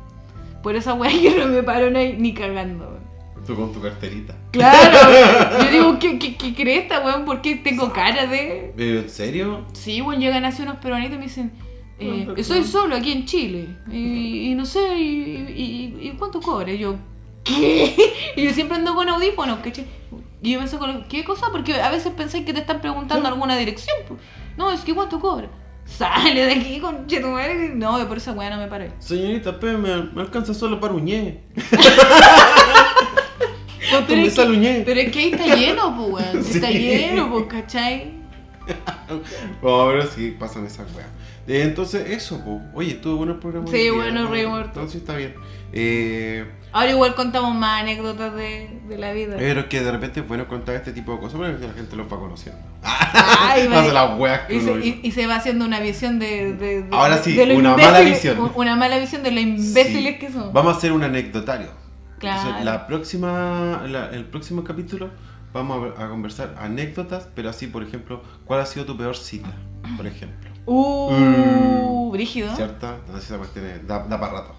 [SPEAKER 2] Por esa weá yo no me paro ni, ni cagando, weón.
[SPEAKER 1] Tú con tu carterita.
[SPEAKER 2] Claro, yo digo, ¿qué, qué, qué cresta, weón? ¿Por qué tengo cara de...?
[SPEAKER 1] Eh, ¿En serio?
[SPEAKER 2] Sí, weón, llegan así unos peruanitos y me dicen, eh, soy solo aquí en Chile, y, y no sé, y, y- y cuánto cobra? Y yo, ¿qué? Y yo siempre ando con audífonos, ¿cachai? Y yo pienso, con- ¿qué cosa? Porque a veces pensáis que te están preguntando alguna dirección. pues. No, es que ¿cuánto cobra? Sale de aquí, con tu madre. No, por esa weá no me paré.
[SPEAKER 1] Señorita, pe, me, me alcanza solo para uñé.
[SPEAKER 2] Pero
[SPEAKER 1] me
[SPEAKER 2] es que-
[SPEAKER 1] saluñé.
[SPEAKER 2] pero es que ahí está lleno, pues, weón.
[SPEAKER 1] Sí.
[SPEAKER 2] Está lleno, pues, ¿cachai?
[SPEAKER 1] No, Oh, pero sí, pasan esas weas. Eh, entonces, eso, po. Oye, estuvo bueno el programa.
[SPEAKER 2] Sí,
[SPEAKER 1] hoy día,
[SPEAKER 2] bueno,
[SPEAKER 1] ¿no?
[SPEAKER 2] re muerto.
[SPEAKER 1] Entonces está bien. Eh.
[SPEAKER 2] Ahora igual contamos más anécdotas de, de la vida.
[SPEAKER 1] Pero es que de repente es bueno contar este tipo de cosas porque la gente los va conociendo.
[SPEAKER 2] Ay,
[SPEAKER 1] Hace
[SPEAKER 2] vale.
[SPEAKER 1] las weas que
[SPEAKER 2] y, se,
[SPEAKER 1] uno
[SPEAKER 2] y- y se va haciendo una visión de... de- de-
[SPEAKER 1] Ahora sí,
[SPEAKER 2] de lo
[SPEAKER 1] una
[SPEAKER 2] imbécil-
[SPEAKER 1] mala visión.
[SPEAKER 2] u- Una mala visión de lo imbéciles
[SPEAKER 1] Sí.
[SPEAKER 2] que son.
[SPEAKER 1] Vamos a hacer un anecdotario.
[SPEAKER 2] Claro.
[SPEAKER 1] Entonces, la próxima, la- el próximo capítulo vamos a, a conversar anécdotas, pero así, por ejemplo, ¿cuál ha sido tu peor cita? Por ejemplo.
[SPEAKER 2] Uh, brígido.
[SPEAKER 1] Mm. ¿Cierto? Entonces esa cuestión es- da, da para rato.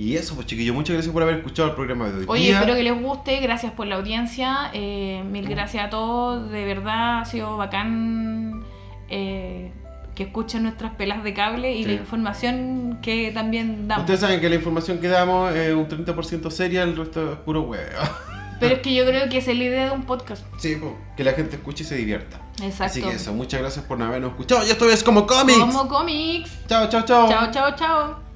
[SPEAKER 1] Y eso, pues chiquillos, muchas gracias por haber escuchado el programa de hoy.
[SPEAKER 2] Oye,
[SPEAKER 1] día.
[SPEAKER 2] espero que les guste. Gracias por la audiencia. eh, mil gracias a todos. De verdad, ha sido bacán eh, que escuchen nuestras pelas de cable y
[SPEAKER 1] Sí.
[SPEAKER 2] la información que también damos.
[SPEAKER 1] Ustedes saben que la información que damos es un 30% seria, el resto es puro huevo.
[SPEAKER 2] Pero es que yo creo que esa es la idea de un podcast.
[SPEAKER 1] Sí, pues, que la gente escuche y se divierta.
[SPEAKER 2] Exacto.
[SPEAKER 1] Así que eso, muchas gracias por habernos escuchado. Y esto es como cómics.
[SPEAKER 2] Como cómics.
[SPEAKER 1] Chao, chao, chao.
[SPEAKER 2] Chao, chao, chao.